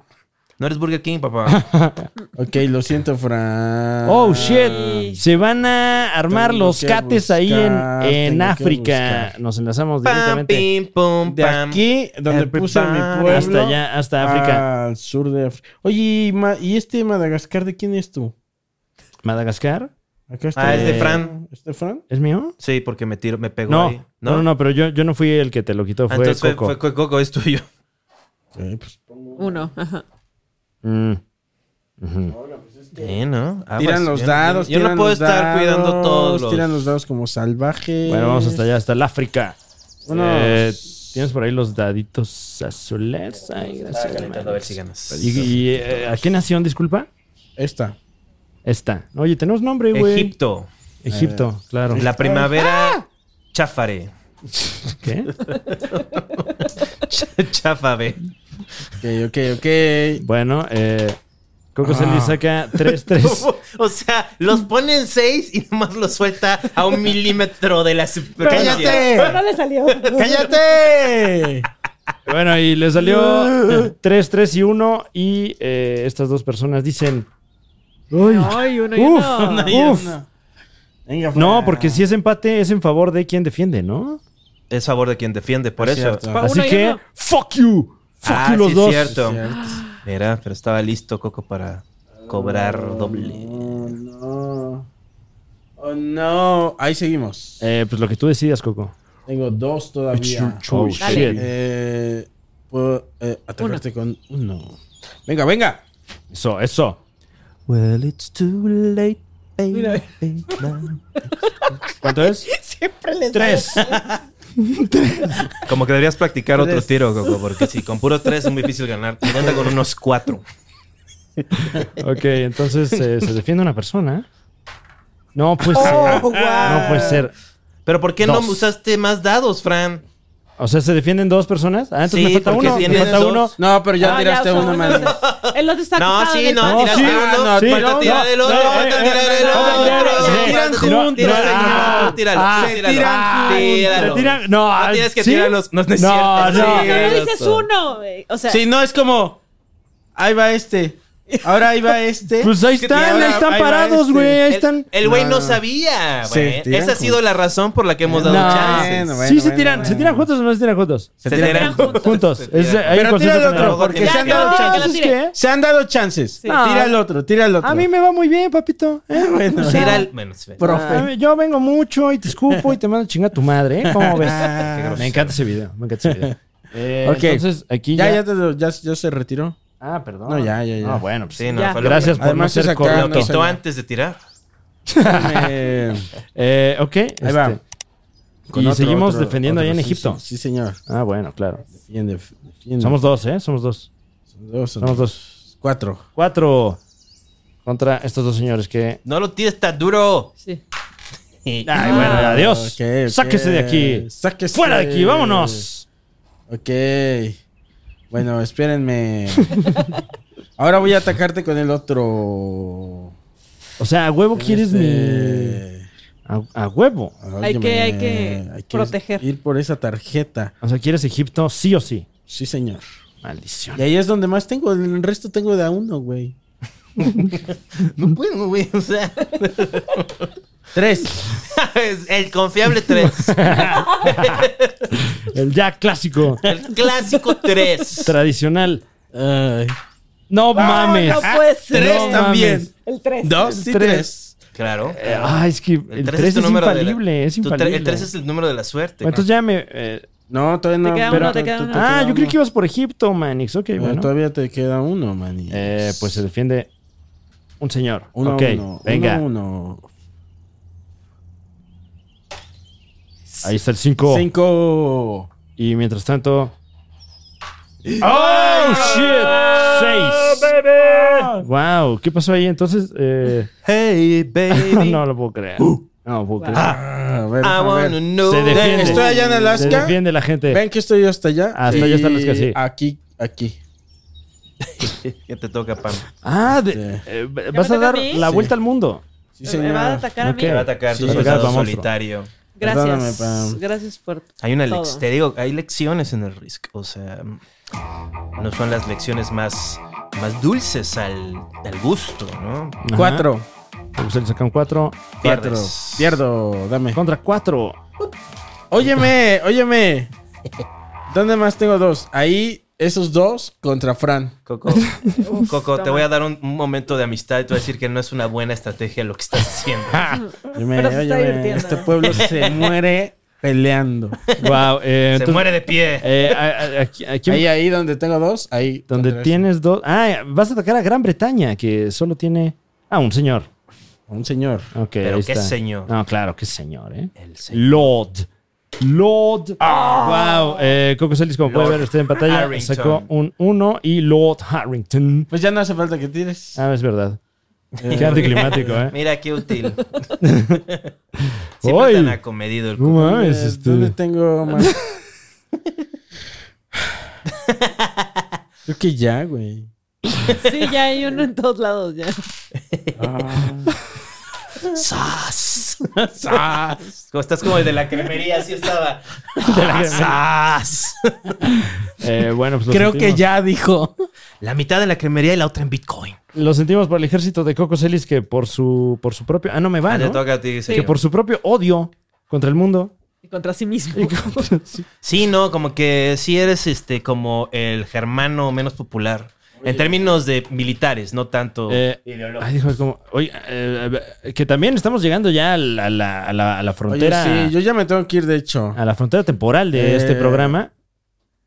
no eres Burger King, papá. Ok, lo siento, Fran. Oh shit. Se van a armar Ah. Tengo los que cates ahí en, buscar, en tengo que África. buscar. Nos enlazamos Pam, directamente pim, pum, De pam. aquí, donde puse mi Everybody. pueblo. hasta allá, hasta África. Ah, Al sur de África. Oye, ¿y, Ma- y este Madagascar de quién es tú? ¿Madagascar? Acá está. Ah, es de Fran. ¿Es de Fran? ¿Es mío? Sí, porque me tiro, me pegó No, ahí. no, no, no, pero yo, yo no fui el que te lo quitó, Ah, fue entonces fue- Coco. fue Coco, es tuyo. Eh, pues, Uno. Ajá. Mm. Ujú. Sí, Eh, ¿no? Aguas, tiran los yo- dados. Yo, yo no tiran puedo los estar dados, cuidando todos los... Tiran los dados como salvajes. Bueno, vamos hasta allá, hasta el África. Unos Eh, Tienes por ahí los daditos azules. Ay, Estaba gracias. calentando a ver si ganas. ¿Y, y, eh, a qué nación, disculpa? Esta. Esta. Oye, tenemos nombre, güey. Egipto. Egipto, claro. La primavera Cháfare. ¿Qué? Ch- Cháfave. Ok, ok, ok. Bueno, eh, Coco Celis saca 3-3. O sea, los pone en seis y nomás los suelta a un milímetro de la superficie. Pero no le salió. ¡Cállate! bueno, y le salió 3-3 y 1. Y eh, estas dos personas dicen. ¡Uy! Ay, uno y ¡Uf! uno. ¡Uf! No, porque si es empate, es en favor de quien defiende, ¿no? Es favor de quien defiende, por Es eso. Ah, cierto. Pa- Así uno y que, uno. ¡fuck you! ¡Fuck Ah, you los sí, dos! cierto. Cierto. Mira, pero estaba listo Coco para cobrar doble. Oh, no. Oh, no. Ahí seguimos. Eh, pues lo que tú decidas, Coco. Tengo dos todavía. Oh, Dale. shit. Eh, puedo eh, atacarte con uno. Venga, venga. Eso, eso. Well, it's too late, baby. ¿Cuánto es? Siempre le Tres. Como que deberías practicar otro tiro, Coco, porque si con puro tres es muy difícil ganar. Cuenta con unos cuatro. Ok, entonces eh, se defiende una persona. No puede Oh, ser. No puede ser. Pero ¿por qué Dos. no usaste más dados, Fran? O sea, se defienden dos personas. Ah, entonces Sí, me falta porque uno. Me tienes falta dos. uno. No, pero ya Ah, tiraste usó una uno, mano. entonces. El otro está No, acostado sí, en el no, No, piso. Ah, tiraste sí, uno, no, sí, falta no, tirar el no, otro, no, falta eh, tirar eh, el no, otro. eh, Se eh, tiran no, juntos, no, señor. ah, Tíralo, ah, tíralo, se tiran tíralo. Se tiran- No, No tienes que ¿sí? tirarlos. No, no es No, cierto. no. Sí, Pero no es dices cierto. uno. eh, O sea, Sí, no es como. Ahí va este. Ahora ahí va este. Pues ahí Es que están, tira- ahí están ahí va parados, este. güey. Ahí El- están. El güey no No. sabía. Se güey. tiran Esa ha sido juntos. la razón por la que hemos dado No. chances. Bueno, bueno, sí, se bueno, tiran. bueno. ¿Se tiran juntos o no se tiran juntos? Se, tiran tiran juntos. Juntos. Se Es, hay un tiran. Pero tira consenso el general. otro, porque Ya, se han no, dado que lo chances. tire. Se han dado chances. No. Tira el otro, tira el otro. pues A mí me va muy bien, papito. ¿eh? Bueno, Tira el- bueno, se ve. A Pues profe. mí- yo vengo mucho y te escupo y te mando chinga a tu madre, ¿eh? ¿Cómo ves? Ah, qué grosero. me encanta ese video, me encanta ese video. Eh, Ok. Entonces, aquí Ya, ya... ya, te lo- ya, ya se retiró. Ah, perdón. No, ya, ya, ya. Ah, bueno, pues Sí, no, Ya. fue lo- Gracias por Además, no es ser acá, Lo correcto. no quitó señor. antes de tirar. Eh, Eh, ok, este, va. con Y otro, seguimos otro, defendiendo otro, ahí en sí, Egipto. Sí, sí, señor. Ah, bueno, claro. Defiende, defiende. Somos dos, ¿eh? Somos dos. Son dos, son Somos dos. Cuatro. Cuatro contra estos dos señores que... No lo tires tan duro. sí. Ay, bueno, adiós. Ok, ok. Este Sáquese de aquí. Sáquese. Fuera de aquí, vámonos. Ok. Bueno, espérenme. Ahora voy a atacarte con el otro. O sea, a huevo quieres mi... Este, Este A, a huevo. Hay que- hay óyeme, que hay proteger. Ir por esa tarjeta. O sea, quieres Egipto sí o sí. Sí, señor. Maldición. Y ahí es donde más tengo. El resto tengo de a uno, güey. No puedo, güey. O sea. Tres. Es El confiable 3. El ya clásico, El clásico 3. tradicional. Ay. No Ah, mames. Ah, No, no puede ser. Tres también. mames. El tres. Dos. Tres. Sí, tres. Claro. Eh, Ay, es que el 3 es, tu número de la- infalible, es tu tre- infalible. El 3 es el número de la suerte. Bueno, Entonces ya me... eh, No, todavía no. queda uno, te queda uno. ah, yo creí que ibas por Egipto, Manix. Ok, Bueno, bueno. Ah, todavía te queda uno, mani. Eh, pues se defiende un señor. Uno, a ok, uno, venga. Uno, a uno. Ahí está el 5. Cinco. Y mientras tanto... ¡Oh, shit! 6. Wow, ¿qué pasó ahí entonces? Eh, Hey, baby. no lo puedo creer. No lo puedo creer. Uh. Ah, bueno, I a ver. wanna know. Se defiende. Estoy allá en Se Alaska. defiende la gente. Ven que Ah, estoy hasta allá. Hasta allá está Alaska, Y sí. Aquí, aquí. ¿Qué te toca, Pam? Ah, de- Sí. eh, me vas a toca dar a mí? la Sí. vuelta al mundo. Sí, Me va a señor. atacar a mí. Ok. Te va a atacar Sí, tu te ataca, soldado monstruo. solitario. Perdóname, Gracias. Pam. Gracias por. Hay una lex- todo. te digo, hay lecciones en el Risk. O sea, no son las lecciones más, más dulces al, al gusto, ¿no? Ajá. Cuatro. Porque se le sacan cuatro. Cuatro. Pierdes. Pierdo, dame. Contra cuatro. Óyeme, óyeme. ¿Dónde más tengo dos? Ahí, esos dos contra Fran. Coco, Coco, te voy a dar un, un momento de amistad y te voy a decir que no es una buena estrategia lo que estás haciendo. Óyeme, Pero se está óyeme, divirtiendo. Este pueblo se muere peleando. Wow. eh, Se entonces, muere de pie. eh, a- a- aquí- aquí- Ahí, ahí donde tengo dos, ahí. donde contra tienes dos. Ah, vas a atacar a Gran Bretaña, que solo tiene. Ah, un señor. ese. Un señor. Ok. Pero ahí qué está. señor. No, claro, qué señor, ¿eh? El señor. Lord. Lord. Wow. Eh, Coco Celis, como puede ver usted en pantalla, Harrington. sacó un 1 y Lord Harrington. Pues ya no hace falta que tires. Ah, es verdad. Qué anticlimático, ¿eh? Mira qué útil. ¡Ay! Siempre tan acomedido el No cubo. mames, Eh, este, ¿Dónde tengo más? Creo que ya, güey. Sí, ya hay uno en todos lados ya. Ah, Como- Estás como el de la cremería, así estaba. eh, bueno, pues lo Creo que sentimos. ya dijo. La mitad de la cremería y la otra en Bitcoin. Lo sentimos por el ejército de Coco Celis que por su, por su propio. Ah, no me va, Ah, te ¿no? toca a ti, Que señor. por su propio odio contra el mundo. Y contra sí mismo. Sí, no, como que sí eres este como el germano menos popular. En términos de militares, no tanto Eh, ideológico. Ay, dijo como. Oye, eh, eh, que también estamos llegando ya a la, a la- a la- a la Oye, frontera. Ah, sí, yo ya me tengo que ir, de hecho. a la frontera temporal de Eh, este programa.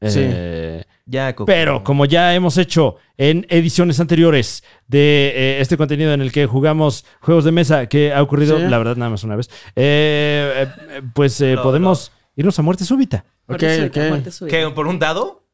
sí. Eh, Ya, Coco. Pero como ya hemos hecho en ediciones anteriores de eh, este contenido en el que jugamos juegos de mesa, que ha ocurrido, Sí. la verdad, nada más una vez, eh, eh, eh, pues eh, No, podemos irnos a muerte súbita. Ok, Muerte súbita, ok. muerte súbita. ¿Qué? ¿Por un dado?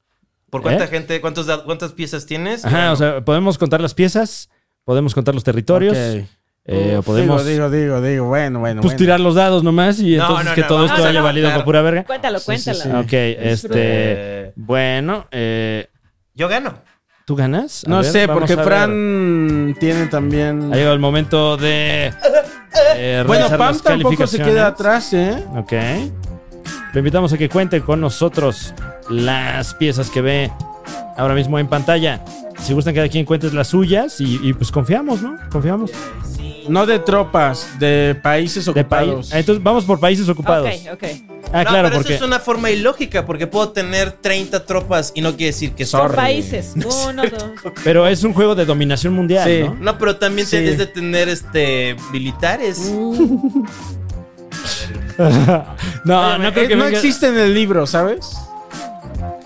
¿Por cuánta ¿Eh? gente? Cuántos da- ¿Cuántas piezas tienes? Ajá, o sea, podemos contar las piezas, podemos contar los territorios, Ok. eh, Uf, podemos Digo, digo, digo, digo. Bueno, bueno, pues, bueno. tirar los dados nomás y No, entonces no, que no, todo vamos esto a haya valido contar. por pura verga. Cuéntalo, cuéntalo. sí. Ok, este... Bueno, eh, Yo gano. ¿tú ganas? A No ver, sé, vamos porque a ver. Fran tiene también... Ha llegado el momento de. eh, Bueno, revisar Pam las tampoco se calificaciones. queda atrás, ¿eh? Ok. Le invitamos a que cuente con nosotros las piezas que ve ahora mismo en pantalla. Si gustan, cada quien cuentes las suyas y, y, pues confiamos, ¿no? Confiamos. No de tropas, de países De país. Ah, ocupados. Entonces vamos por países ocupados. Ok, ok. Ah, no, claro, pero porque. eso es una forma ilógica, porque puedo tener 30 tropas y no quiere decir que Por son. países. Uno, dos. Pero es un juego de dominación mundial, Sí. ¿no? No, pero también Sí. tienes de tener este militares. No, no creo Eh, que no venga- existe en el libro, ¿sabes?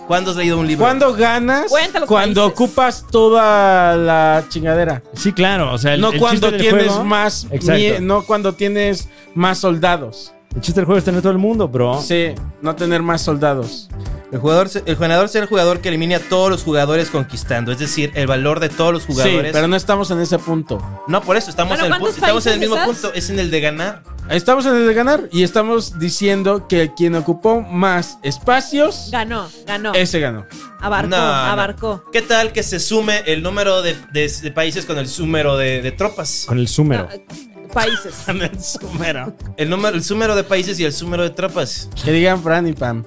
¿Cuándo has leído un libro? ¿Cuándo ganas? Cuenta los Cuando países. ocupas toda la chingadera. Sí, claro. O sea, el, no el cuando chiste del tienes juego- más Exacto. mie- no cuando tienes más soldados. El chiste del juego es tener todo el mundo, bro. Sí, no tener más soldados. El, jugador, se- el ganador será el jugador que elimine a todos los jugadores conquistando. Es decir, el valor de todos los Sí, jugadores. pero no estamos en ese punto. No, por eso, estamos, Bueno, en, el, pu- ¿cuántos estamos en el países mismo estás? punto. Es en el de ganar. Estamos en el de ganar y estamos diciendo que quien ocupó más espacios, Ganó, ganó. ese ganó. Abarcó, No, no. abarcó. ¿Qué tal que se sume el número de, de- de países con el número de, de tropas? Con el súmero. No, países. el número. El número, el número de países y el número de tropas. Que digan Fran y Pam.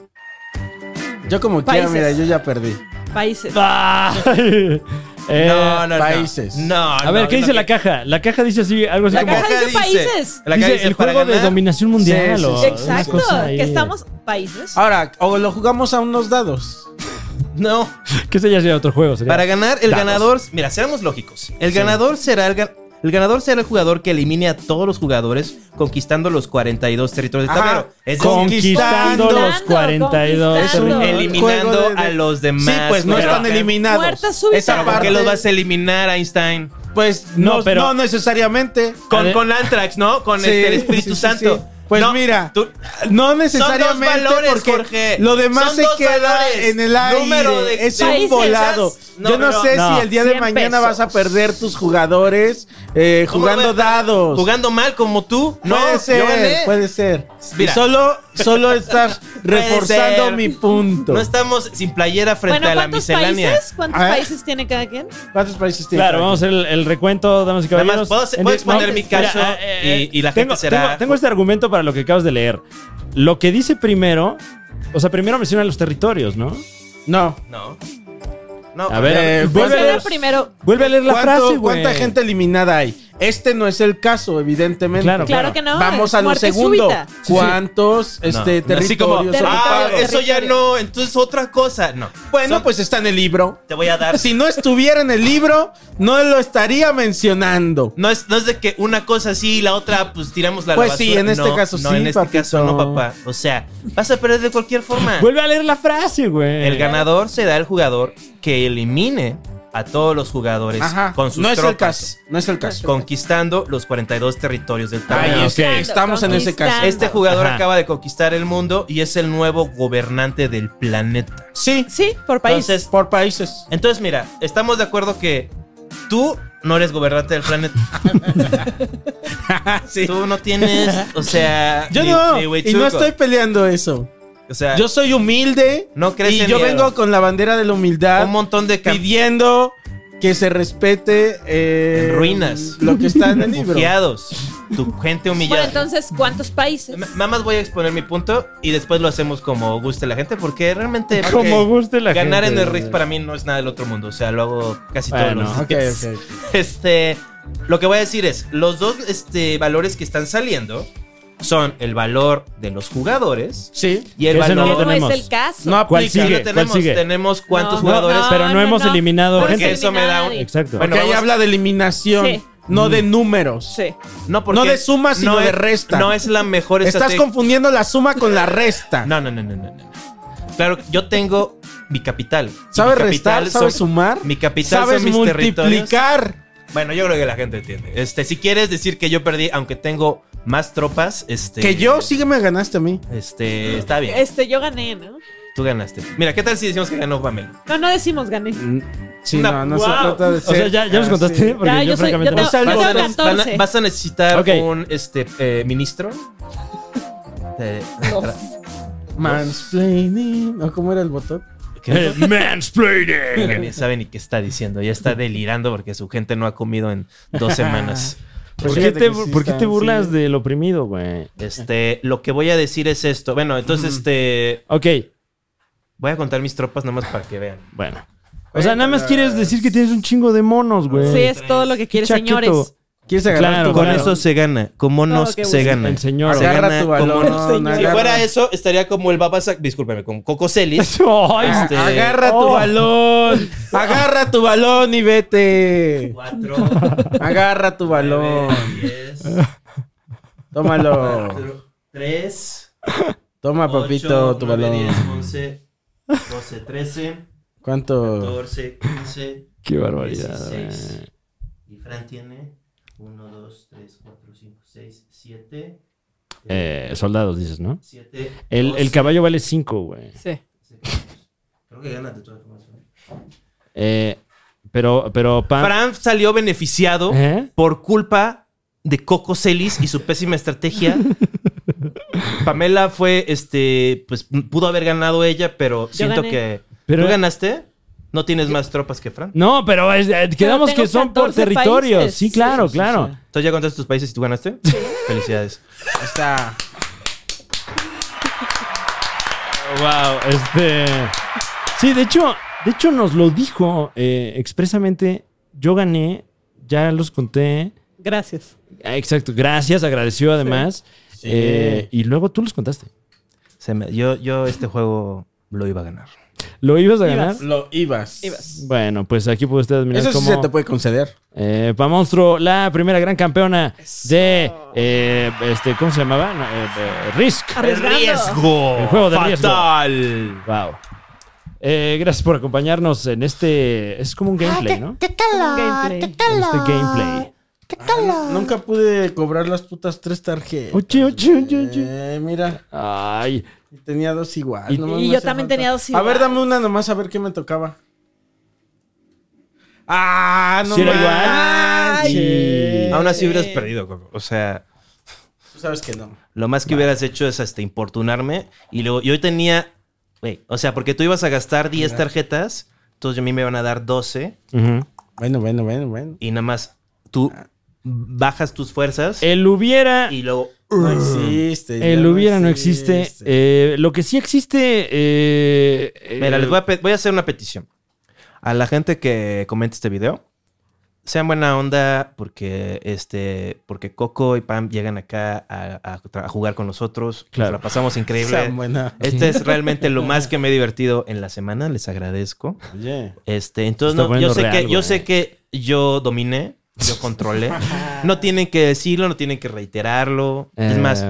Yo como Países. quiera, mira, yo ya perdí. Países. Ay. Eh, no, no, no. países. No, A ver, no, ¿qué yo dice no la quiero- caja? La caja dice así, algo así La como. caja dice países. La dice, caja dice el para juego de ganar". dominación mundial. Sí, sí, o sí. una Exacto. cosa ahí. Que estamos países. Ahora, o lo jugamos a unos dados. No. Que ese ya sería otro juego. sería. Para ganar, el Dados. ganador. Mira, seamos lógicos. El ganador será el, ga- el ganador será el jugador que elimine a todos los jugadores conquistando los 42 territorios del Ajá. tablero. Es decir, conquistando Conquistando, los 42. conquistando. territorios. Es un- eliminando Juego de- de- a los demás. sí, pues no Pero- están eliminados. Muerta súbita. Esa Pero ¿por parte, qué los vas a eliminar, Einstein? pues No, no, pero- no necesariamente. Con, ver. con Antrax, ¿no? Con Sí, este, el sí, Espíritu sí, sí. Santo. Pues No, mira, tú- no son dos necesariamente valores, porque Jorge. lo demás Son se dos queda valores. en el aire. Número de- es de un países. volado. No, Yo no no, sé no. si el día de 100 mañana pesos. vas a perder tus jugadores eh, ¿cómo lo jugando ves? dados. Jugando mal como tú. No, puede yo ser, gané. puede ser. Mira. Y solo, solo estás Puede reforzando ser. mi punto. No estamos sin playera frente Bueno, a la ¿cuántos miscelánea. países? ¿Cuántos A ver. países tiene cada quien? ¿Cuántos países tienes? Claro, vamos a hacer el, el recuento, damas y Nada caballeros. más, ¿puedo, En el- puedo exponer mi Mira, caso eh, y, y la tengo, gente será. tengo- tengo este argumento para lo que acabas de leer. Lo que dice primero. O sea, primero menciona los territorios, ¿no? No. No. No, A ver, Eh, vuelve, a Pero leer, ¿cuántos- primero, vuelve a leer la ¿Cuánto- frase, güey. ¿Cuánta gente eliminada hay? Este no es el caso, evidentemente. Claro, claro que no. Vamos es a lo muerte segundo. súbita. ¿Cuántos este, no. Así como, territorios ah, ocupados? eso ya no, entonces otra cosa. No. Bueno, Son- pues está en el libro. Te voy a dar. Si no estuviera en el libro, no lo estaría mencionando. No es, no es de que una cosa sí y la otra, pues tiramos la Pues la sí, basura. en este No, caso no, sí, en este papito. caso no, papá. O sea, vas a perder de cualquier forma. Vuelve a leer la frase, güey. El ganador será el jugador que elimine a todos los jugadores Ajá. con sus no, es el tropas, caso, no es el caso. conquistando los 42 territorios del Ahí tablero. es que Estamos en ese caso. Este jugador Ajá. acaba de conquistar el mundo y es el nuevo gobernante del planeta. Sí, Sí, por país. Entonces, por países. entonces, mira, estamos de acuerdo que tú no eres gobernante del planeta. Tú no tienes, o sea, Yo ni- no. ni y no huichuco. estoy peleando eso. o sea, Yo soy humilde. no crees Y en yo miedo. vengo con la bandera de la humildad. un montón de cam- pidiendo que se respete eh, En ruinas. lo que está en el libro. refugiados, tu gente bueno, humillada. entonces, ¿cuántos países? M- Nada más voy a exponer mi punto y después lo hacemos como guste la gente, porque realmente Como ok, guste la ganar gente. eh. en el Rift para mí no es nada del otro mundo. O sea, lo hago casi Bueno, todos los Ok, días. ok. Este, lo que voy a decir es, los dos este, valores que están saliendo son el valor de los jugadores Sí. y el Ese no, no valor... lo tenemos. es el caso. No ¿Cuál Sí, sigue? lo ¿Cuál tenemos, sigue? tenemos cuántos No, jugadores... no, Pero no hemos eliminado Porque gente. Eso me da un- Exacto. Bueno, Porque ahí vamos- habla de eliminación, Sí. no de números. Sí. No, porque No de suma, sino de es- resta. No es la mejor Estás estrateg- confundiendo la suma con la resta. No, no, no, no, no, no. Claro, yo tengo mi capital. ¿Sabes Mi restar? capital ¿Sabes son- sumar? Mi capital ¿Sabes son mis territorios. multiplicar? Bueno, yo creo que la gente entiende. Este, si quieres decir que yo perdí, aunque tengo más tropas, este. Que yo sí que me ganaste a mí. Este, está bien. Este, yo gané, ¿no? Tú ganaste. Mira, ¿qué tal si decimos que ganó Pamela? No, no decimos gané. Mm, Sí, Una- no, no wow. se trata de O ser. ah, sea, ya, ya nos así. contaste. Porque yo, Ya, yo soy- francamente yo no. te- sé. Yo Vas a, tengo ne- van a- 14. vas a necesitar Pues, Ok. un este, eh, ministro. Eh, Mansplaining. ¿O cómo era el botón? que Mansplaining. ni sabe ni qué está diciendo. Ya está delirando porque su gente no ha comido en dos semanas. ¿Por qué Pues Fíjate te, que sí por qué te están, burlas sí. del oprimido, güey? Este, lo que voy a decir es esto. Bueno, entonces, este. Ok, Voy a contar mis tropas nomás para que vean. bueno. O sea, nada más quieres decir que tienes un chingo de monos, güey. Sí, es todo lo que quiere, Chaqueto. señores. ¿Quieres agarrar Claro, tu Con claro. eso se gana. Como no Oh, qué se bueno. gana. El señor. Se Agarra gana tu como balón, no. Si agarra- fuera eso, estaría como el Babasac. Discúlpeme, con Coco Celis. Ay, Ah, este- Agarra tu Oh. balón. Agarra tu balón y vete. Cuatro. Agarra tu balón. Diez. Tómalo. Tres. Ah, Toma, papito, tu balón. once. Doce, trece. ¿Cuánto? Catorce, quince. qué barbaridad, eh. güey. Y Fran tiene uno, dos, tres, cuatro, cinco, seis, siete. Eh, soldados, dices, ¿no? Siete. El, el caballo vale 5, güey. Sí. Creo que ganas de todas formas. Eh, pero, pero, Pam. Fran salió beneficiado ¿Eh? por culpa de Coco Celis y su pésima estrategia. Pamela fue, este, pues pudo haber ganado ella, pero siento gané. que... Pero- ¿Tú ganaste? ¿No tienes más tropas que Fran. No, pero es- eh, quedamos tengo que son por 14 territorios. países. Sí, claro, claro. Entonces ya contaste tus países y tú ganaste. Felicidades. Está. Oh, Wow, este. Sí, de hecho, de hecho nos lo dijo eh, expresamente. Yo gané, ya los conté. Gracias. Ah, Exacto, gracias, agradeció además. Eh, y luego tú los contaste. Se me- yo, yo este juego lo iba a ganar. ¿Lo ibas a ganar? Lo ibas. Ibas. Bueno, pues aquí puede usted admirar Eso sí cómo se te puede conceder. eh, Pa Monstruo, la primera gran campeona de eh, este, ¿cómo se llamaba? No, eh, eh, Risk. Arriesgando. El juego de ¡Fatal! Wow. Eh, gracias por acompañarnos en este. Es Ah, como un gameplay, ¿no? Gameplay. En este gameplay. Nunca pude cobrar las putas tres tarjetas. Oye, oye, oye, oye. Eh, mira, Ay. tenía dos igual. Y- nomás y me yo hace también tenía dos A ver, igual. dame una nomás a ver qué me tocaba. Ah, no Si era igual. manches. Y- Aún así Eh. hubieras perdido, Coco. O sea... Tú sabes que no. Lo más que hubieras hecho es hasta importunarme. Y luego, yo tenía. Güey, o sea, porque tú ibas a gastar 10 tarjetas. Entonces a mí me van a dar 12. Ujú. Bueno, bueno, bueno, bueno. Y nada más tú bajas tus fuerzas. El hubiera. y luego. No existe. ya El hubiera no existe. Eh, lo que sí existe. eh, eh, Mira, les voy a, pe- voy a hacer una petición. A la gente que comente este video. Sean buena onda porque este porque Coco y Pam llegan acá a, a tra- a jugar con nosotros. Nos Claro. la pasamos Esa increíble. buena. Este es realmente lo más que me he divertido en la semana. Les agradezco. Oye. Este, entonces Está no, yo poniendo sé real, que yo güey. sé que yo dominé, yo controlé. no tienen que decirlo, no tienen que reiterarlo. eh, es más,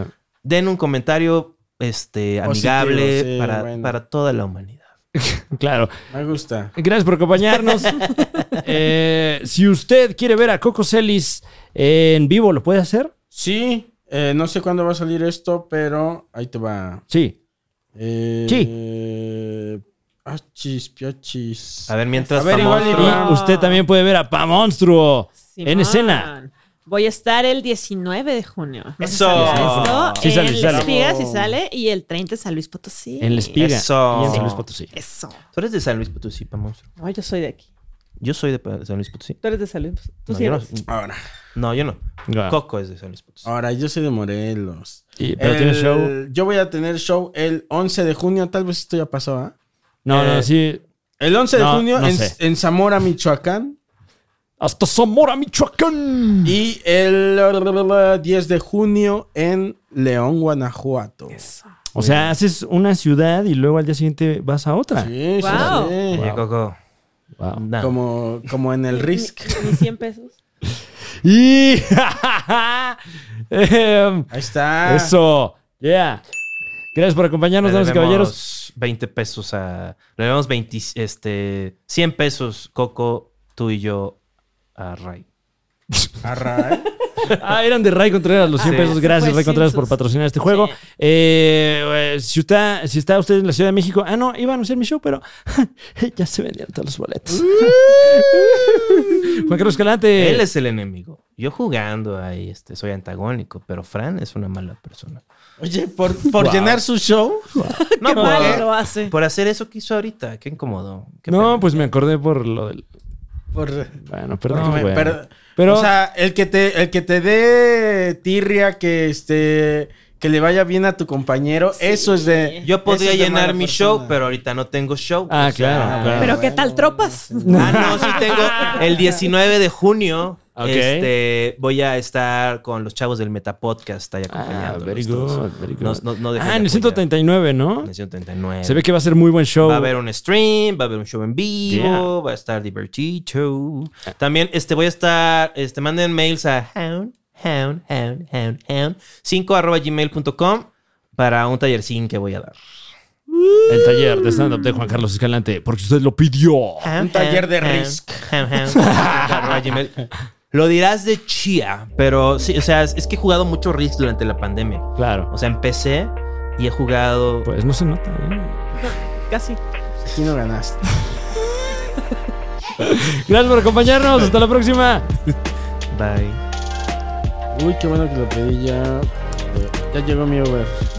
den un comentario este Positivo, amigable sí, para, bueno. para toda la humanidad. eh, Claro. Me gusta. Gracias por acompañarnos. Eh, si usted quiere ver a Coco Celis en vivo, ¿lo puede hacer? Sí, eh, no sé cuándo va a salir esto, pero ahí te va. Sí. Eh, Achis, piachis. A ver, mientras A ver, estamos- igual y- Y usted también puede ver a Pa Monstruo en Simón. escena. Voy a estar el 19 de junio. No sé si Eso. sabías esto. Sí sale, en sí sale. La Espiga, si sale. Y el 30 es San Luis Potosí. En La Espiga Eso. y en San Luis Potosí. Eso. Tú eres de San Luis Potosí, pa' monstruo. Ay, yo soy de aquí. Yo soy de pa- San Luis Potosí. Tú eres de San Luis. Potosí. Tú No, sí yo no, eres. Ahora, no, yo no. Ah. Coco es de San Luis Potosí. ahora, yo soy de Morelos. Y- pero El- tiene show. Yo voy a tener show el 11 de junio, tal vez esto ya pasó, ¿ah? No, no, Eh, sí. El 11 de No, junio no en, sé. en Zamora, Michoacán. Hasta Zamora, Michoacán. Y el 10 de junio en León, Guanajuato. O sea, haces una ciudad y luego al día siguiente vas a otra. Sí, sí, Wow. sí. Oye, Coco. Wow. nada. Como, como en el Risk. Ni 100 pesos. Y. Em, Ahí está. Eso. Yeah. Gracias por acompañarnos, Le damas y caballeros. debemos 20 pesos a. Le debemos 20, este, 100 pesos, Coco, tú y yo, a Ray. Arra, ¿eh? Ah, eran de Ray Contreras los 100 Sí. pesos. Gracias, Pues, Ray Contreras, sí, por sus- patrocinar este juego. Sí. Eh, eh, si, está, si está usted en la Ciudad de México, ah, no, iba a anunciar mi show, pero ya se vendieron todos los boletos. Juan Carlos Escalante. Él es el enemigo. Yo jugando ahí, este, soy antagónico, pero Fran es una mala persona. Oye, por, por llenar su show. No, pues. Qué mal lo hace. por hacer eso que hizo ahorita, qué incómodo. Qué No, pena. pues me acordé por lo del. Por, Bueno, porque perdón. me- güey. per- pero. o sea, el que te, el que te dé tirria que este que le vaya bien a tu compañero, eso es de. Yo podría eso es de llenar mala mi persona. show, pero ahorita no tengo show. ah, O sea, claro. Ah, claro. Pero bueno, ¿qué tal tropas? Ah, no, sí tengo. El 19 de junio Ok. este, voy a estar con los chavos del Metapodcast ahí Ah, acompañándonos. very todos. good, very good. No- no- no dejen ah, de en el apoyar. 139, ¿no? En el 139. Se ve que va a ser muy buen show. Va a haber un stream, va a haber un show en vivo, Yeah. Ah. va a estar divertido. También este, voy a estar, este, manden mails a hound, hound, hound, hound, hound, 5 arroba gmail.com para un tallercín que voy a dar. El taller de stand-up de Juan Carlos Escalante, porque usted lo pidió. Hound, taller hound, de hound, Risk. hound, hound, hound, arroba gmail. Lo dirás de chía, pero sí, o sea, es es que he jugado mucho Risk durante la pandemia. Claro. O sea, empecé y he jugado. Pues no se nota. ¿eh? Casi. Aquí no ganaste. Gracias por acompañarnos. Hasta la próxima. Bye. Uy, qué bueno que lo pedí Eh, ya. Ya llegó mi Uber.